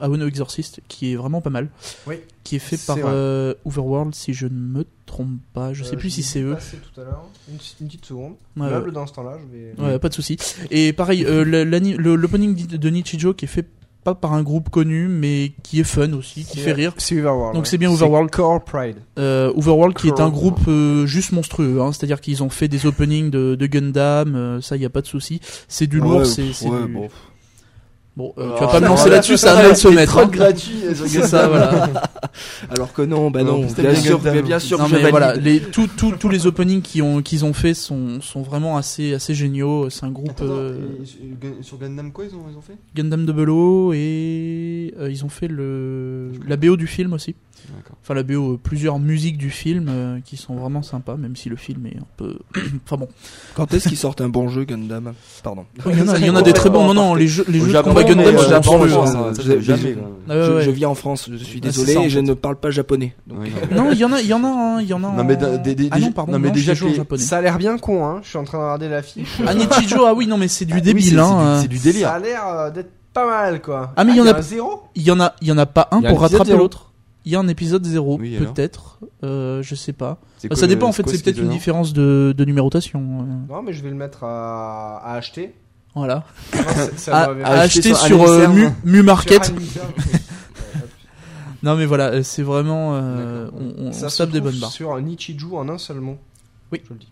[SPEAKER 2] Aono Exorcist, qui est vraiment pas mal,
[SPEAKER 5] Oui.
[SPEAKER 2] qui est fait
[SPEAKER 5] C'est
[SPEAKER 2] par
[SPEAKER 5] vrai.
[SPEAKER 2] euh, Overworld si je ne me trompe pas.
[SPEAKER 1] Euh,
[SPEAKER 2] Je sais plus si c'est eux.
[SPEAKER 5] tout à l'heure. Une, petite seconde.
[SPEAKER 2] Ouais, ouais.
[SPEAKER 5] dans ce temps-là, je vais.
[SPEAKER 2] Ouais, pas de souci. Et pareil, euh, le- l'ani- le- l'opening de- de Nichijou qui est fait pas par un groupe connu, mais qui est fun aussi, qui fait rire.
[SPEAKER 5] C'est Overworld.
[SPEAKER 2] Donc
[SPEAKER 5] ouais.
[SPEAKER 2] c'est bien Overworld.
[SPEAKER 5] Core Pride.
[SPEAKER 2] Euh, Overworld qui est un
[SPEAKER 5] Cool.
[SPEAKER 2] groupe euh, juste monstrueux, hein. c'est-à-dire qu'ils ont fait des openings de, de Gundam, euh, ça y a pas de souci. C'est du lourd, c'est c'est du- bon. euh, tu vas pas me lancer là-dessus, ça va mal se
[SPEAKER 4] Des
[SPEAKER 2] mettre.
[SPEAKER 4] trocs
[SPEAKER 2] hein. *laughs*
[SPEAKER 4] gratuits, euh,
[SPEAKER 2] C'est ça, voilà.
[SPEAKER 4] Alors que non, bah
[SPEAKER 3] Ouais,
[SPEAKER 4] non,
[SPEAKER 3] en plus, t'as
[SPEAKER 4] bien
[SPEAKER 3] bien
[SPEAKER 4] sûr,
[SPEAKER 3] Gundam.
[SPEAKER 4] mais bien sûr,
[SPEAKER 2] Non,
[SPEAKER 4] je
[SPEAKER 2] mais
[SPEAKER 4] valide.
[SPEAKER 2] voilà, les, tous tous- tous les openings qui ont- qu'ils ont fait sont, sont vraiment assez, assez géniaux. C'est un groupe
[SPEAKER 3] Attends,
[SPEAKER 2] euh,
[SPEAKER 3] et sur- Gun- sur Gundam quoi ils ont, ils ont fait
[SPEAKER 2] Gundam de Belo et euh, ils ont fait le, la BO du film aussi.
[SPEAKER 3] D'accord.
[SPEAKER 2] Enfin, la BO, euh, plusieurs musiques du film euh, qui sont vraiment sympas, même si le film est un peu. *coughs* enfin bon.
[SPEAKER 4] Quand est-ce qu'ils sortent un bon jeu Gundam Pardon.
[SPEAKER 2] Il y en a, il y en a des très bons. Non, non, les jeux, les
[SPEAKER 4] Au
[SPEAKER 2] jeux de
[SPEAKER 4] Japon,
[SPEAKER 2] combat
[SPEAKER 4] mais,
[SPEAKER 2] Gundam
[SPEAKER 4] euh,
[SPEAKER 2] sont
[SPEAKER 4] Japon,
[SPEAKER 2] monstrueux,
[SPEAKER 4] France,
[SPEAKER 2] hein.
[SPEAKER 4] hein,
[SPEAKER 3] ça,
[SPEAKER 4] je-
[SPEAKER 3] j'ai
[SPEAKER 4] je-
[SPEAKER 3] jamais,
[SPEAKER 4] je-
[SPEAKER 3] quoi.
[SPEAKER 2] Ah ouais,
[SPEAKER 4] je,
[SPEAKER 2] ouais.
[SPEAKER 4] je vis en France, je suis
[SPEAKER 2] Ah, c'est
[SPEAKER 4] désolé,
[SPEAKER 2] ça, en
[SPEAKER 4] je
[SPEAKER 2] fait.
[SPEAKER 4] ne parle pas japonais.
[SPEAKER 3] Ouais,
[SPEAKER 2] Non, il y en a, il y en a, hein, il y en a.
[SPEAKER 3] Non,
[SPEAKER 2] en-
[SPEAKER 3] mais des- des- des-
[SPEAKER 2] ah non, pardon,
[SPEAKER 3] non, mais
[SPEAKER 2] non,
[SPEAKER 3] déjà
[SPEAKER 2] c'est joué en
[SPEAKER 3] que-
[SPEAKER 2] japonais.
[SPEAKER 5] Ça a l'air bien con, hein. Je suis en train de regarder l'affiche.
[SPEAKER 2] Ah, Nichijou, ah oui, non, mais c'est du
[SPEAKER 3] Oui, c'est-
[SPEAKER 2] débile, hein.
[SPEAKER 3] c'est
[SPEAKER 2] euh.
[SPEAKER 3] du-
[SPEAKER 5] Ça
[SPEAKER 3] C'est du délire.
[SPEAKER 5] a l'air euh, d'être pas mal, quoi.
[SPEAKER 2] Ah, mais il y en
[SPEAKER 5] y
[SPEAKER 2] a-
[SPEAKER 5] un zéro
[SPEAKER 2] Il y en a, il y en a pas un
[SPEAKER 5] Il y a
[SPEAKER 2] pour
[SPEAKER 5] un épisode
[SPEAKER 2] rattraper
[SPEAKER 5] zéro.
[SPEAKER 2] l'autre. Il y a un épisode zéro,
[SPEAKER 3] Oui, alors
[SPEAKER 2] peut-être. Euh, je sais pas.
[SPEAKER 3] C'est
[SPEAKER 2] Bah,
[SPEAKER 3] quoi
[SPEAKER 2] ça
[SPEAKER 3] le-
[SPEAKER 2] dépend, en fait,
[SPEAKER 3] quoi
[SPEAKER 2] c'est
[SPEAKER 3] ce
[SPEAKER 2] peut-être
[SPEAKER 3] qu'ils
[SPEAKER 2] une
[SPEAKER 3] ont
[SPEAKER 2] différence de, de numérotation. euh.
[SPEAKER 5] Non, mais je vais le mettre à, à acheter.
[SPEAKER 2] Voilà.
[SPEAKER 5] Non, ça- ça
[SPEAKER 2] À,
[SPEAKER 5] m'avait-
[SPEAKER 2] Ah, à
[SPEAKER 3] à
[SPEAKER 2] acheter
[SPEAKER 3] acheter sur
[SPEAKER 2] sur euh,
[SPEAKER 3] AliExcern.
[SPEAKER 2] Mu, Mu Market.
[SPEAKER 5] Sur Amazon, ouais, hop.
[SPEAKER 2] Non mais voilà, euh, c'est vraiment euh,
[SPEAKER 5] D'accord.
[SPEAKER 2] *laughs* on, on, on
[SPEAKER 5] Ça
[SPEAKER 2] se
[SPEAKER 5] se
[SPEAKER 2] tape des
[SPEAKER 5] trouve
[SPEAKER 2] bonnes barres.
[SPEAKER 5] Sur un Nichiju en un seul mot.
[SPEAKER 2] Oui.
[SPEAKER 5] Je le dis.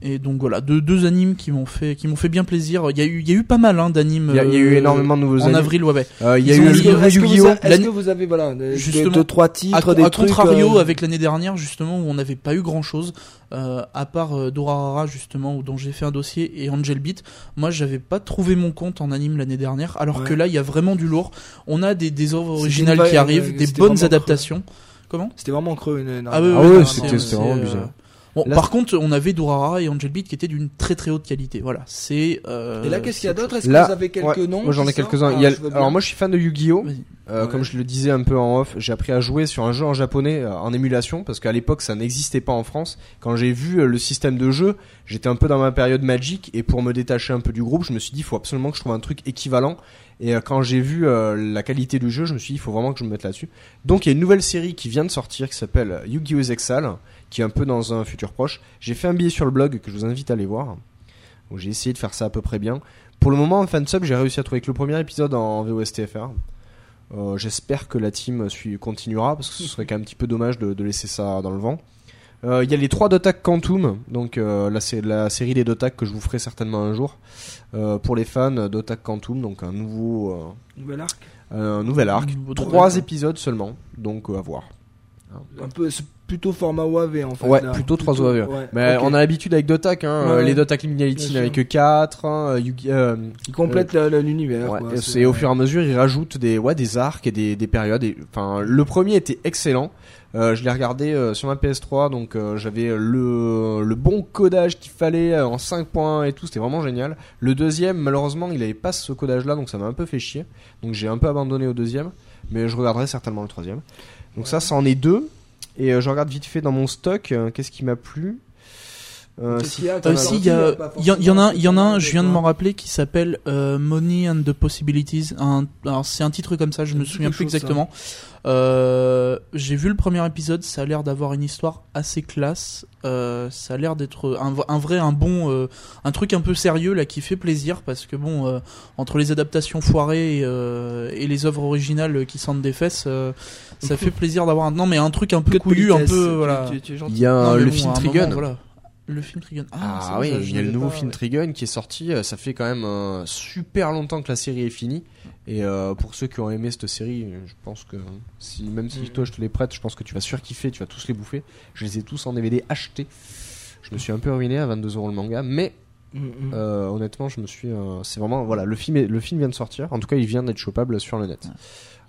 [SPEAKER 2] Et donc voilà, deux, deux animes qui m'ont fait qui m'ont fait bien plaisir. Il y a eu il y a eu pas mal hein, d'animes.
[SPEAKER 1] Il y, a- il y a
[SPEAKER 2] euh,
[SPEAKER 1] eu énormément de nouveaux
[SPEAKER 2] en
[SPEAKER 1] animés.
[SPEAKER 2] avril, ouais. ouais.
[SPEAKER 1] Euh, Il y a
[SPEAKER 2] Ils ont
[SPEAKER 1] eu
[SPEAKER 4] Est-ce
[SPEAKER 2] mis
[SPEAKER 1] le
[SPEAKER 4] que,
[SPEAKER 1] nouveau
[SPEAKER 4] est-ce que vous,
[SPEAKER 1] Yu-Gi-Oh.
[SPEAKER 4] a- est-ce
[SPEAKER 2] L'an-
[SPEAKER 4] que vous avez voilà, de-
[SPEAKER 2] Justement,
[SPEAKER 4] deux, trois
[SPEAKER 2] À,
[SPEAKER 4] titres,
[SPEAKER 2] à
[SPEAKER 4] des trucs
[SPEAKER 2] contrario,
[SPEAKER 4] euh,
[SPEAKER 2] avec l'année dernière justement où on n'avait pas eu grand chose, à part euh, Dorarara justement où dont j'ai fait un dossier et Angel Beat. Moi, j'avais pas trouvé mon compte en anime l'année dernière, alors
[SPEAKER 4] Ouais.
[SPEAKER 2] que là, il y a vraiment du lourd. On a des des œuvres
[SPEAKER 4] C'était
[SPEAKER 2] originales
[SPEAKER 4] une
[SPEAKER 2] qui
[SPEAKER 4] vague,
[SPEAKER 2] arrivent,
[SPEAKER 4] euh,
[SPEAKER 2] des
[SPEAKER 4] c'était
[SPEAKER 2] bonnes
[SPEAKER 4] vraiment creux.
[SPEAKER 2] adaptations. Comment
[SPEAKER 4] C'était vraiment creux. Une, une-
[SPEAKER 2] Ah oui,
[SPEAKER 1] Ah
[SPEAKER 2] oui,
[SPEAKER 1] ouais,
[SPEAKER 2] non,
[SPEAKER 1] c'était-
[SPEAKER 2] non,
[SPEAKER 1] c'était
[SPEAKER 2] c'est,
[SPEAKER 1] vraiment
[SPEAKER 2] euh,
[SPEAKER 1] bizarre.
[SPEAKER 2] Bon,
[SPEAKER 1] Là,
[SPEAKER 2] par contre, on avait Durara et Angel Beat qui étaient d'une très très haute qualité. Voilà, c'est. euh,
[SPEAKER 4] Et là, qu'est-ce qu'il y a
[SPEAKER 2] c'est autre
[SPEAKER 4] d'autre Est-ce
[SPEAKER 1] Là,
[SPEAKER 4] que vous avez quelques
[SPEAKER 1] ouais,
[SPEAKER 4] noms
[SPEAKER 1] Moi j'en ai
[SPEAKER 4] qui sortent
[SPEAKER 1] quelques-uns.
[SPEAKER 4] Ah,
[SPEAKER 1] Il y a-
[SPEAKER 4] je veux bien.
[SPEAKER 1] Alors moi je suis fan de Yu-Gi-Oh.
[SPEAKER 2] chose. Vas-y.
[SPEAKER 1] Euh,
[SPEAKER 4] Ouais.
[SPEAKER 1] Comme je le disais un peu en off, j'ai appris à jouer sur un jeu en japonais euh, en émulation parce qu'à l'époque ça n'existait pas en France. Quand j'ai vu euh, le système de jeu, j'étais un peu dans ma période magique et pour me détacher un peu du groupe, je me suis dit il faut absolument que je trouve un truc équivalent. Et euh, quand j'ai vu euh, la qualité du jeu, je me suis dit il faut vraiment que je me mette là-dessus. Donc il y a une nouvelle série qui vient de sortir qui s'appelle euh, Yu-Gi-Oh! Exal, qui est un peu dans un futur proche. J'ai fait un billet sur le blog que je vous invite à aller voir. Donc, J'ai essayé de faire ça à peu près bien. Pour le moment, en fansub, j'ai réussi à trouver que le premier épisode en VOSTFR. Euh, J'espère que la team suit- continuera parce que ce serait quand même un petit peu dommage de, de laisser ça dans le vent. Euh, Il y a les trois Dotak Quantum, donc euh, la, sé- la série des Dotak que je vous ferai certainement un jour. Euh, pour les fans, Dotak Quantum, donc un nouveau,
[SPEAKER 4] Nouvel arc.
[SPEAKER 1] euh, un nouvel arc.
[SPEAKER 2] Nouveau
[SPEAKER 1] Trois
[SPEAKER 2] truc.
[SPEAKER 1] épisodes seulement, donc euh, à voir.
[SPEAKER 4] Un peu, c'est plutôt format OAV en fait.
[SPEAKER 1] Ouais,
[SPEAKER 4] là.
[SPEAKER 1] plutôt 3 OAV.
[SPEAKER 4] ouais.
[SPEAKER 1] Mais
[SPEAKER 4] Ok.
[SPEAKER 1] on a l'habitude avec Dotak, hein,
[SPEAKER 4] Ouais,
[SPEAKER 1] euh,
[SPEAKER 4] ouais.
[SPEAKER 1] les Dotak Liminality
[SPEAKER 4] Bien sûr.
[SPEAKER 1] avec 4, hein, Yugi- euh,
[SPEAKER 4] Ils complètent la- la- l'univers.
[SPEAKER 1] Ouais,
[SPEAKER 4] quoi,
[SPEAKER 1] et
[SPEAKER 4] c'est-
[SPEAKER 1] c'est au fur et à mesure, ils rajoutent des, ouais, des arcs et des, des périodes. et- Enfin, le premier était excellent. Euh, je l'ai regardé euh, sur ma PS3, donc euh, j'avais le, le bon codage qu'il fallait euh, en 5 points et tout, c'était vraiment génial. Le deuxième, malheureusement, il avait pas ce codage-là, donc ça m'a un peu fait chier. Donc j'ai un peu abandonné au deuxième, mais je regarderai certainement le troisième. Donc ça, ça en est deux. Et euh, je regarde vite fait dans mon stock, euh, qu'est-ce qui m'a plu Euh,
[SPEAKER 4] Qu'est-ce qu'il y a, t'en
[SPEAKER 2] Euh,
[SPEAKER 4] as
[SPEAKER 2] si,
[SPEAKER 4] sorti,
[SPEAKER 2] il y, a-
[SPEAKER 4] pas
[SPEAKER 2] il y, a- il y en a, un- il y en a un,
[SPEAKER 4] forcément,
[SPEAKER 2] je viens de m'en
[SPEAKER 4] quoi.
[SPEAKER 2] rappeler, qui s'appelle euh, Money and the Possibilities. Un- alors c'est un titre comme ça, je
[SPEAKER 4] Ça
[SPEAKER 2] me
[SPEAKER 4] me dit
[SPEAKER 2] souviens
[SPEAKER 4] quelque
[SPEAKER 2] plus
[SPEAKER 4] chose, ça.
[SPEAKER 2] exactement. Euh, J'ai vu le premier épisode, ça a l'air d'avoir une histoire assez classe. Euh, ça a l'air d'être un, v- un vrai, un bon, euh, un truc un peu sérieux là qui fait plaisir parce que bon, euh, entre les adaptations foirées et, euh, et les œuvres originales qui sentent des fesses, euh, ça fait plaisir d'avoir un non mais un truc un peu
[SPEAKER 4] Que de
[SPEAKER 2] couillu, un
[SPEAKER 4] politesse,
[SPEAKER 2] peu
[SPEAKER 4] tu-
[SPEAKER 2] voilà.
[SPEAKER 4] tu- tu es gentil.
[SPEAKER 1] Il y a
[SPEAKER 2] Non, mais
[SPEAKER 1] Euh, le
[SPEAKER 2] bon, à
[SPEAKER 1] film
[SPEAKER 2] un moment,
[SPEAKER 1] Trigun.
[SPEAKER 2] voilà. Le film Trigun. Ah, c'est
[SPEAKER 1] Ah
[SPEAKER 2] vrai,
[SPEAKER 1] oui,
[SPEAKER 2] ça, je
[SPEAKER 1] il y a le
[SPEAKER 2] l'ai
[SPEAKER 1] nouveau
[SPEAKER 2] pas,
[SPEAKER 1] film
[SPEAKER 2] ouais.
[SPEAKER 1] Trigun qui est sorti. euh, Ça fait quand même euh, super longtemps que la série est finie. Et euh, pour ceux qui ont aimé cette série, euh, je pense que si même si
[SPEAKER 2] Mm.
[SPEAKER 4] Mhm.
[SPEAKER 1] toi je te les prête, je pense que tu vas surkiffer, tu vas tous les bouffer. Je les ai tous en DVD achetés. Je me suis un peu ruiné à 22 euros le manga, mais
[SPEAKER 4] Mm, mm.
[SPEAKER 1] euh, honnêtement, je me suis. euh, c'est vraiment voilà, le film est- le film vient de sortir. En tout cas, il vient d'être chopable sur le net.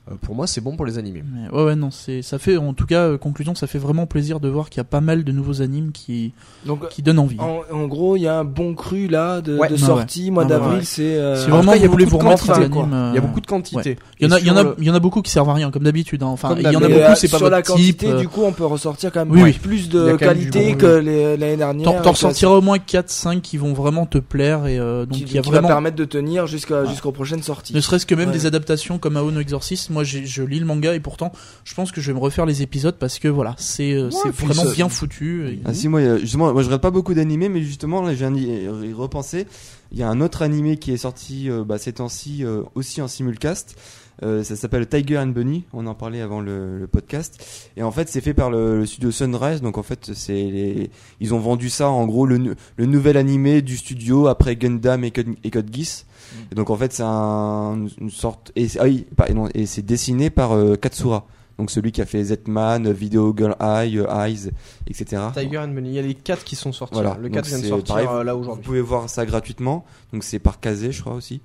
[SPEAKER 1] Euh, pour moi, c'est bon pour les animés.
[SPEAKER 2] Mais ouais, ouais, non, c'est, ça fait, en tout cas, euh, conclusion, ça fait vraiment plaisir de voir qu'il y a pas mal de nouveaux animes qui,
[SPEAKER 4] Donc
[SPEAKER 2] qui donnent envie.
[SPEAKER 4] en, en gros, il y a un bon cru là de,
[SPEAKER 1] Ouais,
[SPEAKER 4] de
[SPEAKER 2] ouais,
[SPEAKER 4] sortie, mois
[SPEAKER 2] Ouais,
[SPEAKER 4] d'avril,
[SPEAKER 2] ouais.
[SPEAKER 4] c'est. euh,
[SPEAKER 2] si
[SPEAKER 1] en tout
[SPEAKER 2] vraiment
[SPEAKER 1] cas, il y a
[SPEAKER 2] vous voulez
[SPEAKER 1] beaucoup
[SPEAKER 2] vous
[SPEAKER 1] de
[SPEAKER 2] remettre à
[SPEAKER 1] quantité, quoi.
[SPEAKER 2] l'anime, euh,
[SPEAKER 1] Il y a beaucoup de quantité.
[SPEAKER 2] Il y en
[SPEAKER 1] Et
[SPEAKER 2] a, il y en
[SPEAKER 1] sur
[SPEAKER 2] a,
[SPEAKER 1] le-
[SPEAKER 2] il y en a beaucoup qui servent à rien, comme d'habitude. hein. Enfin,
[SPEAKER 1] Comme
[SPEAKER 2] il y en a
[SPEAKER 4] mais,
[SPEAKER 2] beaucoup,
[SPEAKER 4] euh,
[SPEAKER 2] c'est pas
[SPEAKER 4] sur la
[SPEAKER 2] votre type.
[SPEAKER 4] quantité,
[SPEAKER 2] euh,
[SPEAKER 4] du coup, on peut ressortir quand même
[SPEAKER 2] Oui, oui.
[SPEAKER 4] plus
[SPEAKER 1] Il y
[SPEAKER 4] de
[SPEAKER 1] a quand même du
[SPEAKER 4] qualité
[SPEAKER 1] bon,
[SPEAKER 4] que les- euh, l'année dernière.
[SPEAKER 2] T'en, t'en
[SPEAKER 4] et que ça-
[SPEAKER 2] ressortiras au moins 4-5 qui vont vraiment te plaire et euh, donc
[SPEAKER 4] qui,
[SPEAKER 2] il y a
[SPEAKER 4] qui va
[SPEAKER 2] vraiment
[SPEAKER 4] permettre de tenir jusqu'à jusqu'aux prochaines sorties.
[SPEAKER 2] Ne serait-ce que même
[SPEAKER 4] Ouais.
[SPEAKER 2] des adaptations comme Ao no Exorcist. Moi, j'ai- je lis le manga et pourtant, je pense que je vais me refaire les épisodes parce que voilà, c'est, euh, c'est
[SPEAKER 3] puis
[SPEAKER 2] vraiment
[SPEAKER 3] ça-
[SPEAKER 2] bien foutu. et-
[SPEAKER 3] Ah si moi il y a- justement moi je regarde pas beaucoup d'animés mais justement là je viens d'y repenser il y a un autre animé qui est sorti euh, bah, ces temps-ci euh, aussi en simulcast Euh, ça s'appelle Tiger and Bunny on en parlait avant le, le podcast et en fait c'est fait par le, le studio Sunrise donc en fait c'est les... ils ont vendu ça en gros le, nu- le nouvel animé du studio après Gundam et Code, et Code Geass et donc en fait c'est un- une sorte et c'est- ah oui, pardon, et c'est dessiné par euh, Katsura donc celui qui a fait Z-Man, euh, Video Girl Eye, euh, Eyes, etc.
[SPEAKER 1] Tiger and Bunny, il y a les 4 qui sont sortis.
[SPEAKER 3] Voilà.
[SPEAKER 1] Le
[SPEAKER 3] Donc
[SPEAKER 1] 4 vient de
[SPEAKER 3] c'est
[SPEAKER 1] sortir
[SPEAKER 3] pareil,
[SPEAKER 1] euh, là
[SPEAKER 3] Vous
[SPEAKER 1] aujourd'hui.
[SPEAKER 3] pouvez voir ça gratuitement, donc c'est par casé, je crois aussi.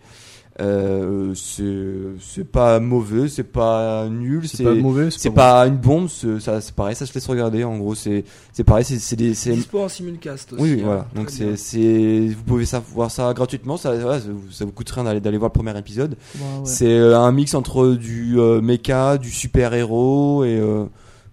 [SPEAKER 3] Euh, c'est c'est pas mauvais, c'est pas nul, c'est
[SPEAKER 1] mauvais,
[SPEAKER 3] c'est pas une bombe, c'est ça- c'est pareil, ça se laisse regarder. En gros, c'est c'est pareil, c'est c'est des c'est-
[SPEAKER 4] Dispo en simulcast aussi.
[SPEAKER 3] oui,
[SPEAKER 4] hein.
[SPEAKER 3] voilà.
[SPEAKER 4] Très
[SPEAKER 3] Donc
[SPEAKER 4] bien.
[SPEAKER 3] c'est c'est vous pouvez ça, voir ça gratuitement, ça voilà, ça, vous- ça vous coûte rien d'aller d'aller voir le premier épisode.
[SPEAKER 2] Ouais, ouais.
[SPEAKER 3] C'est euh, un mix entre du euh, méca, du super héros et euh,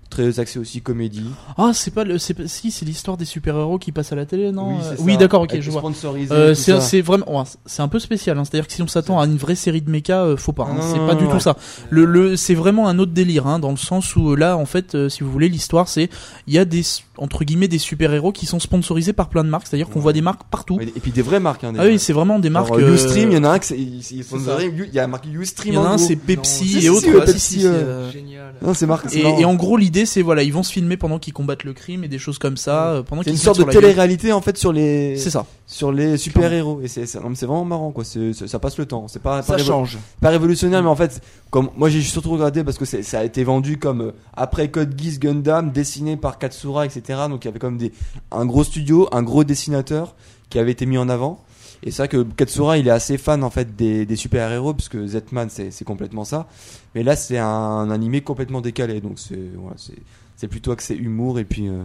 [SPEAKER 3] très axé aussi comédie.
[SPEAKER 2] Ah, c'est pas le, c'est pas- si, c'est l'histoire des super-héros qui passe à la télé, non
[SPEAKER 3] c'est
[SPEAKER 2] Euh,
[SPEAKER 3] ça.
[SPEAKER 2] d'accord, ok,
[SPEAKER 3] Avec
[SPEAKER 2] je vois.
[SPEAKER 3] sponsorisé,
[SPEAKER 2] Euh,
[SPEAKER 3] tout
[SPEAKER 2] c'est,
[SPEAKER 3] ça.
[SPEAKER 2] c'est vraiment, ouais, c'est un peu spécial, hein. c'est-à-dire que si on s'attend à une vraie série de méca, euh, faut pas, hein.
[SPEAKER 3] Non,
[SPEAKER 2] c'est
[SPEAKER 3] non,
[SPEAKER 2] pas
[SPEAKER 3] non,
[SPEAKER 2] du
[SPEAKER 3] non.
[SPEAKER 2] tout ça. Le, le, c'est vraiment un autre délire, hein, dans le sens où euh, là, en fait, euh, si vous voulez, l'histoire, c'est, il y a des, entre guillemets, des super-héros qui sont sponsorisés par plein de marques, c'est-à-dire qu'on
[SPEAKER 3] Ouais.
[SPEAKER 2] voit des marques partout.
[SPEAKER 3] Ouais, Et puis des vraies marques. Hein, des
[SPEAKER 2] ah oui, c'est vraiment des marques.
[SPEAKER 3] Genre,
[SPEAKER 2] euh,
[SPEAKER 3] Ustream, il y en a un qui c'est- il- il- il-
[SPEAKER 2] c'est ça.
[SPEAKER 3] il y a la marque Ustream.
[SPEAKER 2] il y en a
[SPEAKER 3] en
[SPEAKER 2] un,
[SPEAKER 3] gros.
[SPEAKER 2] c'est
[SPEAKER 4] Non,
[SPEAKER 2] Pepsi
[SPEAKER 4] si,
[SPEAKER 2] et
[SPEAKER 4] si,
[SPEAKER 2] autres.
[SPEAKER 3] si,
[SPEAKER 2] quoi.
[SPEAKER 3] ouais, Pepsi,
[SPEAKER 2] c'est,
[SPEAKER 3] euh,
[SPEAKER 2] euh,
[SPEAKER 4] Génial.
[SPEAKER 3] Non, c'est marque. c'est
[SPEAKER 2] Et,
[SPEAKER 3] marrant.
[SPEAKER 2] et en gros, l'idée, c'est voilà, ils vont se filmer pendant qu'ils combattent le crime et des choses comme ça, euh, pendant
[SPEAKER 3] c'est
[SPEAKER 2] qu'ils
[SPEAKER 3] une
[SPEAKER 2] se
[SPEAKER 3] sorte de
[SPEAKER 2] mettent sur la gueule.
[SPEAKER 3] télé-réalité en fait sur les
[SPEAKER 2] C'est ça.
[SPEAKER 3] sur les super héros et c'est c'est- non, mais c'est vraiment marrant quoi. C'est- c'est- ça passe le temps. C'est pas
[SPEAKER 4] Ça
[SPEAKER 3] pas, révo-
[SPEAKER 4] change.
[SPEAKER 3] pas révolutionnaire mais en fait comme moi j'ai surtout regardé parce que c'est- ça a été vendu comme euh, après Code Geass Gundam dessiné par Katsura etc. Donc il y avait comme des un gros studio, un gros dessinateur qui avait été mis en avant. Et c'est vrai que Katsura, il est assez fan en fait des, des super-héros, puisque Z-Man, c'est c'est complètement ça. Mais là, c'est un animé complètement décalé, donc c'est voilà, c'est c'est plutôt axé humour et puis. euh,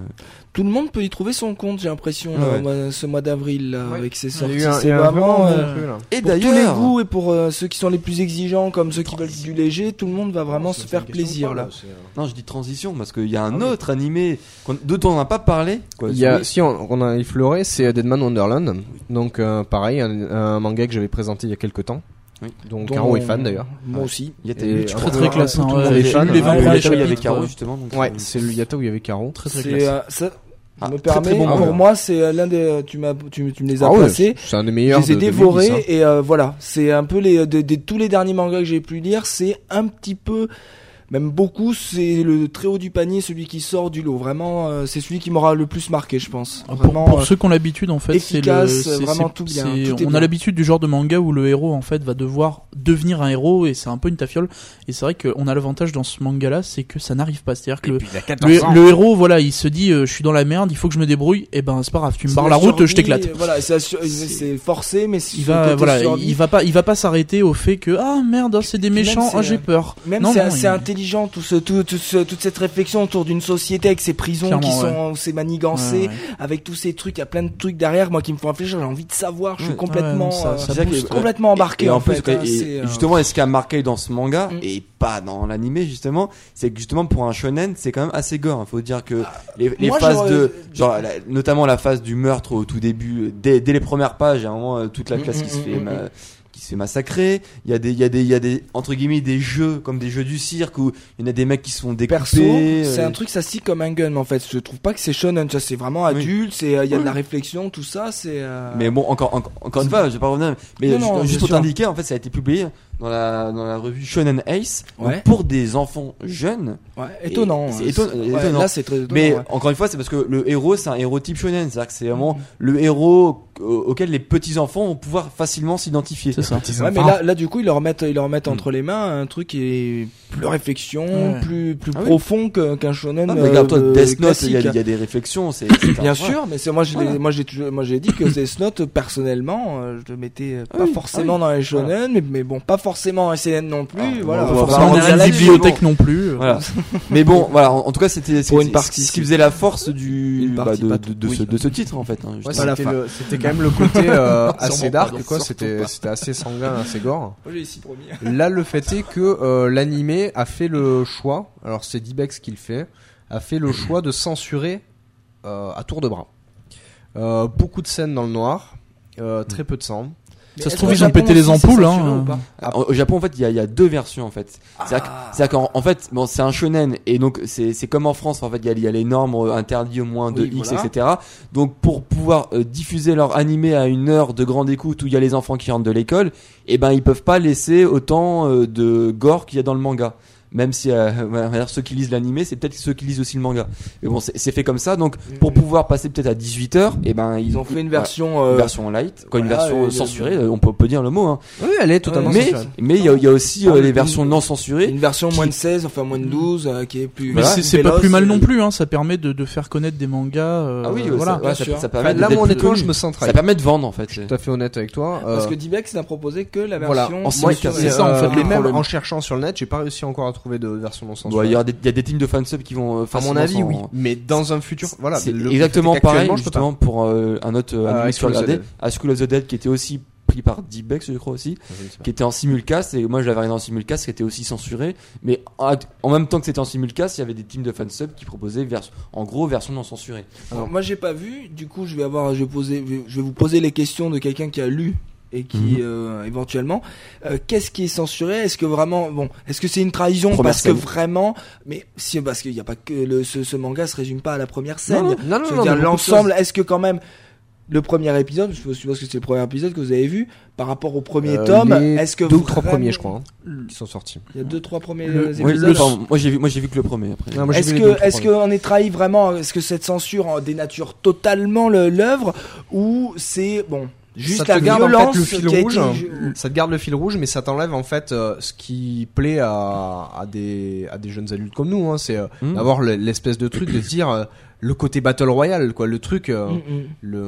[SPEAKER 4] Tout le monde peut y trouver son compte, j'ai l'impression,
[SPEAKER 3] Ouais,
[SPEAKER 4] là,
[SPEAKER 3] ouais.
[SPEAKER 4] au mois- ce mois d'avril, là, avec ses sorties.
[SPEAKER 1] C'est
[SPEAKER 4] C'est vraiment. euh,
[SPEAKER 3] Et
[SPEAKER 4] pour tous les
[SPEAKER 3] d'ailleurs,
[SPEAKER 4] goûts et pour euh, ceux qui sont les plus exigeants, comme ceux qui
[SPEAKER 1] Ah,
[SPEAKER 4] veulent du léger, tout le monde va vraiment se faire plaisir là.
[SPEAKER 3] non, je dis transition parce qu'il y a un autre animé qu'on- dont on n'a pas parlé. Quoi,
[SPEAKER 1] Il y a,
[SPEAKER 3] Oui.
[SPEAKER 1] si on, on a effleuré, c'est Deadman Wonderland. Donc euh, pareil, un, un manga que j'avais présenté il y a quelques temps.
[SPEAKER 3] Oui.
[SPEAKER 1] Donc
[SPEAKER 4] Dont-
[SPEAKER 1] Caro est fan d'ailleurs.
[SPEAKER 4] Moi aussi.
[SPEAKER 3] Il y a
[SPEAKER 1] Et
[SPEAKER 3] Taï-
[SPEAKER 1] très,
[SPEAKER 2] Très
[SPEAKER 1] Ouais,
[SPEAKER 2] très classe.
[SPEAKER 1] tout
[SPEAKER 2] hein,
[SPEAKER 1] le
[SPEAKER 2] ouais,
[SPEAKER 1] monde est
[SPEAKER 2] j'ai
[SPEAKER 1] fan,
[SPEAKER 2] lu les
[SPEAKER 1] hein.
[SPEAKER 2] vingt
[SPEAKER 4] Ouais,
[SPEAKER 2] premiers
[SPEAKER 4] ouais,
[SPEAKER 3] il y avait
[SPEAKER 2] chapitres,
[SPEAKER 3] Caro
[SPEAKER 2] euh,
[SPEAKER 3] justement. donc,
[SPEAKER 1] Ouais,
[SPEAKER 3] euh,
[SPEAKER 1] c'est le Yata où il y avait Caro. Très
[SPEAKER 2] très
[SPEAKER 4] C'est euh, ça.
[SPEAKER 3] Ah,
[SPEAKER 4] je me
[SPEAKER 3] très, très
[SPEAKER 4] permets,
[SPEAKER 3] bon
[SPEAKER 4] pour
[SPEAKER 3] manga.
[SPEAKER 4] moi, c'est euh, l'un des. Tu, m'as, tu, tu me les as
[SPEAKER 1] Ah ouais,
[SPEAKER 4] placés.
[SPEAKER 1] c'est un des
[SPEAKER 4] Je
[SPEAKER 1] meilleurs.
[SPEAKER 4] les
[SPEAKER 1] de-
[SPEAKER 4] ai
[SPEAKER 1] de
[SPEAKER 4] dévorés
[SPEAKER 1] 2010, hein.
[SPEAKER 4] euh, et euh, voilà, c'est un peu les de, de- tous les derniers mangas que j'ai pu lire, c'est un petit peu même beaucoup, c'est le très haut du panier, celui qui sort du lot. Vraiment, euh, c'est celui qui m'aura le plus marqué, je pense.
[SPEAKER 2] Pour,
[SPEAKER 4] Vraiment,
[SPEAKER 2] pour
[SPEAKER 4] euh,
[SPEAKER 2] ceux qui ont l'habitude, en fait, c'est le.
[SPEAKER 4] efficace,
[SPEAKER 2] c'est-
[SPEAKER 4] vraiment
[SPEAKER 2] c'est-
[SPEAKER 4] tout bien,
[SPEAKER 2] c'est-
[SPEAKER 4] tout est
[SPEAKER 2] on a
[SPEAKER 4] bien.
[SPEAKER 2] l'habitude du genre de manga où le héros, en fait, va devoir devenir un héros et c'est un peu une tafiole. Et c'est vrai qu'on a l'avantage dans ce manga-là, c'est que ça n'arrive pas. C'est-à-dire que le,
[SPEAKER 5] puis il a
[SPEAKER 2] le, le héros, voilà, il se dit, euh, je suis dans la merde, il faut que je me débrouille. Et ben, c'est pas grave, tu me barres la route,
[SPEAKER 4] survie,
[SPEAKER 2] je t'éclate.
[SPEAKER 4] Voilà, c'est assur-
[SPEAKER 2] C'est-
[SPEAKER 4] c'est forcé, mais c'est
[SPEAKER 2] Il
[SPEAKER 4] sur le
[SPEAKER 2] va,
[SPEAKER 4] côté
[SPEAKER 2] voilà,
[SPEAKER 4] survie.
[SPEAKER 2] il va pas, il va pas s'arrêter au fait que ah merde, c'est des
[SPEAKER 4] Puis même,
[SPEAKER 2] méchants, ah,
[SPEAKER 4] c'est,
[SPEAKER 2] j'ai
[SPEAKER 4] euh,
[SPEAKER 2] peur.
[SPEAKER 4] Même
[SPEAKER 2] Non,
[SPEAKER 4] c'est
[SPEAKER 2] non,
[SPEAKER 4] assez
[SPEAKER 2] il-
[SPEAKER 4] intelligent tout ce, tout, tout ce- toute cette réflexion autour d'une société avec ses prisons
[SPEAKER 2] Clairement,
[SPEAKER 4] qui
[SPEAKER 2] ouais.
[SPEAKER 4] sont c'est manigancé,
[SPEAKER 2] Ouais, ouais.
[SPEAKER 4] avec tous ces trucs, il y a plein de trucs derrière moi qui me font réfléchir. J'ai envie de savoir, je suis
[SPEAKER 3] Ouais.
[SPEAKER 4] complètement
[SPEAKER 2] Ouais, non, ça-
[SPEAKER 4] euh,
[SPEAKER 2] ça
[SPEAKER 4] je
[SPEAKER 3] C'est-à-dire
[SPEAKER 4] suis
[SPEAKER 3] que-
[SPEAKER 4] complètement embarqué
[SPEAKER 3] bah, et
[SPEAKER 4] en,
[SPEAKER 3] en plus,
[SPEAKER 4] fait.
[SPEAKER 3] quoi,
[SPEAKER 4] hein,
[SPEAKER 3] et-
[SPEAKER 4] c'est, euh,
[SPEAKER 3] justement, et ce qui a marqué dans ce manga
[SPEAKER 4] Mm.
[SPEAKER 3] et pas dans l'animé justement, c'est que justement pour un shonen, c'est quand même assez gore. Il faut dire que les, les
[SPEAKER 4] moi,
[SPEAKER 3] phases
[SPEAKER 4] j'aurais-
[SPEAKER 3] de, genre la- notamment la phase du meurtre au tout début, euh, dès, dès les premières pages, il y a un moment euh, toute la
[SPEAKER 4] Mm,
[SPEAKER 3] classe qui
[SPEAKER 4] mm,
[SPEAKER 3] se
[SPEAKER 4] mm,
[SPEAKER 3] fait
[SPEAKER 4] mm,
[SPEAKER 3] ma- qui se fait massacrer. Il y a des, il y a des, il y a des entre guillemets des jeux comme des jeux du cirque où il y en a des mecs qui sont découpés.
[SPEAKER 4] perso, c'est
[SPEAKER 3] euh,
[SPEAKER 4] un truc ça se lit comme un gun en fait. Je trouve pas que c'est shonen, ça c'est vraiment
[SPEAKER 3] Oui.
[SPEAKER 4] adulte, c'est euh, il y a de la réflexion, tout ça, c'est euh,
[SPEAKER 3] Mais bon, encore, encore, encore une fois, je vais pas revenir. Mais
[SPEAKER 4] Non,
[SPEAKER 3] ju-
[SPEAKER 4] non,
[SPEAKER 3] juste
[SPEAKER 4] bien
[SPEAKER 3] pour
[SPEAKER 4] sûr.
[SPEAKER 3] t'indiquer, en fait, ça a été publié dans la, dans la revue Shonen Ace donc
[SPEAKER 4] Ouais.
[SPEAKER 3] pour des enfants jeunes.
[SPEAKER 4] ouais, étonnant.
[SPEAKER 3] c'est
[SPEAKER 4] hein,
[SPEAKER 3] éton-
[SPEAKER 4] c'est-
[SPEAKER 3] étonnant.
[SPEAKER 4] ouais, Là c'est très étonnant.
[SPEAKER 3] mais
[SPEAKER 4] ouais. Mm.
[SPEAKER 3] encore une fois, c'est parce que le héros, c'est un héros type shonen, c'est-à-dire que c'est vraiment le héros au- auquel les petits enfants vont pouvoir facilement s'identifier. Ah,
[SPEAKER 2] C'est ça.
[SPEAKER 4] Ouais, mais là, là, du coup, ils leur mettent, ils leur
[SPEAKER 3] Mm.
[SPEAKER 4] mettent entre les mains un truc qui est plus réflexion,
[SPEAKER 2] Ouais.
[SPEAKER 4] plus, plus
[SPEAKER 3] Ah oui.
[SPEAKER 4] profond que- qu'un shonen.
[SPEAKER 3] Non, mais
[SPEAKER 4] euh,
[SPEAKER 3] regarde-toi,
[SPEAKER 4] de-
[SPEAKER 3] Death Note, il
[SPEAKER 4] classique. hein.
[SPEAKER 3] y, a- il y a des réflexions.
[SPEAKER 4] *coughs*
[SPEAKER 3] c'est etc.
[SPEAKER 4] Bien
[SPEAKER 3] Voilà.
[SPEAKER 4] sûr, mais c'est moi, j'ai,
[SPEAKER 3] Voilà.
[SPEAKER 4] moi, j'ai, toujours- moi, j'ai dit que Death Note, personnellement, euh, je le mettais euh, pas
[SPEAKER 3] Ah oui,
[SPEAKER 4] forcément dans les shonen, mais, mais bon, pas forcément en SNN non plus,
[SPEAKER 3] Ah,
[SPEAKER 4] voilà.
[SPEAKER 3] on va
[SPEAKER 4] Pas
[SPEAKER 3] pas
[SPEAKER 2] Forcément,
[SPEAKER 4] forcément
[SPEAKER 2] on
[SPEAKER 3] rentrer
[SPEAKER 2] est à
[SPEAKER 4] dans
[SPEAKER 2] la
[SPEAKER 3] là-dessus,
[SPEAKER 4] la-
[SPEAKER 3] mais bon.
[SPEAKER 2] bibliothèque non plus. euh,
[SPEAKER 3] Voilà. mais bon, voilà. En, en tout cas, c'était
[SPEAKER 4] Pour une
[SPEAKER 3] c'est-
[SPEAKER 4] partie.
[SPEAKER 3] ce qui faisait la force du
[SPEAKER 4] Une
[SPEAKER 3] bah,
[SPEAKER 4] partie,
[SPEAKER 3] de,
[SPEAKER 4] pas
[SPEAKER 3] de-
[SPEAKER 4] tout.
[SPEAKER 3] de ce,
[SPEAKER 4] Oui.
[SPEAKER 3] de ce titre, en fait. hein,
[SPEAKER 1] Ouais,
[SPEAKER 3] justement.
[SPEAKER 4] la
[SPEAKER 1] c'était
[SPEAKER 4] fin.
[SPEAKER 1] le- c'était quand même le côté euh, assez
[SPEAKER 2] Sûrement
[SPEAKER 1] dark,
[SPEAKER 2] pas,
[SPEAKER 1] quoi.
[SPEAKER 2] surtout
[SPEAKER 1] C'était
[SPEAKER 2] pas.
[SPEAKER 1] c'était assez sanguin, assez gore.
[SPEAKER 4] Moi, j'ai ici promis.
[SPEAKER 1] Là, le fait est que euh, l'animé a fait le choix, alors c'est Dibex qui le fait, a fait le choix de censurer euh, à tour de bras. Euh, beaucoup de scènes dans le noir, euh, très peu de sang.
[SPEAKER 2] se trouve, ils ont pété les ampoules, hein.
[SPEAKER 3] Au au Japon, en fait, il y a, il y a deux versions, en fait. C'est-à-dire que- c'est-à-dire qu'en en fait, bon, c'est un shonen, et donc c'est c'est comme en France, en fait, il y a, il y a les normes euh, interdites au moins de
[SPEAKER 4] Oui,
[SPEAKER 3] X,
[SPEAKER 4] voilà.
[SPEAKER 3] etc. Donc pour pouvoir euh, diffuser leur animé à une heure de grande écoute où il y a les enfants qui rentrent de l'école, eh ben ils peuvent pas laisser autant euh, de gore qu'il y a dans le manga. Même si euh, *laughs* on va dire, ceux qui lisent l'animé, c'est peut-être ceux qui lisent aussi le manga. Mais bon, c'est c'est fait comme ça. Donc pour pouvoir passer peut-être à 18 heures, eh ben ils,
[SPEAKER 4] Ils ont fait une
[SPEAKER 3] voilà.
[SPEAKER 4] version,
[SPEAKER 3] Une
[SPEAKER 4] euh,
[SPEAKER 3] version light, quoi, une
[SPEAKER 4] Voilà,
[SPEAKER 3] version
[SPEAKER 4] euh,
[SPEAKER 3] euh,
[SPEAKER 4] de-
[SPEAKER 3] censurée, euh, on peut, on peut dire le mot. Hein.
[SPEAKER 1] Oui, elle est
[SPEAKER 4] totalement
[SPEAKER 3] Mais
[SPEAKER 4] censurée.
[SPEAKER 3] mais il y a, il y a aussi euh,
[SPEAKER 4] Ah,
[SPEAKER 3] les
[SPEAKER 4] une-
[SPEAKER 3] versions non censurées.
[SPEAKER 4] une version moins
[SPEAKER 3] qui-
[SPEAKER 4] de 16, enfin moins de 12, euh, qui est plus.
[SPEAKER 2] Mais
[SPEAKER 3] Voilà.
[SPEAKER 2] c'est- c'est pas
[SPEAKER 4] véloce,
[SPEAKER 2] plus mal
[SPEAKER 4] euh,
[SPEAKER 2] non plus, hein. Ça permet de, de faire connaître des mangas. euh,
[SPEAKER 3] Ah oui, ouais,
[SPEAKER 2] voilà.
[SPEAKER 3] ça, ouais,
[SPEAKER 4] bien
[SPEAKER 3] ça-
[SPEAKER 4] sûr.
[SPEAKER 3] ça permet
[SPEAKER 1] Enfin, là,
[SPEAKER 3] d'être
[SPEAKER 1] moi,
[SPEAKER 3] plus
[SPEAKER 1] honnêtement,
[SPEAKER 3] connu.
[SPEAKER 1] je me
[SPEAKER 3] Ça
[SPEAKER 1] centrais.
[SPEAKER 3] permet de vendre en fait.
[SPEAKER 1] Tout à fait honnête avec toi. euh,
[SPEAKER 4] Parce que Dibex n'a proposé que la
[SPEAKER 1] voilà,
[SPEAKER 4] version.
[SPEAKER 1] en
[SPEAKER 3] sans
[SPEAKER 1] moi,
[SPEAKER 3] censuré.
[SPEAKER 1] c'est ça en
[SPEAKER 4] Euh,
[SPEAKER 1] fait.
[SPEAKER 4] le
[SPEAKER 1] Mais même
[SPEAKER 4] problème.
[SPEAKER 1] en cherchant sur le net, j'ai pas réussi encore à trouver de version non
[SPEAKER 3] Bon,
[SPEAKER 1] censurée.
[SPEAKER 3] Bah, il y, a des- il y a des teams de fansub qui vont. euh,
[SPEAKER 1] à mon
[SPEAKER 3] facilement
[SPEAKER 1] avis,
[SPEAKER 3] s'en-
[SPEAKER 1] oui. Mais dans un futur, voilà.
[SPEAKER 3] c'est
[SPEAKER 1] le fait est
[SPEAKER 3] exactement pareil
[SPEAKER 1] qu'actuellement, je peux pas.
[SPEAKER 3] justement pour euh, un autre euh,
[SPEAKER 1] Ah, High
[SPEAKER 3] anime que j'ai
[SPEAKER 1] School of the
[SPEAKER 3] regardé,
[SPEAKER 1] Dead.
[SPEAKER 3] à School of the Dead qui était aussi pris par D-Bex je crois aussi, qui était en simulcast et moi je l'avais regardé en simulcast qui était aussi censuré, mais en, en même temps que c'était en simulcast, il y avait des teams de fansub qui proposaient vers, en gros version non censurée.
[SPEAKER 4] Alors, moi, j'ai pas vu. Du coup, je vais avoir, je vais poser, je vais vous poser les questions de quelqu'un qui a lu et qui
[SPEAKER 3] Mhm.
[SPEAKER 4] euh, éventuellement euh, qu'est-ce qui est censuré est-ce que vraiment bon est-ce que c'est une trahison
[SPEAKER 3] Première
[SPEAKER 4] parce
[SPEAKER 3] scène.
[SPEAKER 4] que vraiment mais si parce qu'il n'y a pas que le, ce, ce manga se résume pas à la première scène
[SPEAKER 1] Non, Ah non, non, non,
[SPEAKER 4] je veux
[SPEAKER 1] non,
[SPEAKER 4] dire
[SPEAKER 1] mais beaucoup de choses.
[SPEAKER 4] l'ensemble est-ce que quand même le premier épisode je suppose que c'est le premier épisode que vous avez vu par rapport au premier
[SPEAKER 1] Euh,
[SPEAKER 4] tome
[SPEAKER 1] les
[SPEAKER 4] est-ce que
[SPEAKER 1] deux ou trois
[SPEAKER 4] vraiment-
[SPEAKER 1] premiers, je crois, hein,
[SPEAKER 2] Le-
[SPEAKER 1] qui sont sortis.
[SPEAKER 4] il y a deux trois premiers
[SPEAKER 2] Le-
[SPEAKER 4] épisodes
[SPEAKER 3] Oui,
[SPEAKER 2] le-
[SPEAKER 3] enfin, moi j'ai vu, moi j'ai vu que le premier après.
[SPEAKER 1] Non, moi, j'ai vu
[SPEAKER 4] Est-ce
[SPEAKER 1] les deux ou
[SPEAKER 4] que,
[SPEAKER 1] trois
[SPEAKER 4] est-ce
[SPEAKER 1] premiers.
[SPEAKER 4] qu'on est trahi vraiment Est-ce que cette censure euh, dénature totalement le- l'œuvre ou c'est bon
[SPEAKER 1] Ça
[SPEAKER 4] juste
[SPEAKER 1] te
[SPEAKER 4] la
[SPEAKER 1] garde, en fait,
[SPEAKER 4] violence
[SPEAKER 1] le fil
[SPEAKER 4] qui a été-
[SPEAKER 1] rouge, Ça te garde le fil rouge, mais ça t'enlève en fait euh, ce qui plaît à, à des à des jeunes adultes comme nous. Hein, c'est euh,
[SPEAKER 3] Hmm.
[SPEAKER 1] d'avoir le- l'espèce de truc de se dire euh, le côté battle royale, quoi, le truc, euh,
[SPEAKER 4] Mm, mm.
[SPEAKER 1] le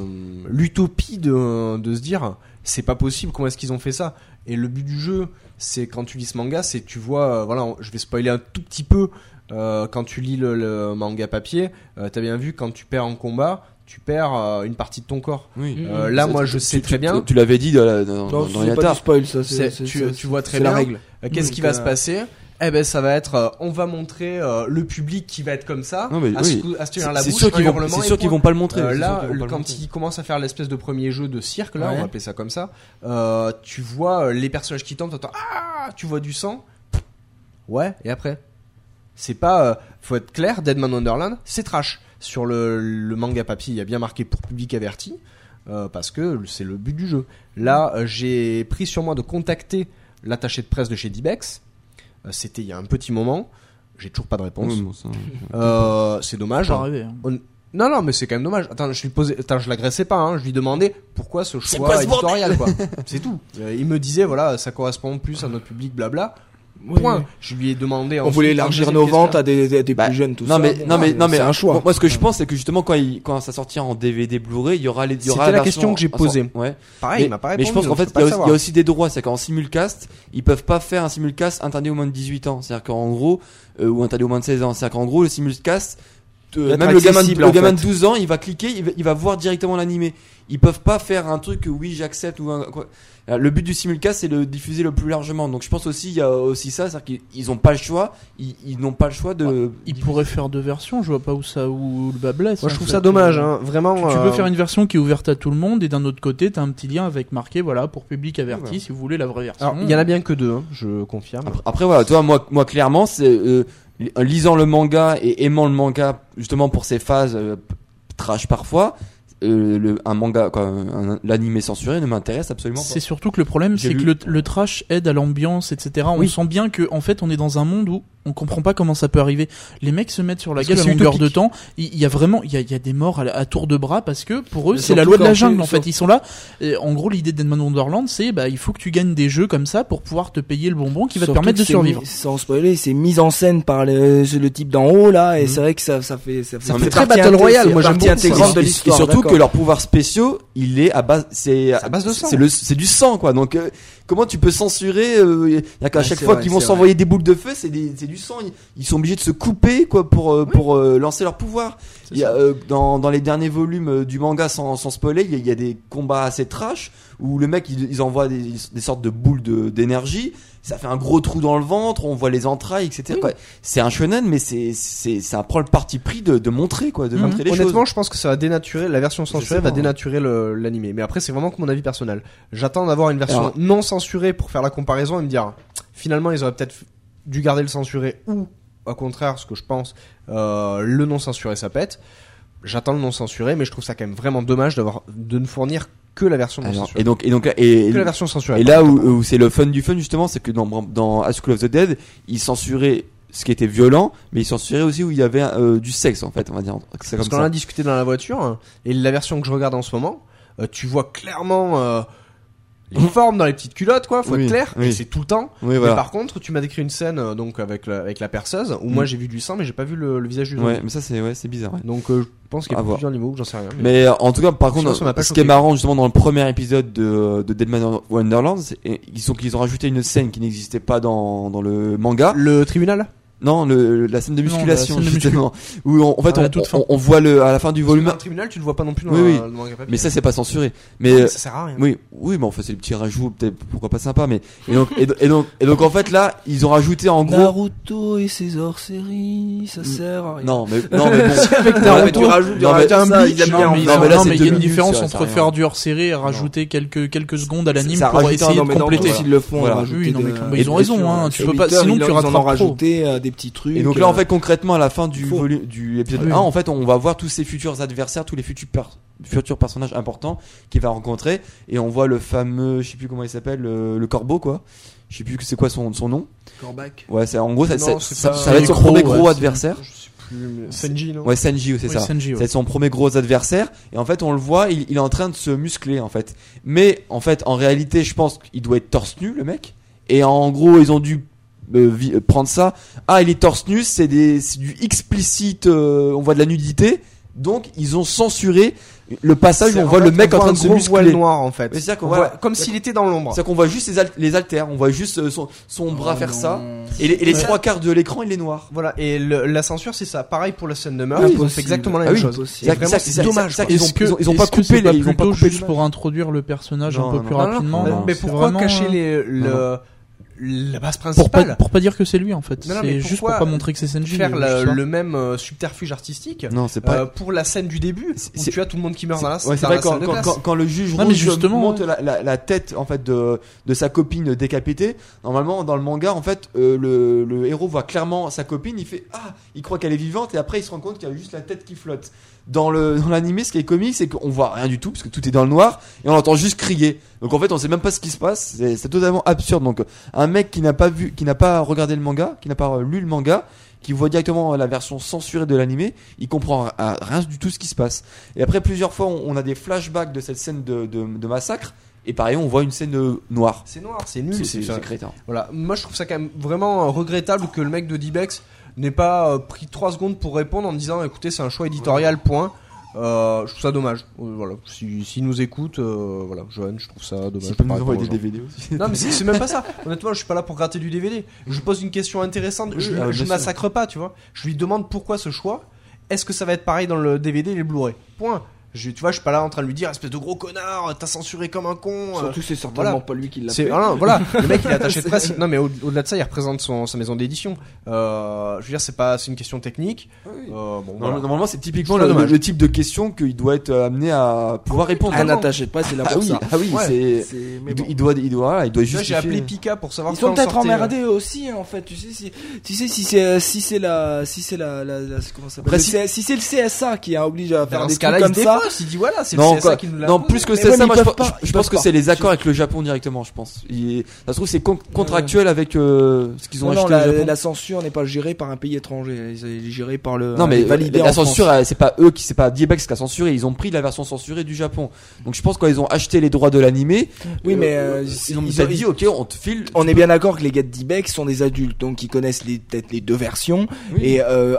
[SPEAKER 1] l'utopie de de se dire c'est pas possible, comment est-ce qu'ils ont fait ça Et le but du jeu, c'est quand tu lis ce manga, c'est tu vois, euh, voilà, on- je vais spoiler un tout petit peu. euh, quand tu lis le, le manga papier, euh, t'as bien vu quand tu perds en combat, tu perds euh, une partie de ton corps.
[SPEAKER 3] Oui.
[SPEAKER 1] Euh, là,
[SPEAKER 3] C'est-
[SPEAKER 1] moi,
[SPEAKER 3] tu-
[SPEAKER 1] je
[SPEAKER 3] tu-
[SPEAKER 1] sais
[SPEAKER 3] tu-
[SPEAKER 1] très bien.
[SPEAKER 3] Tu, tu l'avais dit dans, la- dans,
[SPEAKER 4] Non,
[SPEAKER 3] dans,
[SPEAKER 4] c'est pas
[SPEAKER 3] Yatar.
[SPEAKER 4] du spoil ça. C'est,
[SPEAKER 1] C'est-
[SPEAKER 4] c'est-
[SPEAKER 1] tu,
[SPEAKER 4] c'est-
[SPEAKER 1] tu vois très
[SPEAKER 4] c'est la
[SPEAKER 1] bien.
[SPEAKER 4] règle.
[SPEAKER 1] Euh, Qu'est-ce
[SPEAKER 4] Donc,
[SPEAKER 1] qui va
[SPEAKER 4] euh,
[SPEAKER 1] se passer Eh ben, ça va être, euh, on va montrer euh, le public qui va être comme ça,
[SPEAKER 3] Non, mais
[SPEAKER 1] à, se
[SPEAKER 3] oui.
[SPEAKER 1] cou- à se tenir la
[SPEAKER 3] C'est
[SPEAKER 1] bouche,
[SPEAKER 3] sûr qu'ils
[SPEAKER 1] un
[SPEAKER 3] vont,
[SPEAKER 1] hurlement
[SPEAKER 3] c'est
[SPEAKER 1] et
[SPEAKER 3] sûr qu'ils
[SPEAKER 1] point.
[SPEAKER 3] vont pas le montrer.
[SPEAKER 1] Euh,
[SPEAKER 3] c'est sûr
[SPEAKER 1] là,
[SPEAKER 3] qu'ils vont pas le
[SPEAKER 1] quand
[SPEAKER 3] montrer.
[SPEAKER 1] il commence à faire l'espèce de premier jeu de cirque, là, on
[SPEAKER 4] Ouais.
[SPEAKER 1] va appeler ça comme ça, euh, tu vois euh, les personnages qui tombent, t'entends ah, tu vois du sang. Ouais, et après, c'est pas, euh, faut être clair, Deadman Wonderland, c'est trash. Sur le, le manga papier, il y a bien marqué pour public averti, euh, parce que c'est le but du jeu. Là, euh, j'ai E pris sur moi de contacter l'attaché de presse de chez Dibex. Euh, C'était il y a un petit moment. J'ai toujours pas de réponse.
[SPEAKER 3] Ouais, bon, ça,
[SPEAKER 1] Euh, c'est dommage.
[SPEAKER 2] Pas rêvé, hein.
[SPEAKER 1] Non, non, mais c'est quand même dommage. Attends, je lui posais, attends, je l'agressais pas, hein. je lui demandais pourquoi ce
[SPEAKER 4] C'est
[SPEAKER 1] choix
[SPEAKER 4] quoi ce
[SPEAKER 1] éditorial, quoi. c'est tout. Euh, il me disait, voilà, ça correspond plus à notre public, blabla. Point. Je lui ai demandé.
[SPEAKER 4] On voulait élargir nos ventes à des, des- des
[SPEAKER 3] Bah,
[SPEAKER 4] plus jeunes, tout
[SPEAKER 3] non,
[SPEAKER 4] ça.
[SPEAKER 3] mais,
[SPEAKER 4] bon, ah,
[SPEAKER 3] non, mais, non, mais,
[SPEAKER 4] c'est un choix.
[SPEAKER 3] Moi, moi, ce que je pense, c'est que justement, quand, il, quand ça sortira en DVD Blu-ray, il y aura les. il y aura
[SPEAKER 1] C'était la
[SPEAKER 3] version-
[SPEAKER 1] question que j'ai
[SPEAKER 3] ah,
[SPEAKER 1] posée.
[SPEAKER 3] Ouais.
[SPEAKER 1] Pareil, il
[SPEAKER 3] mais,
[SPEAKER 1] m'a pas
[SPEAKER 3] mais je pense qu'en fait, il y, a aussi- il y a aussi des droits. C'est qu'en simulcast, ils peuvent pas faire un simulcast interdit au moins de 18 ans. C'est-à-dire qu'en gros, euh, ou interdit au moins de 16 ans. C'est-à-dire qu'en gros, le simulcast, euh,
[SPEAKER 4] Il va être
[SPEAKER 3] même le gamin, de,
[SPEAKER 4] accessible,
[SPEAKER 3] le
[SPEAKER 4] en
[SPEAKER 3] gamin de
[SPEAKER 4] fait.
[SPEAKER 3] 12 ans, il va cliquer, il va, il va voir directement l'animé. Ils peuvent pas faire un truc, euh, oui, j'accepte ou un- quoi. Alors, Le but du simulcast, c'est de le diffuser le plus largement. Donc, je pense aussi, il y a aussi ça, c'est-à-dire qu'ils ils ont pas le choix, ils, ils n'ont pas le choix de.
[SPEAKER 2] Il pourrait faire deux versions, je vois pas où ça où le bas blesse.
[SPEAKER 1] Moi,
[SPEAKER 2] en
[SPEAKER 1] je trouve
[SPEAKER 2] fait.
[SPEAKER 1] ça dommage, hein. Vraiment.
[SPEAKER 2] Tu, tu peux faire une version qui est ouverte à tout le monde et d'un autre côté, t'as un petit lien avec marqué voilà pour public averti si vous voulez la vraie version.
[SPEAKER 1] Alors, il y en a bien que deux, hein, je confirme.
[SPEAKER 3] Après, après, voilà, toi, moi, moi clairement, c'est euh, li- en lisant le manga et aimant le manga justement pour ses phases euh, p- trash parfois, euh, le, un manga, quoi, un- un- l'animé censuré ne m'intéresse absolument pas.
[SPEAKER 2] C'est surtout que le problème,
[SPEAKER 3] J'ai
[SPEAKER 2] c'est
[SPEAKER 3] lu-
[SPEAKER 2] que le, le trash aide à l'ambiance, etc. On
[SPEAKER 1] Oui.
[SPEAKER 2] sent bien que, en fait, on est dans un monde où on comprend pas comment ça peut arriver. Les mecs se mettent sur la
[SPEAKER 1] Parce
[SPEAKER 2] gueule
[SPEAKER 1] que
[SPEAKER 2] à
[SPEAKER 1] c'est
[SPEAKER 2] longueur de
[SPEAKER 1] utopique.
[SPEAKER 2] temps. Il il y, a vraiment, il y a, il y a des morts à, la- à tour de bras parce que pour eux,
[SPEAKER 4] Mais
[SPEAKER 2] c'est la
[SPEAKER 4] surtout
[SPEAKER 2] loi de
[SPEAKER 4] quand
[SPEAKER 2] la
[SPEAKER 4] tu-
[SPEAKER 2] jungle. En
[SPEAKER 4] sur-
[SPEAKER 2] fait, ils sont là. Et en gros, l'idée de Deadman Wonderland, c'est bah il faut que tu gagnes des jeux comme ça pour pouvoir te payer le bonbon qui va te
[SPEAKER 4] Surtout
[SPEAKER 2] permettre
[SPEAKER 4] que
[SPEAKER 2] de
[SPEAKER 4] c'est
[SPEAKER 2] survivre.
[SPEAKER 4] mis- sans spoiler, c'est mis en scène par le, le type d'en haut là, et c'est vrai que ça, ça fait ça,
[SPEAKER 1] fait
[SPEAKER 4] fait
[SPEAKER 1] très
[SPEAKER 4] partie
[SPEAKER 1] Battle
[SPEAKER 4] inté-
[SPEAKER 1] Royale,
[SPEAKER 4] c'est
[SPEAKER 1] moi, j'aime
[SPEAKER 4] partie
[SPEAKER 1] beaucoup
[SPEAKER 3] Et,
[SPEAKER 1] ça.
[SPEAKER 4] intégrante de
[SPEAKER 3] et- et
[SPEAKER 4] l'histoire.
[SPEAKER 3] surtout
[SPEAKER 4] d'accord.
[SPEAKER 3] que leurs pouvoirs spéciaux, il est à base, c'est
[SPEAKER 1] à base de sang.
[SPEAKER 3] C'est le, c'est du sang quoi. Donc euh, comment tu peux censurer euh, y a- y a qu'à chaque
[SPEAKER 4] Ouais, Bah, c'est
[SPEAKER 3] fois
[SPEAKER 4] vrai,
[SPEAKER 3] qu'ils vont
[SPEAKER 4] c'est
[SPEAKER 3] s'envoyer des boules de feu, c'est des- c'est du sang. Ils, ils sont obligés de se couper quoi pour euh, pour euh, lancer leur pouvoir. Il y a, euh, dans dans les derniers volumes euh, du manga sans sans spoiler, il y, a- il y a des combats assez trash où le mec il- ils, envoient des, des sortes de boules de- d'énergie. Ça fait un gros trou dans le ventre, on voit les entrailles, etc. quoi. C'est un shonen, mais c'est c'est ça prend le parti pris de, de montrer quoi, de
[SPEAKER 2] Mhm.
[SPEAKER 3] montrer les choses.
[SPEAKER 1] Honnêtement, je pense que ça va dénaturer la version
[SPEAKER 3] sais
[SPEAKER 1] censurée
[SPEAKER 3] pas,
[SPEAKER 1] va
[SPEAKER 3] hein.
[SPEAKER 1] dénaturer le- l'animé. Mais après, c'est vraiment que mon avis personnel. J'attends d'avoir une version
[SPEAKER 3] Alors-
[SPEAKER 1] non censurée pour faire la comparaison et me dire finalement ils auraient peut-être dû garder le censuré ou au contraire, ce que je pense, euh, le non censuré ça pète. J'attends le non censuré, mais je trouve ça quand même vraiment dommage d'avoir de ne fournir que la version non
[SPEAKER 3] Alors,
[SPEAKER 1] censurée.
[SPEAKER 3] Ah et donc et donc là- et,
[SPEAKER 1] Que la version censurée.
[SPEAKER 3] Et là où, où c'est le fun du fun justement, c'est que dans, dans A School of the Dead, ils censuraient ce qui était violent, mais ils censuraient aussi où il y avait euh, du sexe en fait, on va dire. C'est comme
[SPEAKER 1] Parce qu'on en a
[SPEAKER 3] ça.
[SPEAKER 1] discuté dans la voiture, hein, et la version que je regarde en ce moment, euh, tu vois clairement euh, les formes dans les petites culottes, quoi, faut
[SPEAKER 3] Mmh. Oui,
[SPEAKER 1] être clair,
[SPEAKER 3] oui.
[SPEAKER 1] et c'est tout le temps.
[SPEAKER 3] Oui,
[SPEAKER 1] Mais
[SPEAKER 3] voilà.
[SPEAKER 1] par contre, tu m'as décrit une scène euh, donc avec la, avec la perceuse, où moi j'ai vu du sang, mais j'ai pas vu le, le visage du
[SPEAKER 3] Mm. Ouais,
[SPEAKER 1] zombie.
[SPEAKER 3] mais ça c'est ouais, c'est bizarre. ouais.
[SPEAKER 1] Donc euh, je pense qu'il y
[SPEAKER 3] À
[SPEAKER 1] a
[SPEAKER 3] voir.
[SPEAKER 1] plusieurs niveaux, j'en sais rien. mais-
[SPEAKER 3] Mais euh, en tout cas, par contre,
[SPEAKER 1] pense que ça m'a pas
[SPEAKER 3] ce qui est
[SPEAKER 1] choqué.
[SPEAKER 3] marrant justement dans le premier épisode de, de Deadman Wonderland, c'est- et ils sont qu'ils ont rajouté une scène qui n'existait pas dans, dans le manga.
[SPEAKER 1] Le tribunal
[SPEAKER 3] Non, le, la scène de
[SPEAKER 2] Non, la
[SPEAKER 3] musculation
[SPEAKER 2] scène de muscu.
[SPEAKER 3] *laughs* justement, où on- en fait
[SPEAKER 2] À la
[SPEAKER 3] on,
[SPEAKER 2] toute fin.
[SPEAKER 3] on- on voit le à la fin du volume.
[SPEAKER 1] Le tribunal, tu le vois pas non plus dans
[SPEAKER 3] Oui,
[SPEAKER 1] la-
[SPEAKER 3] oui.
[SPEAKER 1] le manga papier.
[SPEAKER 3] Mais ça c'est pas censuré. Mais
[SPEAKER 1] Non,
[SPEAKER 3] euh,
[SPEAKER 1] mais ça sert à rien.
[SPEAKER 3] Oui, oui, mais enfin c'est le petit rajout, peut-être pourquoi pas sympa, mais et donc et, do- et donc et donc en fait là ils ont rajouté en gros.
[SPEAKER 4] Naruto et ses hors-séries, ça sert à rien.
[SPEAKER 3] Non mais non mais bon.
[SPEAKER 4] avec
[SPEAKER 3] Non, mais
[SPEAKER 4] Naruto,
[SPEAKER 3] tu
[SPEAKER 4] rajoutes,
[SPEAKER 3] rajoutes- non, mais-
[SPEAKER 4] rajoutes ça, ils aiment
[SPEAKER 2] Non,
[SPEAKER 4] bien.
[SPEAKER 2] mais,
[SPEAKER 3] non,
[SPEAKER 2] ils ont-
[SPEAKER 3] mais là,
[SPEAKER 2] non,
[SPEAKER 3] c'est
[SPEAKER 2] mais il y a
[SPEAKER 3] deux
[SPEAKER 2] une
[SPEAKER 3] minutes,
[SPEAKER 2] différence
[SPEAKER 3] ça, ça
[SPEAKER 2] entre
[SPEAKER 3] sert à
[SPEAKER 2] faire
[SPEAKER 3] rien.
[SPEAKER 2] du hors-série et rajouter quelques, quelques secondes à l'anime
[SPEAKER 3] Ça
[SPEAKER 2] pour
[SPEAKER 3] rajoute-
[SPEAKER 2] essayer
[SPEAKER 4] non,
[SPEAKER 2] de
[SPEAKER 4] mais dans le
[SPEAKER 2] compléter.
[SPEAKER 4] tous, ils le font.
[SPEAKER 3] Voilà.
[SPEAKER 4] rajouter
[SPEAKER 2] Oui, non, mais
[SPEAKER 4] des-
[SPEAKER 2] mais ils ont raison,
[SPEAKER 4] sur-
[SPEAKER 2] hein,
[SPEAKER 4] sur
[SPEAKER 2] tu peux pas-
[SPEAKER 4] Twitter,
[SPEAKER 2] sinon
[SPEAKER 4] ils-
[SPEAKER 2] tu
[SPEAKER 4] ils en
[SPEAKER 2] rattrapes
[SPEAKER 4] ont
[SPEAKER 2] trop.
[SPEAKER 4] rajouté euh, des petits trucs.
[SPEAKER 3] Et donc là en
[SPEAKER 4] euh,
[SPEAKER 3] fait concrètement à la fin du
[SPEAKER 4] Faux.
[SPEAKER 3] volume du épisode
[SPEAKER 2] Oui.
[SPEAKER 3] 1 en fait on va voir tous ses futurs adversaires, tous les futurs per- futurs personnages importants qu'il va rencontrer et on voit le fameux je sais plus comment il s'appelle le, le corbeau quoi. Je sais plus que c'est quoi son son nom. Ouais, c'est en gros ça,
[SPEAKER 1] Non,
[SPEAKER 3] ça-
[SPEAKER 1] c'est
[SPEAKER 3] ça-
[SPEAKER 1] pas-
[SPEAKER 3] ça va être son
[SPEAKER 2] c'est gros,
[SPEAKER 3] premier
[SPEAKER 2] ouais,
[SPEAKER 3] gros
[SPEAKER 2] c'est-
[SPEAKER 3] adversaire.
[SPEAKER 1] Je sais plus. mais- Senji, non
[SPEAKER 3] Ouais, Sanji, ouais, c'est
[SPEAKER 2] Oui,
[SPEAKER 3] ça.
[SPEAKER 2] Senji, ouais.
[SPEAKER 3] C'est son premier gros adversaire. Et en fait, on le voit, il, il est en train de se muscler, en fait. Mais, en fait, en réalité, je pense qu'il doit être torse nu, le mec. Et en gros, ils ont dû euh, vi- euh, prendre ça. Ah, il est torse nu, c'est des- c'est du explicite, euh, on voit de la nudité. Donc, ils ont censuré le passage où
[SPEAKER 1] C'est-
[SPEAKER 3] on voit
[SPEAKER 1] fait,
[SPEAKER 3] le mec
[SPEAKER 1] on
[SPEAKER 3] en
[SPEAKER 1] voit
[SPEAKER 3] train
[SPEAKER 1] un
[SPEAKER 3] de se
[SPEAKER 1] gros voile
[SPEAKER 3] muscler.
[SPEAKER 1] noir en fait.
[SPEAKER 3] Mais c'est-à-dire qu'on
[SPEAKER 1] On
[SPEAKER 3] voit-
[SPEAKER 1] voit- Comme s'il était dans l'ombre.
[SPEAKER 3] C'est-à-dire qu'on voit juste les, al- les haltères, on voit juste euh, son, son bras faire ça. Et les, et les
[SPEAKER 1] Ouais.
[SPEAKER 3] trois quarts de l'écran, il est noir.
[SPEAKER 1] Voilà, et le- la censure, c'est ça. Pareil pour la scène de meurtre,
[SPEAKER 4] Ah oui,
[SPEAKER 1] ils ont fait
[SPEAKER 4] impossible.
[SPEAKER 1] exactement la
[SPEAKER 3] Ah
[SPEAKER 1] même
[SPEAKER 3] oui,
[SPEAKER 1] chose.
[SPEAKER 4] possible.
[SPEAKER 1] Et
[SPEAKER 3] C'est-à-dire-
[SPEAKER 1] vraiment,
[SPEAKER 3] c'est-à-dire-
[SPEAKER 1] dommage. quoi.
[SPEAKER 3] c'est-à-dire qu'ils ont-
[SPEAKER 2] Est-ce que-
[SPEAKER 3] ils ont- ils ont pas
[SPEAKER 2] est-ce que
[SPEAKER 3] coupé
[SPEAKER 2] c'est
[SPEAKER 3] les- ils ont pas
[SPEAKER 2] plutôt
[SPEAKER 3] coupé
[SPEAKER 2] juste
[SPEAKER 3] l'image
[SPEAKER 2] pour introduire le personnage
[SPEAKER 3] Non,
[SPEAKER 2] un peu
[SPEAKER 3] non,
[SPEAKER 2] plus
[SPEAKER 3] non.
[SPEAKER 2] rapidement.
[SPEAKER 1] Mais-
[SPEAKER 3] non,
[SPEAKER 1] mais
[SPEAKER 2] c'est
[SPEAKER 1] pourquoi
[SPEAKER 2] vraiment,
[SPEAKER 1] cacher
[SPEAKER 2] euh,
[SPEAKER 1] les, le,
[SPEAKER 3] non.
[SPEAKER 1] la base
[SPEAKER 2] pour pas,
[SPEAKER 1] principale
[SPEAKER 2] pour pas dire que c'est lui en fait.
[SPEAKER 1] Non, non,
[SPEAKER 2] C'est
[SPEAKER 1] mais
[SPEAKER 2] juste pour
[SPEAKER 1] pourquoi
[SPEAKER 2] pas montrer que c'est Senji.
[SPEAKER 1] Faire
[SPEAKER 2] euh,
[SPEAKER 1] la-
[SPEAKER 2] je sais pas.
[SPEAKER 1] le même euh, subterfuge artistique
[SPEAKER 3] Non, c'est pas.
[SPEAKER 1] euh, pour la scène du début où
[SPEAKER 3] c'est-
[SPEAKER 1] tu as tout le monde qui meurt dans la,
[SPEAKER 3] Ouais, c'est
[SPEAKER 1] dans
[SPEAKER 3] vrai
[SPEAKER 1] la
[SPEAKER 3] quand,
[SPEAKER 1] salle de
[SPEAKER 3] quand-
[SPEAKER 1] classe.
[SPEAKER 3] quand- quand le juge
[SPEAKER 2] Non, mais
[SPEAKER 3] rouge
[SPEAKER 2] justement,
[SPEAKER 3] monte la, la- la tête en fait de, de sa copine décapitée. Normalement, dans le manga, en fait, euh, le, le héros voit clairement sa copine. Il fait ah, il croit qu'elle est vivante et après il se rend compte qu'il y a juste la tête qui flotte. Dans le dans l'animé, ce qui est comique, c'est qu'on voit rien du tout parce que tout est dans le noir et on entend juste crier. Donc en fait, on sait même pas ce qui se passe. C'est c'est totalement absurde. Donc un mec qui n'a pas vu, qui n'a pas regardé le manga, qui n'a pas euh, lu le manga, qui voit directement la version censurée de l'animé, il comprend r- à rien du tout ce qui se passe. Et après, plusieurs fois, on on a des flashbacks de cette scène de, de- de massacre, et pareil, on voit une scène euh, noire.
[SPEAKER 1] C'est noir, c'est
[SPEAKER 3] C'est-
[SPEAKER 1] nul.
[SPEAKER 3] C'est hein.
[SPEAKER 1] ça.
[SPEAKER 3] c'est crétin.
[SPEAKER 1] Voilà. Moi, je trouve ça quand même vraiment euh, regrettable que le mec de D-Bex n'ait pas euh, pris 3 secondes pour répondre en me disant écoutez, c'est un choix éditorial, point. Euh, je trouve ça dommage. Euh, voilà. S'il si, s'il nous écoute, euh, voilà, Johan, je trouve ça dommage.
[SPEAKER 3] S'il peut nous
[SPEAKER 1] par rapport
[SPEAKER 3] envoyer
[SPEAKER 1] aux
[SPEAKER 3] des
[SPEAKER 1] gens.
[SPEAKER 3] DVD aussi.
[SPEAKER 1] Non, mais c'est c'est même pas ça. Honnêtement, je suis pas là pour gratter du DVD. Je pose une question intéressante. Je,
[SPEAKER 3] Oui, ah,
[SPEAKER 1] je
[SPEAKER 3] bien
[SPEAKER 1] massacre pas, tu vois. Je lui demande pourquoi ce choix. Est-ce que ça va être pareil dans le DVD et les Blu-ray Point. Je, tu vois, je suis pas là en train de lui dire espèce de gros connard, t'as censuré comme un con. euh,
[SPEAKER 4] Surtout, c'est certainement
[SPEAKER 1] voilà.
[SPEAKER 4] pas lui qui l'a
[SPEAKER 1] c'est
[SPEAKER 4] fait.
[SPEAKER 1] voilà, voilà. le mec il est attaché de presse. Non mais au- au-delà de ça, il représente son, sa maison d'édition. Euh, je veux dire, c'est pas c'est une question technique. Euh, bon,
[SPEAKER 3] Normal-
[SPEAKER 1] voilà.
[SPEAKER 3] Normalement, c'est typiquement
[SPEAKER 1] Je trouve
[SPEAKER 3] le,
[SPEAKER 1] ça dommage. Ah
[SPEAKER 3] le type de question qu'il doit être euh, amené à pouvoir répondre.
[SPEAKER 4] Un attaché de presse, c'est là
[SPEAKER 3] Ah
[SPEAKER 4] pour
[SPEAKER 3] oui,
[SPEAKER 4] ça.
[SPEAKER 3] ah oui,
[SPEAKER 1] Ouais.
[SPEAKER 3] c'est.
[SPEAKER 4] C'est- mais
[SPEAKER 3] Il,
[SPEAKER 4] bon.
[SPEAKER 3] do- il doit, il doit, voilà, il doit
[SPEAKER 1] Tu vois, J'ai
[SPEAKER 3] justifier.
[SPEAKER 1] appelé Pika pour savoir.
[SPEAKER 4] Ils sont
[SPEAKER 1] quand
[SPEAKER 4] peut-être
[SPEAKER 1] sortait, euh,
[SPEAKER 4] emmerdés eux aussi hein, en fait. Tu sais si tu sais si c'est euh, si c'est la si c'est la, la, la- comment ça s'appelle
[SPEAKER 3] Après,
[SPEAKER 4] Le
[SPEAKER 3] si-
[SPEAKER 4] C- si c'est le CSA qui a obligé à faire
[SPEAKER 1] Dans
[SPEAKER 4] des
[SPEAKER 1] ce
[SPEAKER 4] trucs
[SPEAKER 1] cas-là, il
[SPEAKER 4] comme
[SPEAKER 1] se
[SPEAKER 4] ça.
[SPEAKER 1] défausse, il dit voilà, c'est le
[SPEAKER 3] Non,
[SPEAKER 1] CSA
[SPEAKER 3] quoi-
[SPEAKER 1] qui nous l'a
[SPEAKER 3] non,
[SPEAKER 1] imposé.
[SPEAKER 3] plus que
[SPEAKER 4] Mais
[SPEAKER 3] c'est
[SPEAKER 4] ouais,
[SPEAKER 3] ça,
[SPEAKER 4] mais
[SPEAKER 3] moi
[SPEAKER 4] ils
[SPEAKER 3] je,
[SPEAKER 4] peuvent
[SPEAKER 3] pense-
[SPEAKER 4] pas,
[SPEAKER 3] je
[SPEAKER 4] ils
[SPEAKER 3] pense
[SPEAKER 4] peuvent
[SPEAKER 3] que
[SPEAKER 4] pas.
[SPEAKER 3] c'est les accords avec le Japon directement, je pense. Il- ça se trouve c'est con- contractuel avec euh, ce qu'ils ont
[SPEAKER 4] Non, non,
[SPEAKER 3] acheté
[SPEAKER 4] la,
[SPEAKER 3] au Japon.
[SPEAKER 4] la censure n'est pas gérée par un pays étranger, elle est gérée par le
[SPEAKER 3] non mais
[SPEAKER 4] elle est validée
[SPEAKER 3] la,
[SPEAKER 4] en
[SPEAKER 3] la
[SPEAKER 4] France.
[SPEAKER 3] censure, euh, c'est pas eux qui, c'est pas DBX qui a censuré, ils ont pris la version censurée du Japon. Donc je pense quand ils ont acheté les droits de l'animé,
[SPEAKER 4] Oui,
[SPEAKER 3] euh,
[SPEAKER 4] mais euh,
[SPEAKER 3] ils ont,
[SPEAKER 4] ils ont-
[SPEAKER 3] dit ok, on te file.
[SPEAKER 4] On est bien d'accord que les gars de D-Beck sont des adultes, donc ils connaissent les- peut-être les deux versions.
[SPEAKER 3] Oui.
[SPEAKER 4] Et euh,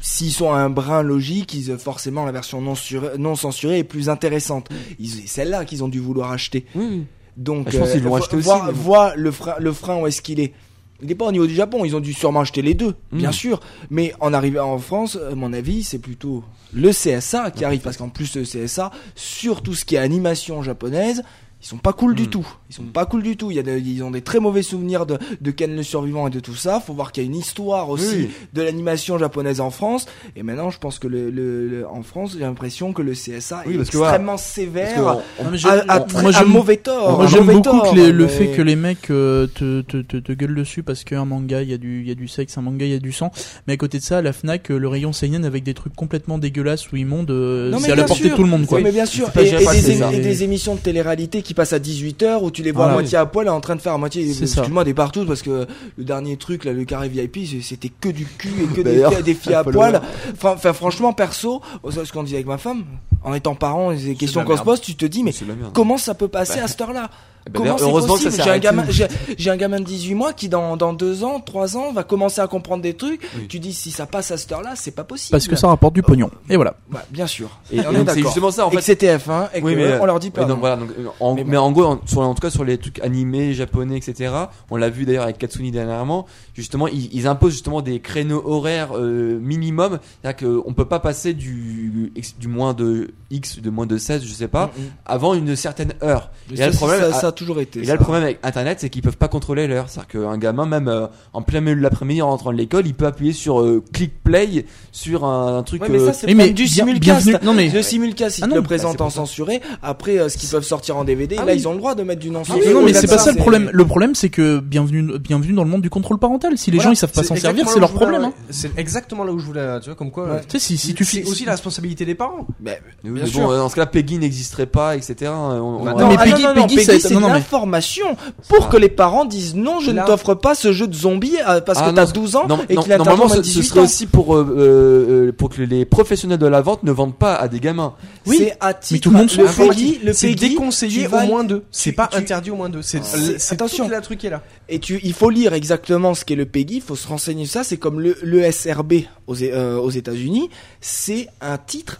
[SPEAKER 4] s'ils sont un brin logique, ils, forcément la version non, sur- non censurée est plus intéressante. Ils- C'est celle-là qu'ils ont dû vouloir acheter.
[SPEAKER 3] Oui.
[SPEAKER 4] Donc, euh,
[SPEAKER 3] Bah, je pense qu'ils l'ont
[SPEAKER 4] vo-
[SPEAKER 3] acheté aussi,
[SPEAKER 4] voir-
[SPEAKER 3] mais bon.
[SPEAKER 4] voir le frein, le frein où est-ce qu'il est. Il n'est pas au niveau du Japon. Ils ont dû sûrement acheter les deux,
[SPEAKER 3] Mm.
[SPEAKER 4] bien sûr. Mais en arrivant en France, à mon avis, c'est plutôt le CSA qui arrive parce qu'en plus le CSA, sur tout ce qui est animation japonaise. Ils sont pas cool
[SPEAKER 3] Mm.
[SPEAKER 4] du tout. Ils sont pas cool du tout. Il y a de- ils ont des très mauvais souvenirs de, de Ken le survivant et de tout ça. Faut voir qu'il y a une histoire aussi
[SPEAKER 3] Oui.
[SPEAKER 4] de l'animation japonaise en France. Et maintenant, je pense que le, le- le- en France, j'ai l'impression que le CSA
[SPEAKER 3] Oui,
[SPEAKER 4] est
[SPEAKER 3] parce que voilà.
[SPEAKER 4] extrêmement
[SPEAKER 3] Parce
[SPEAKER 4] sévère.
[SPEAKER 3] que on-
[SPEAKER 2] Non, mais je-
[SPEAKER 4] À, à
[SPEAKER 2] on-
[SPEAKER 4] très-
[SPEAKER 2] moi,
[SPEAKER 4] à
[SPEAKER 2] j'aime-
[SPEAKER 4] mauvais tort.
[SPEAKER 2] Moi
[SPEAKER 4] à
[SPEAKER 2] j'aime
[SPEAKER 4] mauvais
[SPEAKER 2] beaucoup
[SPEAKER 4] tort,
[SPEAKER 2] que les- le
[SPEAKER 4] mais-
[SPEAKER 2] fait que les mecs euh, te, te, te, te gueulent dessus parce qu'un manga il y, a du- il y a du sexe, un manga il y a du sang, mais à côté de ça, à la Fnac, euh, le rayon seinen avec des trucs complètement dégueulasses ou immondes, euh,
[SPEAKER 4] Non, mais
[SPEAKER 2] c'est à la
[SPEAKER 4] bien
[SPEAKER 2] portée
[SPEAKER 4] sûr.
[SPEAKER 2] de tout le monde quoi.
[SPEAKER 4] Oui, mais bien sûr.
[SPEAKER 3] pas
[SPEAKER 4] Et,
[SPEAKER 3] géré
[SPEAKER 4] et
[SPEAKER 3] par
[SPEAKER 4] des,
[SPEAKER 3] César.
[SPEAKER 4] émi- et des émissions de télé-réalité qui passent à 18h où tu les vois
[SPEAKER 3] Ah,
[SPEAKER 4] à moitié à poil et en train de faire à moitié.
[SPEAKER 2] C'est ça.
[SPEAKER 4] Excuse-moi des partout parce que le dernier truc, là, le carré VIP, c'est- c'était que du cul et que des,
[SPEAKER 3] D'ailleurs,
[SPEAKER 4] filles-
[SPEAKER 2] *laughs*
[SPEAKER 4] des filles à
[SPEAKER 3] faut le
[SPEAKER 4] poil.
[SPEAKER 3] voir.
[SPEAKER 4] Enfin, enfin, franchement, perso, c'est ce qu'on dit avec ma femme, en étant parent, les questions
[SPEAKER 1] la
[SPEAKER 4] qu'on se
[SPEAKER 1] merde.
[SPEAKER 4] pose, tu te dis, mais
[SPEAKER 3] c'est de la merde.
[SPEAKER 4] comment ça peut passer à cette heure-là
[SPEAKER 3] Bah,
[SPEAKER 4] Comment
[SPEAKER 3] d'ailleurs,
[SPEAKER 4] c'est
[SPEAKER 3] heureusement que ça
[SPEAKER 4] possible
[SPEAKER 3] s'est
[SPEAKER 4] J'ai un,
[SPEAKER 3] arrêté.
[SPEAKER 4] gamin, j'ai- j'ai un gamin de 18 mois qui dans, dans 2 ans, 3 ans va commencer à comprendre des trucs.
[SPEAKER 3] Oui.
[SPEAKER 4] Tu dis si ça passe à cette heure-là, c'est pas possible.
[SPEAKER 2] Parce que ça rapporte du pognon. Et voilà.
[SPEAKER 4] Ouais, bien sûr.
[SPEAKER 3] Et, et
[SPEAKER 4] on
[SPEAKER 3] donc,
[SPEAKER 4] est
[SPEAKER 3] c'est
[SPEAKER 4] d'accord.
[SPEAKER 3] justement ça en
[SPEAKER 4] Et que
[SPEAKER 3] fait.
[SPEAKER 4] c'est TF1 et
[SPEAKER 3] Oui,
[SPEAKER 4] que,
[SPEAKER 3] mais,
[SPEAKER 4] euh, on leur dit pas.
[SPEAKER 3] Ouais, donc
[SPEAKER 4] non.
[SPEAKER 3] voilà, donc, euh, en, mais,
[SPEAKER 4] Mais bon.
[SPEAKER 3] en gros, en, sur, en tout cas sur les trucs animés, japonais, etc., on l'a vu d'ailleurs avec Katsuni dernièrement, justement, ils, ils imposent justement des créneaux horaires euh, minimum, c'est-à-dire qu'on peut pas passer du, X- du moins de X, de moins de 16, je sais pas,
[SPEAKER 4] Mm, mm.
[SPEAKER 3] avant une certaine heure.
[SPEAKER 4] Mais
[SPEAKER 3] Et
[SPEAKER 4] ça,
[SPEAKER 3] là, le
[SPEAKER 4] c'est-
[SPEAKER 3] problème,
[SPEAKER 4] ça,
[SPEAKER 3] à-
[SPEAKER 4] ça a toujours été.
[SPEAKER 3] Et
[SPEAKER 4] ça.
[SPEAKER 3] là, le problème avec Internet, c'est qu'ils peuvent pas contrôler l'heure. C'est-à-dire qu'un gamin, même euh, en plein milieu de l'après-midi, en rentrant de l'école, il peut appuyer sur euh, click play sur un, un truc.
[SPEAKER 4] Ouais, mais
[SPEAKER 3] euh,
[SPEAKER 4] ça, c'est
[SPEAKER 2] Eh,
[SPEAKER 4] le
[SPEAKER 2] mais
[SPEAKER 4] problème du
[SPEAKER 2] bien-
[SPEAKER 4] simulcast.
[SPEAKER 2] bienvenue- non, mais-
[SPEAKER 4] Le simulcast, ils
[SPEAKER 2] Ah
[SPEAKER 4] te
[SPEAKER 2] non,
[SPEAKER 4] le
[SPEAKER 2] bah,
[SPEAKER 4] présentent
[SPEAKER 3] c'est
[SPEAKER 4] en
[SPEAKER 3] pour ça.
[SPEAKER 4] censuré. Après, euh, ce qu'ils peuvent sortir en DVD,
[SPEAKER 3] Ah
[SPEAKER 4] là,
[SPEAKER 3] oui.
[SPEAKER 4] ils ont le droit de mettre du non
[SPEAKER 3] Ah oui,
[SPEAKER 4] censuré.
[SPEAKER 2] non,
[SPEAKER 3] oui,
[SPEAKER 2] mais
[SPEAKER 3] même
[SPEAKER 2] c'est pas
[SPEAKER 3] ça,
[SPEAKER 2] ça le problème. Le problème, c'est que bienvenue, bienvenue dans le monde du contrôle parental. Si les
[SPEAKER 1] Voilà,
[SPEAKER 2] gens ils savent pas
[SPEAKER 1] c'est
[SPEAKER 2] s'en servir,
[SPEAKER 1] exactement
[SPEAKER 2] c'est
[SPEAKER 1] là où
[SPEAKER 2] leur
[SPEAKER 1] je voulais-
[SPEAKER 2] problème. hein.
[SPEAKER 1] C'est exactement là où je voulais, tu vois, comme quoi.
[SPEAKER 4] Ouais. Bah,
[SPEAKER 1] euh,
[SPEAKER 2] Tu sais, si, si tu
[SPEAKER 1] c'est
[SPEAKER 2] fais-
[SPEAKER 1] aussi la responsabilité des parents.
[SPEAKER 3] oui,
[SPEAKER 4] bien
[SPEAKER 3] mais
[SPEAKER 4] sûr.
[SPEAKER 3] bon, euh, dans ce cas-là, Peggy n'existerait pas, etc. On- on-
[SPEAKER 1] Bah,
[SPEAKER 3] on-
[SPEAKER 2] Non, mais
[SPEAKER 4] ah
[SPEAKER 2] Peggy- Peggy, ça a été-
[SPEAKER 4] c'est
[SPEAKER 2] non,
[SPEAKER 4] une
[SPEAKER 2] non, mais-
[SPEAKER 4] information pour que les parents disent non, je
[SPEAKER 1] Là-
[SPEAKER 4] ne t'offre pas ce jeu de zombies euh, parce
[SPEAKER 3] Ah
[SPEAKER 4] que
[SPEAKER 3] non,
[SPEAKER 4] t'as 12 ans
[SPEAKER 3] Non,
[SPEAKER 4] et
[SPEAKER 3] non,
[SPEAKER 4] qu'il a
[SPEAKER 3] normalement, ce, ce
[SPEAKER 4] 18
[SPEAKER 3] serait
[SPEAKER 4] ans.
[SPEAKER 3] aussi pour euh, euh, euh, pour que les professionnels de la vente ne vendent pas à des gamins.
[SPEAKER 2] Oui.
[SPEAKER 4] c'est à titre.
[SPEAKER 2] tout le monde
[SPEAKER 4] le
[SPEAKER 2] s'en
[SPEAKER 1] fout.
[SPEAKER 4] Peggy, le
[SPEAKER 1] C'est
[SPEAKER 4] Peggy,
[SPEAKER 1] déconseillé
[SPEAKER 4] tu
[SPEAKER 1] au
[SPEAKER 4] vas-
[SPEAKER 1] moins d'eux. C'est
[SPEAKER 4] tu-
[SPEAKER 1] pas
[SPEAKER 4] tu-
[SPEAKER 1] intéressant au moins d'eux. C'est
[SPEAKER 4] C'est-
[SPEAKER 1] c'est
[SPEAKER 4] attention.
[SPEAKER 1] toute la truc qui est là.
[SPEAKER 4] Et tu, il faut lire exactement ce qu'est le PEGI, il faut se renseigner sur ça, c'est comme le, le SRB aux, E- euh, aux États-Unis, c'est un titre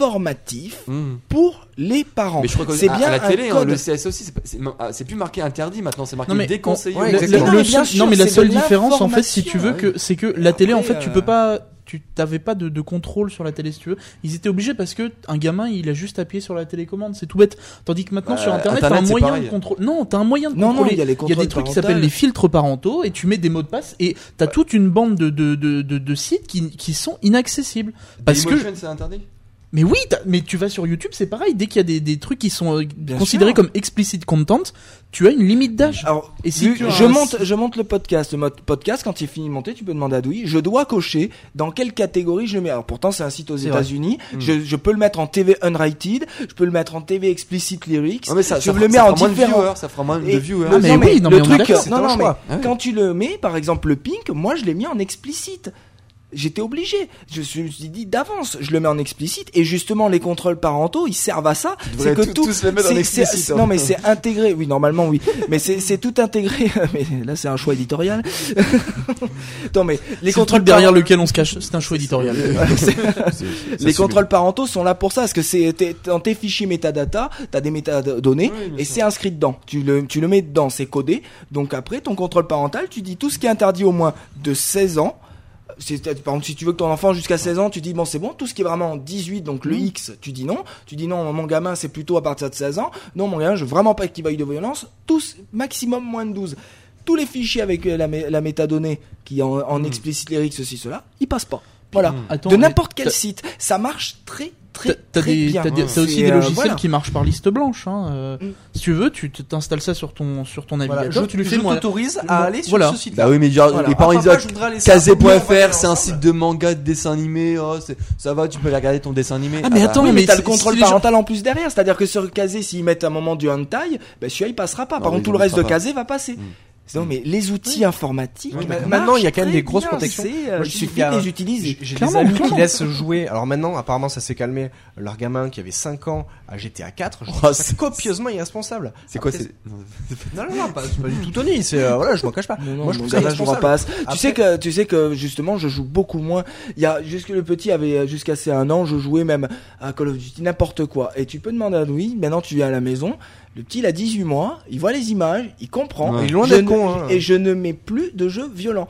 [SPEAKER 4] informatif
[SPEAKER 3] Mmh.
[SPEAKER 4] pour les parents.
[SPEAKER 3] Mais je crois que
[SPEAKER 4] C'est
[SPEAKER 3] à-
[SPEAKER 4] bien
[SPEAKER 3] à la
[SPEAKER 4] un
[SPEAKER 3] télé, hein,
[SPEAKER 4] code.
[SPEAKER 3] le CS aussi, c'est pas- c'est ah, c'est plus marqué interdit maintenant, c'est marqué
[SPEAKER 2] Non, mais-
[SPEAKER 3] déconseillé.
[SPEAKER 1] Ouais,
[SPEAKER 3] au-
[SPEAKER 1] Le-
[SPEAKER 2] Le-
[SPEAKER 1] Exactement.
[SPEAKER 2] le
[SPEAKER 4] mais
[SPEAKER 2] seul-
[SPEAKER 4] bien sûr,
[SPEAKER 2] non, mais la
[SPEAKER 4] c'est de
[SPEAKER 2] seule différence en fait si tu
[SPEAKER 4] l'information.
[SPEAKER 2] veux que c'est que la télé en fait
[SPEAKER 4] Après,
[SPEAKER 2] tu
[SPEAKER 4] euh,
[SPEAKER 2] peux pas tu t'avais pas de, de contrôle sur la télé si tu veux ils étaient obligés parce que un gamin il a juste appuyé sur la télécommande c'est tout bête tandis que maintenant
[SPEAKER 3] Bah,
[SPEAKER 2] sur internet,
[SPEAKER 3] Internet,
[SPEAKER 2] t'as un
[SPEAKER 3] c'est
[SPEAKER 2] moyen
[SPEAKER 3] pareil.
[SPEAKER 2] de contrôler non t'as un moyen de
[SPEAKER 4] Non, non,
[SPEAKER 2] contrôler
[SPEAKER 4] il y a les
[SPEAKER 2] il y a des
[SPEAKER 4] contrôles
[SPEAKER 2] trucs qui
[SPEAKER 4] parentaux.
[SPEAKER 2] s'appellent les filtres parentaux et tu mets des mots de passe et t'as toute une bande de, de, de, de, de sites qui, qui sont inaccessibles parce que
[SPEAKER 3] Dailymotion, c'est interdit.
[SPEAKER 2] mais oui, t'as- mais tu vas sur YouTube, c'est pareil. Dès qu'il y a des, des trucs qui sont euh,
[SPEAKER 4] Bien
[SPEAKER 2] considérés
[SPEAKER 4] sûr.
[SPEAKER 2] comme explicit content, tu as une limite d'âge.
[SPEAKER 4] Alors,
[SPEAKER 2] Et si
[SPEAKER 4] Vu-
[SPEAKER 2] tu as
[SPEAKER 4] je
[SPEAKER 2] un-
[SPEAKER 4] monte, je monte le podcast. Le mode podcast, quand il est fini de monter, tu peux demander à Douy. Je dois cocher dans quelle catégorie je le mets. Alors pourtant, c'est un site aux
[SPEAKER 2] C'est vrai.
[SPEAKER 4] États-Unis.
[SPEAKER 3] Hmm.
[SPEAKER 4] Je, je peux le mettre en TV unrated. Je peux le mettre en TV explicit lyrics.
[SPEAKER 3] Non, mais ça,
[SPEAKER 4] je
[SPEAKER 3] ça
[SPEAKER 4] peux
[SPEAKER 3] fera-
[SPEAKER 4] le mets
[SPEAKER 3] ça
[SPEAKER 4] en
[SPEAKER 3] fera moins de
[SPEAKER 4] différents.
[SPEAKER 3] viewers, ça fera moins de
[SPEAKER 4] Et-
[SPEAKER 3] viewers.
[SPEAKER 2] Ah, mais oui, non,
[SPEAKER 4] le
[SPEAKER 2] mais on est
[SPEAKER 4] truc,
[SPEAKER 2] d'accord,
[SPEAKER 4] hein. non,
[SPEAKER 1] un
[SPEAKER 4] non, mais
[SPEAKER 1] choix.
[SPEAKER 3] Ah oui.
[SPEAKER 4] quand tu le mets, par exemple, le pink, moi je l'ai mis en explicite. J'étais obligé. Je suis- je me suis dit d'avance, je le mets en explicite. Et justement, les contrôles parentaux, ils servent à ça.
[SPEAKER 3] devraient
[SPEAKER 4] C'est que
[SPEAKER 3] tous-
[SPEAKER 4] tout.
[SPEAKER 3] tous les mettre en
[SPEAKER 4] c'est- c'est-
[SPEAKER 3] explicite, hein.
[SPEAKER 4] Non, mais c'est intégré. Oui, normalement, oui. mais c'est c'est tout intégré. *laughs* mais là, c'est un choix éditorial. *laughs* non, mais
[SPEAKER 2] Les
[SPEAKER 4] les
[SPEAKER 2] contrôles
[SPEAKER 4] contrôles
[SPEAKER 2] derrière
[SPEAKER 4] parentaux-
[SPEAKER 2] lequel on se cache, c'est un choix éditorial.
[SPEAKER 4] les contrôles parentaux sont là pour ça, parce que c'est t'es- dans tes fichiers metadata, t'as des métadonnées
[SPEAKER 3] Oui, bien
[SPEAKER 4] et
[SPEAKER 3] sûr.
[SPEAKER 4] c'est inscrit dedans. Tu le, tu le mets dedans, c'est codé. Donc après, ton contrôle parental, tu dis tout ce qui est interdit au moins de 16 ans. C'est- Par exemple, si tu veux que ton enfant jusqu'à 16 ans, tu dis bon c'est bon, tout ce qui est vraiment en 18, donc
[SPEAKER 3] Mm.
[SPEAKER 4] le X, tu dis non. Tu dis non, mon gamin c'est plutôt à partir de 16 ans. Non, mon gamin, je veux vraiment pas qu'il vaille de violence. Tous, maximum moins de 12. Tous les fichiers avec euh, la, mé- la métadonnée qui en,
[SPEAKER 3] Mm.
[SPEAKER 4] en explicite les X, ceci, cela, ils passent pas. Voilà
[SPEAKER 2] Attends,
[SPEAKER 4] de
[SPEAKER 2] mais
[SPEAKER 4] n'importe quel
[SPEAKER 2] t'as-
[SPEAKER 4] site. Ça marche très très
[SPEAKER 2] T'as- T'as
[SPEAKER 4] très
[SPEAKER 2] des,
[SPEAKER 4] bien.
[SPEAKER 2] t'as des-
[SPEAKER 3] Ouais.
[SPEAKER 2] t'as aussi
[SPEAKER 4] C'est,
[SPEAKER 2] des
[SPEAKER 4] euh,
[SPEAKER 2] logiciels
[SPEAKER 4] voilà.
[SPEAKER 2] qui marchent par liste blanche. Hein. euh,
[SPEAKER 4] Mm.
[SPEAKER 2] Si tu veux, tu t- t'installes ça sur ton sur ton
[SPEAKER 6] Voilà,
[SPEAKER 2] navigateur.
[SPEAKER 6] je
[SPEAKER 2] tu lui
[SPEAKER 6] je
[SPEAKER 2] fais moi.
[SPEAKER 6] t'autorise à
[SPEAKER 2] Voilà.
[SPEAKER 6] aller sur
[SPEAKER 2] Voilà.
[SPEAKER 6] ce site.
[SPEAKER 3] Bah oui, mais genre,
[SPEAKER 6] Voilà.
[SPEAKER 3] les parents ils
[SPEAKER 6] Enfin,
[SPEAKER 3] disent
[SPEAKER 6] pas, je voudrais laisser un coup, on va
[SPEAKER 3] Kazé.fr,
[SPEAKER 6] regarder
[SPEAKER 3] c'est un
[SPEAKER 6] ensemble.
[SPEAKER 3] site de manga, de dessin animé. Oh, c'est- ça va, tu peux aller regarder ton dessin animé.
[SPEAKER 2] Ah mais
[SPEAKER 3] bah,
[SPEAKER 2] attends,
[SPEAKER 4] Oui, mais, t'as
[SPEAKER 2] si-
[SPEAKER 4] le contrôle
[SPEAKER 2] si les gens-
[SPEAKER 4] parental en plus derrière, c'est-à-dire que sur Kazé, s'ils mettent un moment du hentai, ben celui-là il passera pas.
[SPEAKER 3] Non,
[SPEAKER 4] Par
[SPEAKER 3] mais
[SPEAKER 4] contre, tout
[SPEAKER 3] il
[SPEAKER 4] le reste de
[SPEAKER 3] passera pas.
[SPEAKER 4] Kazé va passer. Non, mais les outils informatiques.
[SPEAKER 3] Oui,
[SPEAKER 4] ma-
[SPEAKER 3] d'accord.
[SPEAKER 1] Maintenant, il y a quand même
[SPEAKER 4] marchent
[SPEAKER 1] des grosses
[SPEAKER 4] très
[SPEAKER 1] protections.
[SPEAKER 4] bien, c'est, euh,
[SPEAKER 1] Moi,
[SPEAKER 4] Il
[SPEAKER 1] je
[SPEAKER 4] suffit
[SPEAKER 1] suis
[SPEAKER 4] de
[SPEAKER 1] gars-
[SPEAKER 4] les utiliser.
[SPEAKER 1] J'ai j'ai des
[SPEAKER 2] Clairement,
[SPEAKER 1] amis
[SPEAKER 2] clairement.
[SPEAKER 1] qui laissent jouer. Alors maintenant, apparemment, ça s'est calmé. Leur gamin qui avait 5 ans à GTA 4, je
[SPEAKER 3] Oh,
[SPEAKER 1] trouve ça
[SPEAKER 3] c'est-
[SPEAKER 1] copieusement irresponsable.
[SPEAKER 3] C'est
[SPEAKER 4] Euh,
[SPEAKER 3] quoi
[SPEAKER 1] Après,
[SPEAKER 3] c'est...
[SPEAKER 1] Non, non, non, pas, c'est pas du tout Tony. C'est euh, voilà, je m'en cache pas. Moi, je trouve ça
[SPEAKER 4] Là, je vous
[SPEAKER 1] irresponsable.
[SPEAKER 4] repasse.
[SPEAKER 1] Après-
[SPEAKER 4] Tu sais que, tu sais que justement, je joue beaucoup moins. Il y a jusque le petit avait euh, jusqu'à ses un an, je jouais même à Call of Duty n'importe quoi. Et tu peux demander à Louis. Maintenant, tu es à la maison. Le petit, il a 18 mois. Il voit les images, il comprend.
[SPEAKER 3] Ouais.
[SPEAKER 1] Il est loin
[SPEAKER 4] Je
[SPEAKER 1] d'être
[SPEAKER 4] ne-
[SPEAKER 1] con, hein.
[SPEAKER 4] Et je ne mets plus de jeux violents.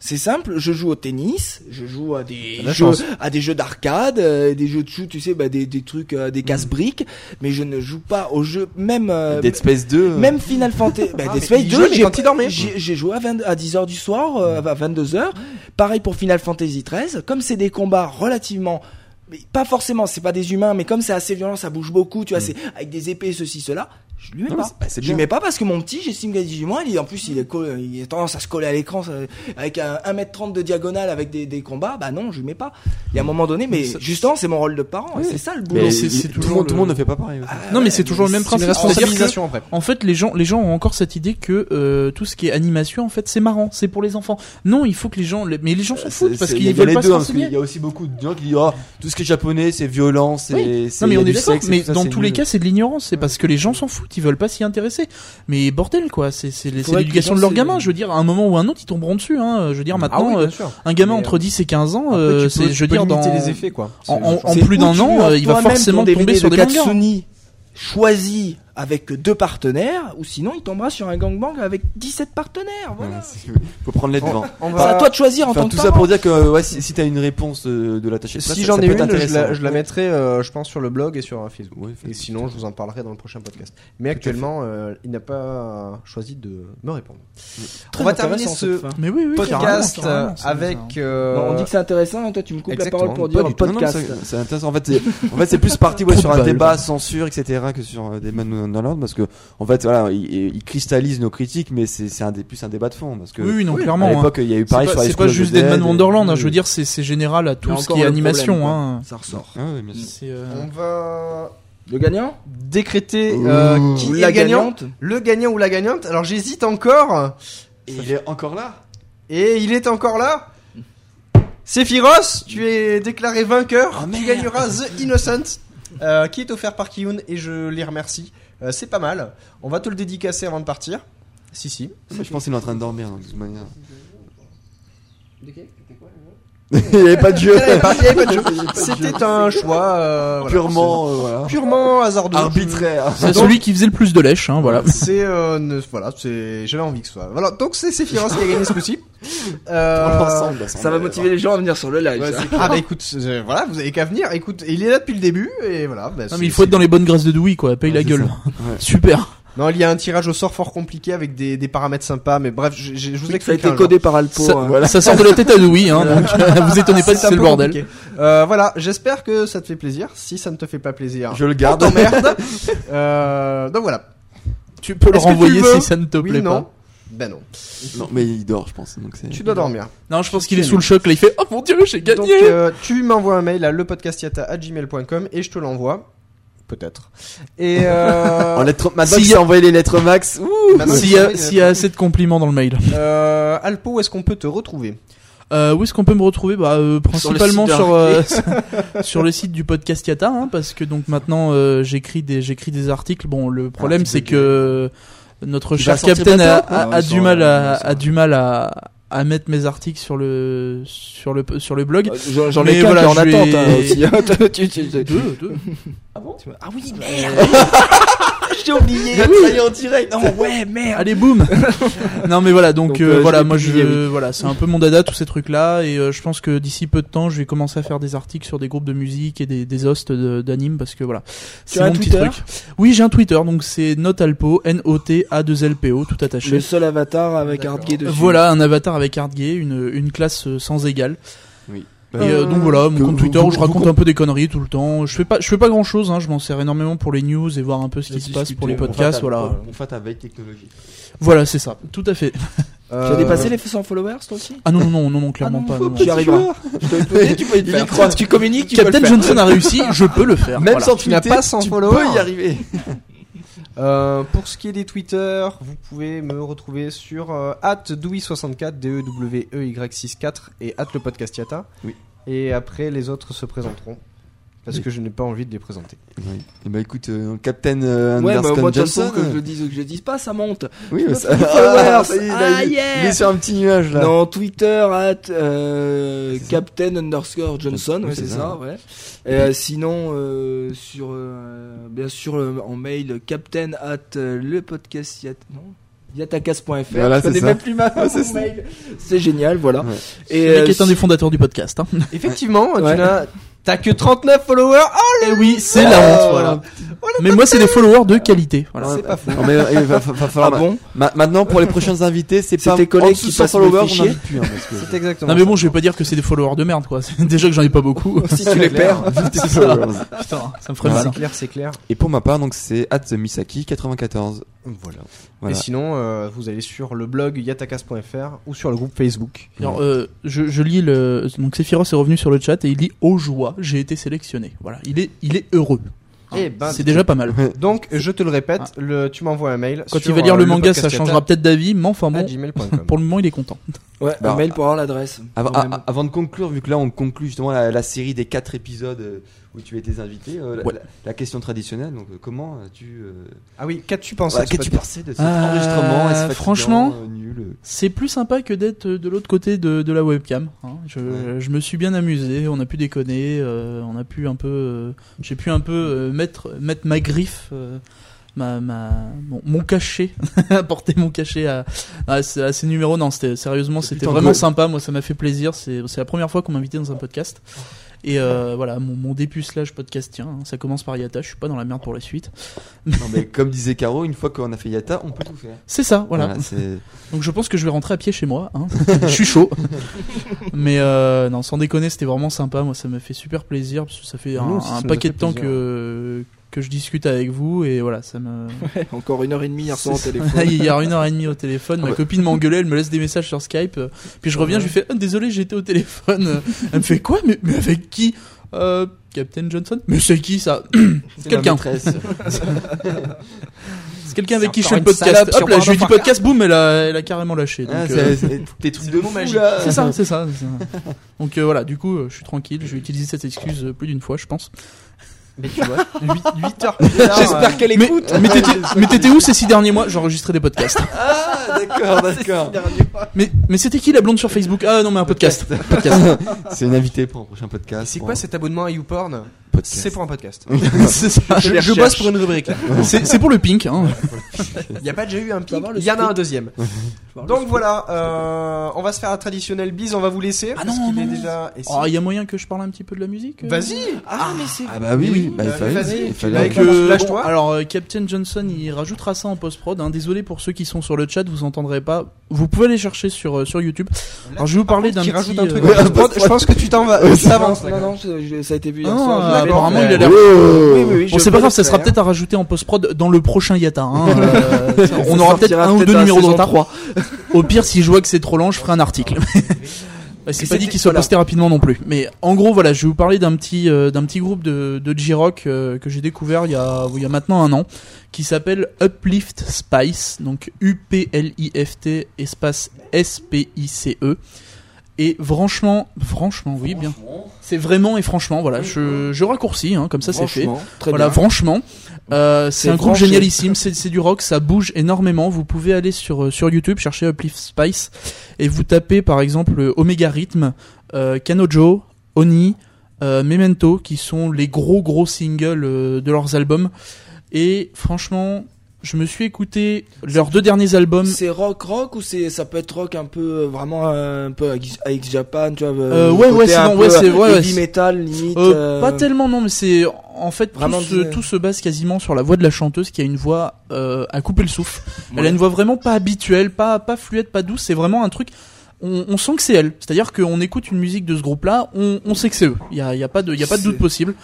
[SPEAKER 4] C'est simple, je joue au tennis, je joue à des
[SPEAKER 1] T'as de la
[SPEAKER 4] jeux,
[SPEAKER 1] chance.
[SPEAKER 4] à des jeux d'arcade, euh, des jeux de shoot, tu sais, bah, des, des trucs, euh,
[SPEAKER 1] Mm.
[SPEAKER 4] des casse-briques, mais je ne joue pas aux jeux, même, euh,
[SPEAKER 3] Dead Space 2
[SPEAKER 4] même Final Fantasy, bah, Dead
[SPEAKER 1] mais
[SPEAKER 4] Space
[SPEAKER 1] il
[SPEAKER 4] 2,
[SPEAKER 1] jouait, mais
[SPEAKER 4] j'ai-
[SPEAKER 1] quand il dormait.
[SPEAKER 4] j'ai j'ai joué à, 20 à 10h du soir, euh, à 22h. Pareil pour Final Fantasy 13. Comme c'est des combats relativement mais pas forcément, c'est pas des humains, mais comme c'est assez violent, ça bouge beaucoup, tu vois, c'est avec des épées, ceci, cela, je lui mets
[SPEAKER 3] Non, mais
[SPEAKER 4] pas.
[SPEAKER 3] c'est- bah, c'est
[SPEAKER 4] je
[SPEAKER 3] bien.
[SPEAKER 4] lui mets pas parce que mon petit, j'estime qu'à 18 mois, il, en plus, il, est co- il a tendance à se coller à l'écran, ça- avec un 1m30 de diagonale, avec des, des combats, bah non, je lui mets pas. Il y a un moment donné, mais
[SPEAKER 2] Ça-
[SPEAKER 4] justement, c'est mon rôle de parent, et
[SPEAKER 3] Oui.
[SPEAKER 4] c'est ça le boulot.
[SPEAKER 3] Mais
[SPEAKER 2] c'est-
[SPEAKER 3] il-
[SPEAKER 2] c'est
[SPEAKER 3] tout, le
[SPEAKER 2] toujours
[SPEAKER 3] monde, tout le
[SPEAKER 2] le- Ah,
[SPEAKER 3] monde ne fait pas pareil. aussi.
[SPEAKER 2] Non mais c'est toujours le même
[SPEAKER 1] C'est une
[SPEAKER 2] principe. C'est-à-dire que,
[SPEAKER 1] responsabilisation après.
[SPEAKER 2] En fait, les gens, les gens ont encore cette idée que euh, tout ce qui est animation, en fait, c'est marrant, c'est pour les enfants. Non, il faut que les gens, les- mais les gens s'en foutent
[SPEAKER 3] C'est-
[SPEAKER 2] parce
[SPEAKER 3] c'est-
[SPEAKER 2] qu'ils
[SPEAKER 3] il y a
[SPEAKER 2] veulent
[SPEAKER 3] les
[SPEAKER 2] pas se
[SPEAKER 3] deux, hein, parce qu'il
[SPEAKER 2] renseigner.
[SPEAKER 3] y a aussi beaucoup de gens qui disent oh, tout ce qui est japonais, c'est violent, c'est. c'est-
[SPEAKER 2] Non mais
[SPEAKER 3] il y a
[SPEAKER 2] on
[SPEAKER 3] du
[SPEAKER 2] est d'accord,
[SPEAKER 3] sexe et
[SPEAKER 2] mais
[SPEAKER 3] tout ça,
[SPEAKER 2] dans
[SPEAKER 3] c'est
[SPEAKER 2] tous les
[SPEAKER 3] nul.
[SPEAKER 2] cas c'est de l'ignorance, c'est parce que les gens s'en foutent, ils veulent pas s'y intéresser. Mais bordel quoi, c'est c'est les- c'est
[SPEAKER 4] faudrait que
[SPEAKER 2] l'éducation
[SPEAKER 4] les
[SPEAKER 2] de
[SPEAKER 4] gens
[SPEAKER 2] leur
[SPEAKER 4] se-
[SPEAKER 2] gamin, je veux dire, à un moment ou à un autre ils tomberont dessus. Hein. Je veux
[SPEAKER 3] Ah
[SPEAKER 2] dire maintenant, euh,
[SPEAKER 1] Ah sûr.
[SPEAKER 2] un gamin
[SPEAKER 1] Mais,
[SPEAKER 2] entre 10 et 15 quinze ans,
[SPEAKER 1] Après,
[SPEAKER 2] euh,
[SPEAKER 1] tu
[SPEAKER 2] c'est
[SPEAKER 1] peux-
[SPEAKER 2] je veux
[SPEAKER 1] tu peux
[SPEAKER 2] dire dans
[SPEAKER 1] limiter les effets quoi.
[SPEAKER 2] en-
[SPEAKER 1] C'est
[SPEAKER 2] en-
[SPEAKER 1] genre-
[SPEAKER 2] en
[SPEAKER 4] C'est
[SPEAKER 2] plus
[SPEAKER 4] où
[SPEAKER 2] d'un
[SPEAKER 4] tu
[SPEAKER 2] an,
[SPEAKER 4] as
[SPEAKER 2] euh, il va
[SPEAKER 4] toi-même
[SPEAKER 2] forcément
[SPEAKER 4] ton DVD
[SPEAKER 2] tomber sur
[SPEAKER 4] de
[SPEAKER 2] des gangers.
[SPEAKER 4] Katsuni choisi avec deux partenaires, ou sinon il tombera sur un gangbang avec 17 partenaires. Voilà.
[SPEAKER 3] Ouais, c'est- *laughs* Faut prendre les devants.
[SPEAKER 1] On
[SPEAKER 4] C'est à
[SPEAKER 1] va-
[SPEAKER 4] toi de choisir en
[SPEAKER 3] Enfin,
[SPEAKER 4] tant que
[SPEAKER 3] tout ça
[SPEAKER 4] parent.
[SPEAKER 3] pour dire que euh, ouais, si, si t'as une réponse euh, de l'attaché de presse,
[SPEAKER 1] Si
[SPEAKER 3] ça-
[SPEAKER 1] j'en
[SPEAKER 3] ça
[SPEAKER 1] ai
[SPEAKER 3] peut être
[SPEAKER 1] une, je la,
[SPEAKER 3] intéressant.
[SPEAKER 1] je la mettrai, euh, je pense, sur le blog et sur euh, Facebook.
[SPEAKER 3] Ouais,
[SPEAKER 1] Et
[SPEAKER 3] fait-
[SPEAKER 1] sinon, je vous en parlerai dans le prochain podcast. Mais actuellement, euh, il n'a pas euh, choisi de me répondre.
[SPEAKER 4] Très
[SPEAKER 1] on va terminer
[SPEAKER 4] intéressant,
[SPEAKER 1] ce
[SPEAKER 3] hein.
[SPEAKER 4] cette fin.
[SPEAKER 2] Mais oui, oui,
[SPEAKER 1] podcast
[SPEAKER 2] carrément, carrément,
[SPEAKER 1] euh,
[SPEAKER 2] c'est-
[SPEAKER 1] avec. euh,
[SPEAKER 4] Non, on dit que c'est intéressant, hein, toi tu me coupes la parole pour
[SPEAKER 1] exactement,
[SPEAKER 4] dire
[SPEAKER 1] pas
[SPEAKER 4] le
[SPEAKER 1] du
[SPEAKER 4] podcast.
[SPEAKER 3] Non, non, c'est- c'est intéressant. En fait, c'est- en fait, c'est plus parti ouais,
[SPEAKER 2] Trou de
[SPEAKER 3] sur un
[SPEAKER 2] balle.
[SPEAKER 3] débat censure, etc., que sur euh, des man dans l'ordre, parce que en fait, voilà, ils ils cristallisent nos critiques, mais c'est c'est un dé- plus un débat de fond, parce que
[SPEAKER 2] Oui, oui, non,
[SPEAKER 3] euh, à
[SPEAKER 2] clairement. hein.
[SPEAKER 3] l'époque, il y a eu
[SPEAKER 2] C'est
[SPEAKER 3] pareil sur
[SPEAKER 2] pas,
[SPEAKER 3] High
[SPEAKER 2] c'est pas
[SPEAKER 3] School of
[SPEAKER 2] juste
[SPEAKER 3] the Dead,
[SPEAKER 2] Deadman Wonderland, hein,
[SPEAKER 3] et-
[SPEAKER 2] je veux dire, c'est c'est général à tout
[SPEAKER 4] Mais
[SPEAKER 2] ce
[SPEAKER 4] encore
[SPEAKER 2] qui est
[SPEAKER 4] le problème,
[SPEAKER 2] animation.
[SPEAKER 4] quoi. Mm.
[SPEAKER 2] hein.
[SPEAKER 4] Ça ressort.
[SPEAKER 3] Ah, oui, bien sûr.
[SPEAKER 2] C'est, euh,
[SPEAKER 1] On va
[SPEAKER 4] Le gagnant
[SPEAKER 1] décréter euh,
[SPEAKER 3] Ouh.
[SPEAKER 1] qui
[SPEAKER 4] Ou
[SPEAKER 1] est
[SPEAKER 4] la
[SPEAKER 1] gagnant,
[SPEAKER 4] gagnante
[SPEAKER 1] le gagnant ou la gagnante. Alors j'hésite encore,
[SPEAKER 3] Et il est encore là
[SPEAKER 1] et il est encore là. Sephiros, tu es déclaré vainqueur.
[SPEAKER 3] Oh,
[SPEAKER 1] tu
[SPEAKER 3] merde.
[SPEAKER 1] gagneras The Innocent, euh, qui est offert par Kiyun, et je les remercie. Euh, c'est pas mal. On va te le dédicacer avant de partir. Si si.
[SPEAKER 3] Ah, Je pense qu'il est en train de dormir, donc, de toute manière. *laughs* il n'y avait pas
[SPEAKER 2] *laughs*
[SPEAKER 3] de jeu
[SPEAKER 1] Il y avait pas- il y avait pas de jeu. C'était un choix euh, voilà.
[SPEAKER 3] *laughs* Purement, euh, voilà.
[SPEAKER 1] purement hasardeux.
[SPEAKER 3] *laughs* Arbitraire.
[SPEAKER 2] C'est celui qui faisait le plus de lèche, hein, voilà.
[SPEAKER 1] C'est euh, ne- voilà, c'est j'avais envie que ce soit. Voilà, donc c'est Sephiros qui a gagné ce *laughs* coup-ci. Euh,
[SPEAKER 4] Ça va motiver les gens à venir sur le live.
[SPEAKER 1] ouais,
[SPEAKER 4] ça.
[SPEAKER 1] c'est- ah bah écoute, euh, voilà, vous avez qu'à venir. Écoute, il est là depuis le début et voilà. bah,
[SPEAKER 2] Non,
[SPEAKER 1] c'est-
[SPEAKER 2] mais il faut être dans les bonnes grâces de Dewey, quoi. Paye
[SPEAKER 3] Ouais,
[SPEAKER 2] la
[SPEAKER 3] Ah, c'est
[SPEAKER 2] gueule.
[SPEAKER 3] ça. Ouais.
[SPEAKER 2] Super.
[SPEAKER 1] Non, il y a un tirage au sort fort compliqué avec des, des paramètres sympas, mais bref, je, je- je vous
[SPEAKER 4] Ça a
[SPEAKER 1] explique.
[SPEAKER 4] été
[SPEAKER 1] un jour.
[SPEAKER 4] codé par Alpo.
[SPEAKER 2] Ça,
[SPEAKER 4] hein.
[SPEAKER 2] ça sort de la tête à Dewey, hein, donc vous étonnez pas
[SPEAKER 1] euh, C'est
[SPEAKER 2] si
[SPEAKER 1] un
[SPEAKER 2] c'est le
[SPEAKER 1] peu
[SPEAKER 2] bordel.
[SPEAKER 1] compliqué. Euh, voilà, j'espère que ça te fait plaisir. Si ça ne te fait pas plaisir,
[SPEAKER 3] Je le garde.
[SPEAKER 1] on *laughs* t'emmerde. Euh, donc voilà.
[SPEAKER 2] Tu peux le
[SPEAKER 1] Est-ce que tu
[SPEAKER 2] renvoyer
[SPEAKER 1] veux
[SPEAKER 2] si ça ne te
[SPEAKER 1] oui,
[SPEAKER 2] plaît
[SPEAKER 1] non.
[SPEAKER 2] pas.
[SPEAKER 1] Ben non.
[SPEAKER 3] Non, mais il dort, je pense. Donc c'est-
[SPEAKER 1] Tu dois dormir.
[SPEAKER 2] Non, je pense qu'il est sous le choc, là. Il fait, oh mon dieu, j'ai
[SPEAKER 1] Donc
[SPEAKER 2] gagné. *laughs*
[SPEAKER 1] euh, tu m'envoies un mail à lepodcastiata@gmail.com et je te l'envoie. Peut-être. Et euh,
[SPEAKER 3] *laughs* En lettres, maintenant
[SPEAKER 2] Si
[SPEAKER 3] qu'il
[SPEAKER 2] y a-
[SPEAKER 3] s'est envoyé les lettres max, ouh
[SPEAKER 1] maintenant,
[SPEAKER 2] S'il
[SPEAKER 1] tu
[SPEAKER 2] y, a-
[SPEAKER 1] m'envoies une
[SPEAKER 2] s'il y a assez de compliments dans le mail.
[SPEAKER 1] lettre. Euh, Alpo, où est-ce qu'on peut te retrouver
[SPEAKER 2] Euh, où est-ce qu'on peut me retrouver bah, euh,
[SPEAKER 4] Sur le
[SPEAKER 2] Principalement
[SPEAKER 4] site
[SPEAKER 2] sur, euh, *laughs* sur le site du podcast Yata, hein, parce que donc maintenant euh, j'écris des, j'écris des articles. Bon, le problème
[SPEAKER 3] Article
[SPEAKER 2] c'est
[SPEAKER 3] de-
[SPEAKER 2] que notre
[SPEAKER 3] Il
[SPEAKER 2] cher
[SPEAKER 3] va sortir
[SPEAKER 2] capitaine a,
[SPEAKER 3] bientôt, quoi.
[SPEAKER 2] a- a
[SPEAKER 3] Ouais,
[SPEAKER 2] du
[SPEAKER 3] sur-
[SPEAKER 2] mal à,
[SPEAKER 3] sur-
[SPEAKER 2] a du mal à, à mettre mes articles sur le, sur le, sur le blog.
[SPEAKER 4] Euh, J'en j'en
[SPEAKER 2] Mais
[SPEAKER 4] ai qu'un
[SPEAKER 2] voilà,
[SPEAKER 4] qui est en
[SPEAKER 2] je vais-
[SPEAKER 4] attente hein, aussi. hein. Tu- tu- tu- tu-
[SPEAKER 2] Deux, deux.
[SPEAKER 4] Ah oui, merde J'ai oublié travailler en direct Non, ouais, merde
[SPEAKER 2] Allez
[SPEAKER 4] *laughs*
[SPEAKER 2] boum Non mais voilà donc,
[SPEAKER 4] Donc,
[SPEAKER 2] euh,
[SPEAKER 4] euh, je
[SPEAKER 2] voilà
[SPEAKER 4] l'ai
[SPEAKER 2] moi je
[SPEAKER 4] publié, oui.
[SPEAKER 2] voilà c'est un peu mon dada tous ces trucs là et euh, je pense que d'ici peu de temps je vais commencer à faire des articles sur des groupes de musique et des, des hosts de- d'animes parce que voilà c'est
[SPEAKER 4] as
[SPEAKER 2] mon
[SPEAKER 4] un
[SPEAKER 2] petit
[SPEAKER 4] Twitter
[SPEAKER 2] truc. Oui j'ai un Twitter donc c'est notalpo N O T A 2 L P O tout attaché.
[SPEAKER 4] Le seul avatar avec
[SPEAKER 1] D'accord.
[SPEAKER 4] Hardgay dessus.
[SPEAKER 2] Voilà un avatar avec Hardgay une une classe euh, sans égale. Et euh,
[SPEAKER 3] Euh,
[SPEAKER 2] donc voilà mon
[SPEAKER 3] que
[SPEAKER 2] compte
[SPEAKER 3] vous-
[SPEAKER 2] Twitter
[SPEAKER 3] vous-
[SPEAKER 2] où je
[SPEAKER 3] vous
[SPEAKER 2] raconte
[SPEAKER 3] com-
[SPEAKER 2] un peu des conneries tout le temps. Je fais pas je fais pas grand chose hein je m'en sers énormément pour les news et voir un peu ce qui se passe pour les podcasts voilà.
[SPEAKER 3] On fait ta veille *laughs* technologique.
[SPEAKER 2] Voilà c'est ça tout à fait.
[SPEAKER 4] Tu
[SPEAKER 1] Euh,
[SPEAKER 4] as dépassé les 100 followers toi aussi
[SPEAKER 2] Ah non non non non, non Euh, clairement pas. non, non.
[SPEAKER 4] Tu y arriveras. Je te le promets, *laughs* tu peux y
[SPEAKER 3] Il
[SPEAKER 4] te
[SPEAKER 3] y
[SPEAKER 4] faire.
[SPEAKER 3] croit.
[SPEAKER 4] Tu communiques, tu peux
[SPEAKER 2] Captain
[SPEAKER 4] le faire.
[SPEAKER 2] Johnson a réussi, je peux le faire.
[SPEAKER 3] Même
[SPEAKER 2] Voilà.
[SPEAKER 3] sans
[SPEAKER 1] Tu n'as
[SPEAKER 3] Twitter,
[SPEAKER 1] pas 100
[SPEAKER 3] tu
[SPEAKER 1] followers.
[SPEAKER 3] peux y arriver.
[SPEAKER 1] Euh, pour ce qui est des Twitter, vous pouvez me retrouver sur euh, @douy64 d e w e y 64 et at le podcast Yata.
[SPEAKER 3] Oui.
[SPEAKER 1] Et après les autres se présenteront parce que je n'ai pas envie de les présenter.
[SPEAKER 3] Oui. Eh ben, écoute, euh, Captain euh,
[SPEAKER 4] Ouais, bah,
[SPEAKER 3] Anderson
[SPEAKER 4] moi, de toute
[SPEAKER 3] Johnson.
[SPEAKER 4] façon, que je le dise ou que je le dise pas, ça monte.
[SPEAKER 3] Oui, bah, ça...
[SPEAKER 4] followers.
[SPEAKER 3] ça y est, là,
[SPEAKER 4] Ah,
[SPEAKER 3] il-
[SPEAKER 4] yeah.
[SPEAKER 3] il est sur un petit nuage là.
[SPEAKER 4] Non, Twitter, at, euh, Captain underscore Johnson,
[SPEAKER 3] Oui,
[SPEAKER 4] ouais,
[SPEAKER 3] c'est
[SPEAKER 4] c'est
[SPEAKER 3] ça.
[SPEAKER 4] ça, ouais. Et, euh, sinon, euh, sur, euh, bien sûr, euh, en mail, captain at euh, le podcast yat, non yatacas.fr.
[SPEAKER 3] Voilà,
[SPEAKER 4] je connais
[SPEAKER 3] c'est ça.
[SPEAKER 4] même plus ma
[SPEAKER 3] Ouais, c'est
[SPEAKER 4] mon
[SPEAKER 3] ça.
[SPEAKER 4] mail. C'est génial, voilà.
[SPEAKER 3] Ouais.
[SPEAKER 4] Et,
[SPEAKER 2] Le mec
[SPEAKER 4] euh,
[SPEAKER 2] est un des fondateurs du podcast. Hein.
[SPEAKER 1] Effectivement,
[SPEAKER 4] Ouais.
[SPEAKER 1] tu n'as t'as que 39 followers.
[SPEAKER 4] Ah
[SPEAKER 1] Oh
[SPEAKER 2] Et oui, c'est la honte, Oh, voilà. Mais moi, c'est des followers de qualité. Voilà.
[SPEAKER 1] c'est pas fou.
[SPEAKER 3] Non, mais, euh, il va, va- va
[SPEAKER 4] ah
[SPEAKER 2] *laughs*
[SPEAKER 3] falloir
[SPEAKER 4] bon
[SPEAKER 3] Ma- maintenant, pour les *laughs* prochains invités, c'est
[SPEAKER 4] C'est
[SPEAKER 3] pas
[SPEAKER 4] tes collègues
[SPEAKER 3] en dessous
[SPEAKER 4] qui
[SPEAKER 3] de 100
[SPEAKER 4] passent le
[SPEAKER 3] followers, on
[SPEAKER 4] fichier.
[SPEAKER 3] n'invite plus. Hein, parce que...
[SPEAKER 1] C'est exactement.
[SPEAKER 2] Non mais bon, je vais pas dire que c'est des followers de merde, quoi. *laughs* C'est- Déjà que j'en ai pas beaucoup.
[SPEAKER 4] Si tu les perds,
[SPEAKER 3] *laughs* C'est ça.
[SPEAKER 2] *laughs* Putain, ça me ferait
[SPEAKER 1] ça.
[SPEAKER 2] mal.
[SPEAKER 1] c'est clair, c'est clair.
[SPEAKER 3] Et pour ma part, donc c'est at Misaki 94.
[SPEAKER 1] Voilà.
[SPEAKER 3] Voilà.
[SPEAKER 1] Et sinon, euh, vous allez sur le blog yatakas.fr ou sur le groupe Facebook.
[SPEAKER 2] Alors, euh, je, je lis le. Donc, Sephiroth est revenu sur le chat et il dit Au joie, j'ai été sélectionné. Voilà, il est, il est heureux. Hein,
[SPEAKER 1] Eh ben,
[SPEAKER 2] c'est déjà pas mal.
[SPEAKER 1] Donc, je te le répète, le, tu m'envoies un mail.
[SPEAKER 2] Quand
[SPEAKER 1] sur,
[SPEAKER 2] il va lire
[SPEAKER 1] euh,
[SPEAKER 2] le manga, ça
[SPEAKER 1] podcast
[SPEAKER 2] changera peut-être d'avis, mais enfin
[SPEAKER 1] yata
[SPEAKER 2] bon,
[SPEAKER 1] at gmail.com.
[SPEAKER 2] *laughs* pour le moment, il est content.
[SPEAKER 4] ouais,
[SPEAKER 3] Bah,
[SPEAKER 4] un mail pour avoir l'adresse.
[SPEAKER 3] Avant,
[SPEAKER 4] quand même.
[SPEAKER 3] a- avant de conclure, vu que là on conclut justement la, la série des 4 épisodes euh, où tu étais invité, euh, la,
[SPEAKER 2] Ouais.
[SPEAKER 3] la- la question traditionnelle, donc euh, comment as-tu. euh,
[SPEAKER 1] Ah oui, qu'as-tu pensé
[SPEAKER 3] voilà,
[SPEAKER 1] de ce
[SPEAKER 3] Qu'as-tu
[SPEAKER 1] podcast
[SPEAKER 3] pensé de cet
[SPEAKER 2] Euh,
[SPEAKER 3] enregistrement Est-ce fatigant,
[SPEAKER 2] franchement,
[SPEAKER 3] euh, nul euh
[SPEAKER 2] C'est plus sympa que d'être de l'autre côté de, de la webcam. hein. Je,
[SPEAKER 3] Ouais.
[SPEAKER 2] je me suis bien amusé, on a pu déconner, euh, on a pu un peu, euh, j'ai pu un peu euh, mettre mettre ma griffe, euh, ma, ma mon, mon cachet, *laughs* apporter mon cachet à, à, ce- à ces numéros. Non, c'était sérieusement,
[SPEAKER 3] C'est
[SPEAKER 2] c'était
[SPEAKER 3] plutôt
[SPEAKER 2] vraiment
[SPEAKER 3] cool.
[SPEAKER 2] sympa. Moi, ça m'a fait plaisir. C'est c'est la première fois qu'on m'invitait dans un podcast. Et euh, voilà, mon, mon dépucelage podcastien, hein. ça commence par Yata, je suis pas dans la merde pour la suite.
[SPEAKER 3] Non, mais comme disait Caro, une fois qu'on a fait Yata, on peut tout faire.
[SPEAKER 2] C'est ça, voilà.
[SPEAKER 3] *laughs* c'est-
[SPEAKER 2] Donc je pense que je vais rentrer à pied chez moi. Hein. je suis chaud. Mais euh, non, sans déconner, c'était vraiment sympa. Moi, ça m'a fait super plaisir parce que ça fait un,
[SPEAKER 1] Nous aussi, ça
[SPEAKER 2] un
[SPEAKER 1] nous a
[SPEAKER 2] paquet de
[SPEAKER 1] fait
[SPEAKER 2] temps
[SPEAKER 1] plaisir.
[SPEAKER 2] que que je discute avec vous et voilà,
[SPEAKER 1] *laughs*
[SPEAKER 2] ça me.
[SPEAKER 4] *laughs* Encore une heure et demie hier soir au
[SPEAKER 2] C'est- Ah,
[SPEAKER 4] téléphone.
[SPEAKER 2] Il y a une heure et demie au téléphone.
[SPEAKER 1] Ah bah.
[SPEAKER 2] Ma copine m'engueulait, elle me laisse des messages sur Skype. euh, Puis je reviens, je lui fais Ah, désolé, j'étais au
[SPEAKER 1] *laughs*
[SPEAKER 2] téléphone. Euh, Elle me fait quoi mais, mais avec qui euh, Captain Johnson Mais c'est qui ça
[SPEAKER 3] c'est
[SPEAKER 2] Quelqu'un.
[SPEAKER 3] la
[SPEAKER 2] *laughs*
[SPEAKER 3] maîtresse.
[SPEAKER 2] C'est quelqu'un avec qui je
[SPEAKER 1] encore
[SPEAKER 2] fais le
[SPEAKER 1] une salope
[SPEAKER 2] podcast.
[SPEAKER 1] sur
[SPEAKER 2] Hop là, je lui dis
[SPEAKER 1] Pornhub.
[SPEAKER 2] podcast, boum, elle a, elle a carrément lâché. Donc,
[SPEAKER 3] Ah,
[SPEAKER 2] euh,
[SPEAKER 3] c'est- c'est- Tes trucs de fou là.
[SPEAKER 2] *laughs* C'est ça, c'est ça. c'est ça. Donc euh, voilà, du coup, euh, je suis tranquille. Je vais utiliser cette excuse euh, plus d'une fois, je pense.
[SPEAKER 1] Mais tu
[SPEAKER 2] *laughs*
[SPEAKER 1] vois, 8, heures
[SPEAKER 4] J'espère qu'elle
[SPEAKER 2] euh, Mais,
[SPEAKER 4] écoute.
[SPEAKER 2] mais
[SPEAKER 4] *laughs*
[SPEAKER 2] t'étais- mais t'étais où ces six derniers mois J'enregistrais des podcasts.
[SPEAKER 3] Ah, d'accord, d'accord.
[SPEAKER 2] Mais, mais c'était qui la blonde sur Facebook Ah non, mais un podcast. *laughs*
[SPEAKER 3] C'est une invitée pour un prochain podcast.
[SPEAKER 1] C'est
[SPEAKER 3] pour
[SPEAKER 1] quoi
[SPEAKER 3] un
[SPEAKER 1] cet abonnement à YouPorn
[SPEAKER 3] podcast.
[SPEAKER 1] C'est pour un podcast. *laughs*
[SPEAKER 2] C'est *laughs* ça.
[SPEAKER 1] Je, je bosse pour une rubrique là.
[SPEAKER 2] C'est c'est pour le pink. Hein.
[SPEAKER 1] Il n'y a pas déjà eu un
[SPEAKER 4] Faut
[SPEAKER 1] pic
[SPEAKER 4] avoir le
[SPEAKER 1] Il y en a
[SPEAKER 4] scoop.
[SPEAKER 1] un deuxième. Donc
[SPEAKER 4] Donc,
[SPEAKER 1] voilà, euh, on va se faire un traditionnel bise, on va vous laisser.
[SPEAKER 2] Ah
[SPEAKER 1] parce
[SPEAKER 2] non,
[SPEAKER 1] qu'il
[SPEAKER 2] non,
[SPEAKER 1] est
[SPEAKER 2] non.
[SPEAKER 1] déjà. et si-
[SPEAKER 2] Oh, Il y a moyen que je parle un petit peu de la musique euh
[SPEAKER 1] Vas-y
[SPEAKER 4] ah, mais c'est
[SPEAKER 3] Ah bah oui,
[SPEAKER 1] Mais
[SPEAKER 3] oui,
[SPEAKER 1] oui,
[SPEAKER 3] bah, il
[SPEAKER 1] bah,
[SPEAKER 3] fallait.
[SPEAKER 1] vas-y,
[SPEAKER 3] il
[SPEAKER 1] tu
[SPEAKER 3] fallait
[SPEAKER 1] l'as
[SPEAKER 2] Donc,
[SPEAKER 1] écrit.
[SPEAKER 3] que-
[SPEAKER 2] euh,
[SPEAKER 1] Lâche-toi.
[SPEAKER 2] bon, alors euh, Captain Johnson, il rajoutera ça en post-prod. hein. Désolé pour ceux qui sont sur le chat, vous entendrez pas. Vous pouvez aller chercher sur euh, sur YouTube. Alors je vais vous parler d'un
[SPEAKER 1] Qui rajoute un
[SPEAKER 2] petit,
[SPEAKER 1] truc.
[SPEAKER 2] euh, *laughs*
[SPEAKER 1] Je pense- Je pense que tu t'en vas. Tu t'avances, là.
[SPEAKER 4] Non, non, je- ça a été vu hier
[SPEAKER 2] Ah,
[SPEAKER 4] soir. je
[SPEAKER 2] ah,
[SPEAKER 4] l'avais
[SPEAKER 2] apparemment,
[SPEAKER 4] fait.
[SPEAKER 2] il a l'air-
[SPEAKER 3] Oh
[SPEAKER 4] Oui, oui, oui,
[SPEAKER 2] Bon,
[SPEAKER 4] je
[SPEAKER 2] c'est pas
[SPEAKER 4] peux
[SPEAKER 2] grave,
[SPEAKER 4] le
[SPEAKER 2] ça sera
[SPEAKER 4] faire.
[SPEAKER 2] peut-être à rajouter en post-prod dans le prochain Yata.
[SPEAKER 4] *laughs*
[SPEAKER 2] hein. Euh,
[SPEAKER 4] Ça
[SPEAKER 2] on aura peut-être
[SPEAKER 4] sortira
[SPEAKER 2] un ou
[SPEAKER 4] peut-être
[SPEAKER 2] deux
[SPEAKER 4] à la
[SPEAKER 2] numéros de
[SPEAKER 4] saison Ah.
[SPEAKER 2] retard. Au pire, si je vois que c'est trop lent, je ferai un article. *laughs* Bah, c'est pas dit qu'il soit
[SPEAKER 4] voilà.
[SPEAKER 2] posté rapidement non plus. Mais en gros, voilà, je vais vous parler d'un petit, euh, d'un petit groupe de, de J-Rock euh, que j'ai découvert il y, a, il y a maintenant un an, qui s'appelle Uplift Spice, donc U-P-L-I-F-T espace S-P-I-C-E. E. Et franchement, franchement, oui, bien. C'est vraiment et franchement, voilà, je, je raccourcis, hein, comme ça c'est fait.
[SPEAKER 4] Franchement, Très
[SPEAKER 2] voilà,
[SPEAKER 4] bien.
[SPEAKER 2] franchement, euh, c'est
[SPEAKER 4] C'est
[SPEAKER 2] un groupe
[SPEAKER 4] branché.
[SPEAKER 2] génialissime, c'est c'est du rock, ça bouge énormément. Vous pouvez aller sur, euh, sur YouTube, chercher Uplift Spice, et vous tapez par exemple euh, Omega Rhythm, euh, Kanojo, Oni, euh, Memento, qui sont les gros gros singles euh, de leurs albums. Et franchement, je me suis écouté leurs deux derniers albums.
[SPEAKER 4] C'est rock rock ou c'est ça peut être rock un peu euh, vraiment euh, un peu avec Japan tu vois
[SPEAKER 2] Euh, ouais, ouais, c'est non, ouais, c'est- ouais, ouais,
[SPEAKER 4] heavy
[SPEAKER 2] c'est-
[SPEAKER 4] metal limite
[SPEAKER 2] Euh,
[SPEAKER 4] euh,
[SPEAKER 2] Pas tellement, non, mais c'est en fait tout
[SPEAKER 4] Vraiment
[SPEAKER 2] se,
[SPEAKER 4] du-
[SPEAKER 2] tout se base quasiment sur la voix de la chanteuse qui a une voix euh, à couper le souffle. Elle a
[SPEAKER 4] Ouais.
[SPEAKER 2] une voix vraiment pas habituelle, pas pas fluide, pas douce. C'est vraiment un truc. On, on sent que c'est elle. C'est-à-dire qu'on écoute une musique de ce groupe-là, on, on sait que c'est eux. Il y a, il y a pas de, il y a pas de doute
[SPEAKER 4] C'est-
[SPEAKER 2] possible.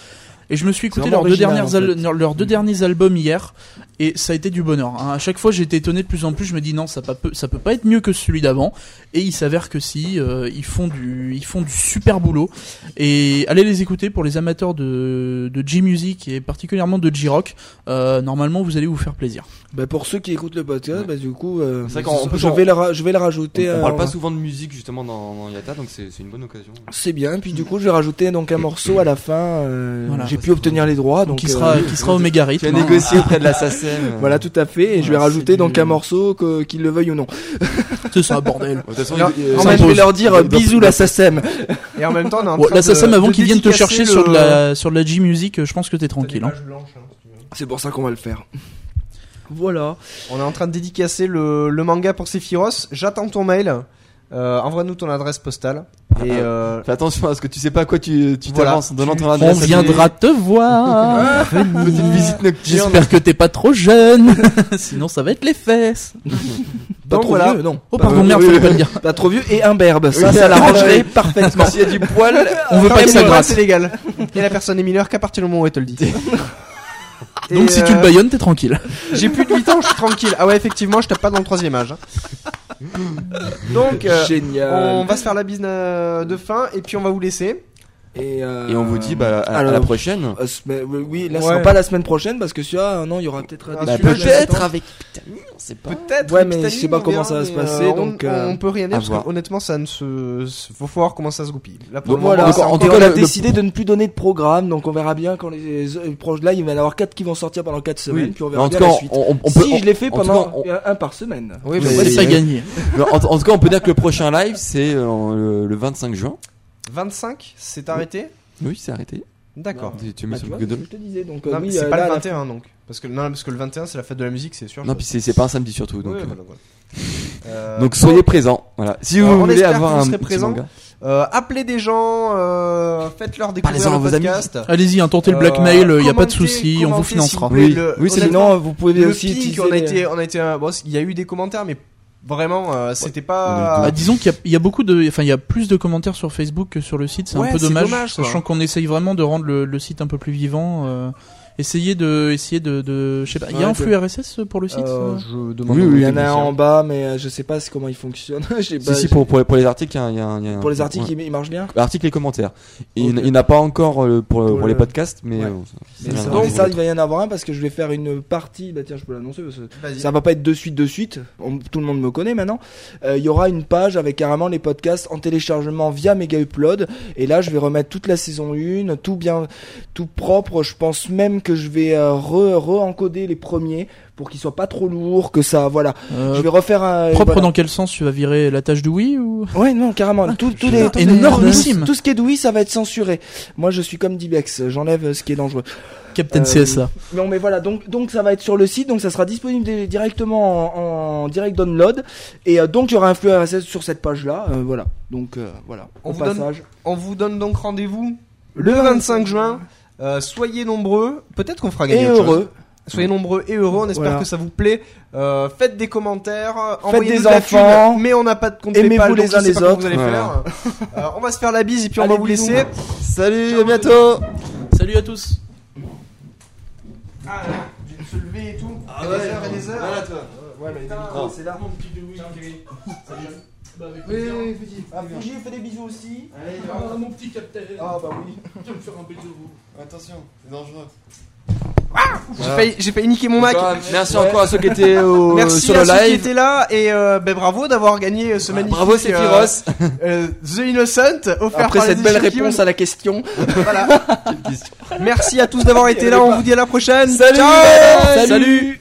[SPEAKER 2] Et je me suis écouté
[SPEAKER 4] vraiment
[SPEAKER 2] leurs deux,
[SPEAKER 4] original,
[SPEAKER 2] dernières
[SPEAKER 4] en
[SPEAKER 2] al-
[SPEAKER 4] fait.
[SPEAKER 2] leurs- leurs deux derniers albums hier, et ça a été du bonheur. hein. À chaque fois, j'étais étonné de plus en plus. Je me dis non, ça pas peut, ça peut pas être mieux que celui d'avant. Et il s'avère que si, euh, ils font du, ils font du super boulot. Et allez les écouter pour les amateurs de, de G-Music et particulièrement de G-Rock. Euh, normalement, vous allez vous faire plaisir.
[SPEAKER 4] bah, pour ceux qui écoutent le podcast bah, du coup euh,
[SPEAKER 3] C'est vrai qu'on- on peut-
[SPEAKER 4] je vais le ra- je vais le
[SPEAKER 3] On,
[SPEAKER 4] rajouter
[SPEAKER 3] on parle
[SPEAKER 4] euh,
[SPEAKER 3] pas souvent de musique justement dans, dans Yata, donc c'est c'est une bonne occasion.
[SPEAKER 4] c'est bien puis du coup je vais rajouter donc un morceau à la fin euh,
[SPEAKER 2] Voilà.
[SPEAKER 4] j'ai pu obtenir les droits donc
[SPEAKER 2] qui
[SPEAKER 4] euh,
[SPEAKER 2] sera, qui sera Omega
[SPEAKER 3] Tu as
[SPEAKER 2] Rhythm. hein.
[SPEAKER 3] négocié auprès de la SACEM.
[SPEAKER 4] *laughs* voilà tout à fait et je vais
[SPEAKER 2] Voilà, c'est
[SPEAKER 4] rajouter donc
[SPEAKER 2] du-
[SPEAKER 4] un morceau que- qu'ils le veuillent ou non
[SPEAKER 2] C'est ça, hein. bordel.
[SPEAKER 3] De toute façon,
[SPEAKER 1] Alors,
[SPEAKER 3] il- il-
[SPEAKER 4] En même, je vais leur dire euh, bisous la SACEM.
[SPEAKER 1] Et en même temps, on est en
[SPEAKER 2] Ouais,
[SPEAKER 1] train
[SPEAKER 2] là, ça
[SPEAKER 1] de-
[SPEAKER 2] somme avant
[SPEAKER 1] de
[SPEAKER 2] qu'ils viennent te
[SPEAKER 1] dédicacer
[SPEAKER 2] chercher
[SPEAKER 1] le-
[SPEAKER 2] sur de la, sur de la G-Music, euh, je pense que t'es
[SPEAKER 1] T'as des
[SPEAKER 2] tranquille. hein.
[SPEAKER 1] pages blanches, hein, si tu veux.
[SPEAKER 4] C'est pour ça qu'on va le faire. Voilà.
[SPEAKER 1] On est en train de dédicacer le, le manga pour Sephiroth. J'attends ton mail. Euh, Envoie-nous ton adresse postale. Et euh,
[SPEAKER 3] Fais attention à ce que tu sais pas à quoi tu tu
[SPEAKER 1] Voilà.
[SPEAKER 3] t'avances en donnant ton
[SPEAKER 2] On
[SPEAKER 3] adresse.
[SPEAKER 2] viendra te voir.
[SPEAKER 3] Une visite nocturne.
[SPEAKER 2] J'espère que t'es pas trop jeune. Sinon, ça va être les fesses.
[SPEAKER 4] Pas
[SPEAKER 1] Donc
[SPEAKER 4] trop
[SPEAKER 1] voilà.
[SPEAKER 4] vieux, non.
[SPEAKER 2] Oh, pardon,
[SPEAKER 3] Euh,
[SPEAKER 2] merde,
[SPEAKER 3] oui,
[SPEAKER 2] fallait pas le dire.
[SPEAKER 4] Pas trop vieux et imberbe. Ça,
[SPEAKER 3] Oui.
[SPEAKER 4] ça l'arrangerait
[SPEAKER 3] *laughs*
[SPEAKER 4] parfaitement.
[SPEAKER 3] S'il y a du poil,
[SPEAKER 2] On veut pas que ça
[SPEAKER 1] Ah, Voilà,
[SPEAKER 2] gratte.
[SPEAKER 1] c'est légal. Et la personne est mineure qu'à partir du moment où elle te le
[SPEAKER 2] *laughs*
[SPEAKER 1] dit. Et,
[SPEAKER 2] Donc, si tu le
[SPEAKER 1] euh,
[SPEAKER 2] baïonnes, t'es tranquille.
[SPEAKER 1] J'ai plus de 8 ans, je suis tranquille. Ah ouais, effectivement, je tape pas dans le troisième âge. hein. Donc, euh, on
[SPEAKER 4] Génial.
[SPEAKER 1] va se faire la bise euh, de fin et puis on va vous laisser.
[SPEAKER 4] Et, euh,
[SPEAKER 3] Et on vous dit bah, à, à
[SPEAKER 4] alors,
[SPEAKER 3] la prochaine.
[SPEAKER 4] euh, semaine- oui, oui, là, ce
[SPEAKER 1] Ouais.
[SPEAKER 4] sera pas la semaine prochaine parce que celui-là, euh, non, il y aura peut-être.
[SPEAKER 1] Ah,
[SPEAKER 4] un
[SPEAKER 1] bah,
[SPEAKER 4] décalage.
[SPEAKER 1] peut-être.
[SPEAKER 3] avec Pitamir, c'est pas.
[SPEAKER 1] Ah, Peut-être.
[SPEAKER 4] Ouais, mais
[SPEAKER 1] Pitanine,
[SPEAKER 4] je sais pas
[SPEAKER 1] on
[SPEAKER 4] comment
[SPEAKER 1] verra,
[SPEAKER 4] ça va se
[SPEAKER 1] mais,
[SPEAKER 4] passer,
[SPEAKER 1] euh,
[SPEAKER 4] donc,
[SPEAKER 1] on,
[SPEAKER 4] euh,
[SPEAKER 1] on peut rien dire
[SPEAKER 3] à
[SPEAKER 1] parce
[SPEAKER 3] voir.
[SPEAKER 1] que honnêtement, ça ne se. se- Faut voir comment ça se goupille. Là, pour
[SPEAKER 4] Donc
[SPEAKER 1] le
[SPEAKER 4] voilà,
[SPEAKER 1] moment,
[SPEAKER 3] en tout cas,
[SPEAKER 4] en
[SPEAKER 3] en
[SPEAKER 4] tout
[SPEAKER 3] tout
[SPEAKER 4] on
[SPEAKER 3] cas,
[SPEAKER 4] a
[SPEAKER 3] le- le-
[SPEAKER 4] décidé de ne plus donner de programme, donc on verra bien quand les euh, les proches là, il va y en avoir quatre qui vont sortir pendant quatre semaines, puis on verra
[SPEAKER 3] en tout
[SPEAKER 4] bien
[SPEAKER 3] cas,
[SPEAKER 4] la suite.
[SPEAKER 3] on, on- on peut.
[SPEAKER 4] si je l'ai fait
[SPEAKER 3] en tout
[SPEAKER 4] pendant
[SPEAKER 3] cas, on-
[SPEAKER 4] un, un par semaine.
[SPEAKER 1] Oui,
[SPEAKER 3] mais-
[SPEAKER 2] Ouais,
[SPEAKER 1] mais
[SPEAKER 3] c'est-
[SPEAKER 2] ça a gagné.
[SPEAKER 3] on- en, en tout cas, on peut dire que le prochain live c'est euh, le, le 25 juin.
[SPEAKER 1] 25, c'est arrêté
[SPEAKER 3] Oui, c'est arrêté.
[SPEAKER 1] D'accord.
[SPEAKER 3] Tu, tu mets
[SPEAKER 4] Bah,
[SPEAKER 3] sur
[SPEAKER 4] tu vois,
[SPEAKER 3] le Google.
[SPEAKER 4] je te disais, donc euh,
[SPEAKER 1] Non, mais
[SPEAKER 4] oui,
[SPEAKER 1] Ah, c'est
[SPEAKER 4] euh,
[SPEAKER 1] pas
[SPEAKER 4] là,
[SPEAKER 1] le
[SPEAKER 4] la-
[SPEAKER 1] 21, donc. Parce que, non, parce que le 21, c'est la fête de la musique, c'est sûr.
[SPEAKER 3] Non,
[SPEAKER 1] je
[SPEAKER 3] puis c'est c'est pas un samedi surtout, donc.
[SPEAKER 1] Ouais,
[SPEAKER 3] euh,
[SPEAKER 1] voilà, voilà. Euh,
[SPEAKER 3] Donc soyez présents, voilà. Si vous
[SPEAKER 1] Alors, on
[SPEAKER 3] voulez
[SPEAKER 1] espère que
[SPEAKER 3] avoir
[SPEAKER 1] vous
[SPEAKER 3] un
[SPEAKER 1] serez
[SPEAKER 3] petit
[SPEAKER 1] présents.
[SPEAKER 3] manga.
[SPEAKER 1] euh, appelez des gens, euh, faites-leur découvrir
[SPEAKER 3] Parlez-en à
[SPEAKER 1] le
[SPEAKER 3] vos amis.
[SPEAKER 1] podcast.
[SPEAKER 2] Allez-y, hein, tentez le
[SPEAKER 1] Euh,
[SPEAKER 2] blackmail, il y a pas de souci, on vous financera.
[SPEAKER 3] Oui. Oui, c'est
[SPEAKER 1] non.
[SPEAKER 4] Sinon, vous pouvez
[SPEAKER 1] Le
[SPEAKER 4] aussi
[SPEAKER 1] pic,
[SPEAKER 4] utiliser
[SPEAKER 1] on a
[SPEAKER 4] les-
[SPEAKER 1] été, on a été, euh, bon, il y a eu des commentaires, mais vraiment, euh, c'était
[SPEAKER 3] On
[SPEAKER 1] pas.
[SPEAKER 3] est
[SPEAKER 2] Bah, disons qu'il y a- il y, a beaucoup de, enfin il y a plus de commentaires sur Facebook que sur le site, c'est
[SPEAKER 1] Ouais,
[SPEAKER 2] un peu
[SPEAKER 1] c'est
[SPEAKER 2] dommage,
[SPEAKER 1] dommage, quoi.
[SPEAKER 2] sachant qu'on essaye vraiment de rendre le, le site un peu plus vivant. euh, essayez de, essayez de, de je sais pas, il y a un
[SPEAKER 4] Ouais,
[SPEAKER 2] flux RSS pour le site.
[SPEAKER 1] Euh,
[SPEAKER 2] ça
[SPEAKER 1] je demande.
[SPEAKER 3] Oui, oui,
[SPEAKER 4] Il y en
[SPEAKER 3] bien
[SPEAKER 4] a
[SPEAKER 3] sûr.
[SPEAKER 4] en bas, mais euh, je sais pas c'est comment il *laughs* fonctionne. J'ai
[SPEAKER 1] Eh
[SPEAKER 3] Si,
[SPEAKER 1] ben,
[SPEAKER 4] pas-
[SPEAKER 3] si,
[SPEAKER 4] j'ai-
[SPEAKER 3] pour, pour, les- pour les articles, il y a, un- il y a un- il y a un-
[SPEAKER 4] pour les articles,
[SPEAKER 3] ouais.
[SPEAKER 4] il, il marche bien.
[SPEAKER 3] Articles et commentaires. Il
[SPEAKER 4] Ok.
[SPEAKER 3] il n'a pas encore euh, pour, pour
[SPEAKER 4] Pour
[SPEAKER 3] les
[SPEAKER 4] le-
[SPEAKER 3] podcasts, mais.
[SPEAKER 4] Ouais.
[SPEAKER 3] euh, ça-
[SPEAKER 4] Mais
[SPEAKER 3] ça
[SPEAKER 4] ça,
[SPEAKER 3] viendra.
[SPEAKER 4] mais ça, il va y en avoir un parce que je vais faire une partie. Bah tiens, je peux l'annoncer parce que ça va pas être de suite, de suite. On- tout le monde me connaît maintenant. Euh, Il y aura une page avec carrément les podcasts en téléchargement via Mega Upload. Et là, je vais remettre toute la saison 1, tout bien, tout propre. Je pense même que je vais euh, re, re-encoder les premiers pour qu'ils soient pas trop lourds, que ça, voilà.
[SPEAKER 2] Euh,
[SPEAKER 4] je vais refaire un.
[SPEAKER 2] propre
[SPEAKER 4] voilà.
[SPEAKER 2] dans quel sens tu vas virer la tâche de oui ou
[SPEAKER 4] Ouais, non, carrément. tout, tout les,
[SPEAKER 2] putain, énormissime.
[SPEAKER 4] Tout, tout ce qui est douille, ça va être censuré. Moi, je suis comme Dibex. J'enlève euh, ce qui est dangereux.
[SPEAKER 2] Captain
[SPEAKER 4] Euh,
[SPEAKER 2] CSA
[SPEAKER 4] Non, mais voilà. Donc, donc, ça va être sur le site. Donc, ça sera disponible dé- directement en, en direct download. Et euh, donc, il y aura un flux RSS sur cette page-là. euh, voilà. Donc, euh, voilà.
[SPEAKER 1] On
[SPEAKER 4] Au
[SPEAKER 1] vous donne-
[SPEAKER 4] passage.
[SPEAKER 1] On vous donne donc rendez-vous le 25 juin. Euh, soyez nombreux. Peut-être qu'on fera gagner.
[SPEAKER 4] Et
[SPEAKER 1] autre chose.
[SPEAKER 4] heureux.
[SPEAKER 1] Soyez nombreux et heureux. On espère
[SPEAKER 4] Voilà.
[SPEAKER 1] que ça vous plaît. Euh, faites des commentaires. envoyez
[SPEAKER 4] des
[SPEAKER 1] de la
[SPEAKER 4] enfants.
[SPEAKER 1] thune, mais on n'a pas de compte
[SPEAKER 4] Aimez-vous
[SPEAKER 1] PayPal, donc
[SPEAKER 4] les
[SPEAKER 1] je
[SPEAKER 4] uns
[SPEAKER 1] sais
[SPEAKER 4] les
[SPEAKER 1] pas comment
[SPEAKER 4] autres.
[SPEAKER 1] Vous allez
[SPEAKER 3] Voilà.
[SPEAKER 1] faire. Euh, on va se faire la bise et puis on
[SPEAKER 4] Allez,
[SPEAKER 1] va vous
[SPEAKER 4] bisous.
[SPEAKER 1] laisser.
[SPEAKER 3] Salut, à bientôt!
[SPEAKER 2] Salut à tous.
[SPEAKER 1] Ah, j'ai dû se lever et tout. Ah ouais, des heures et des heures. Voilà, toi. Ouais, bah, mais c'est là. Mon petit Louis.
[SPEAKER 4] Oui, oui, petit. Ah, Fuji, fais des bisous aussi. mon
[SPEAKER 1] Ah,
[SPEAKER 4] petit capitaine. Ah, bah oui. Je vais me faire un bisou.
[SPEAKER 3] Attention, c'est dangereux.
[SPEAKER 4] Ah
[SPEAKER 1] J'ai failli, j'ai failli niquer mon Mac.
[SPEAKER 3] Bah, merci encore à ceux qui étaient au-
[SPEAKER 1] Merci
[SPEAKER 3] sur
[SPEAKER 1] à
[SPEAKER 3] le
[SPEAKER 1] ceux qui
[SPEAKER 3] live. Bah,
[SPEAKER 1] étaient là et euh, ben, bravo d'avoir gagné ce magnifique.
[SPEAKER 3] Bravo
[SPEAKER 1] euh,
[SPEAKER 3] Sephiros.
[SPEAKER 1] euh, The Innocent offert
[SPEAKER 4] Après
[SPEAKER 1] par
[SPEAKER 4] cette belle
[SPEAKER 1] l'édition
[SPEAKER 4] réponse à la question.
[SPEAKER 1] Kyoun. Voilà. Merci à tous d'avoir été là. On vous dit à la prochaine.
[SPEAKER 4] Salut
[SPEAKER 1] Ciao
[SPEAKER 4] Salut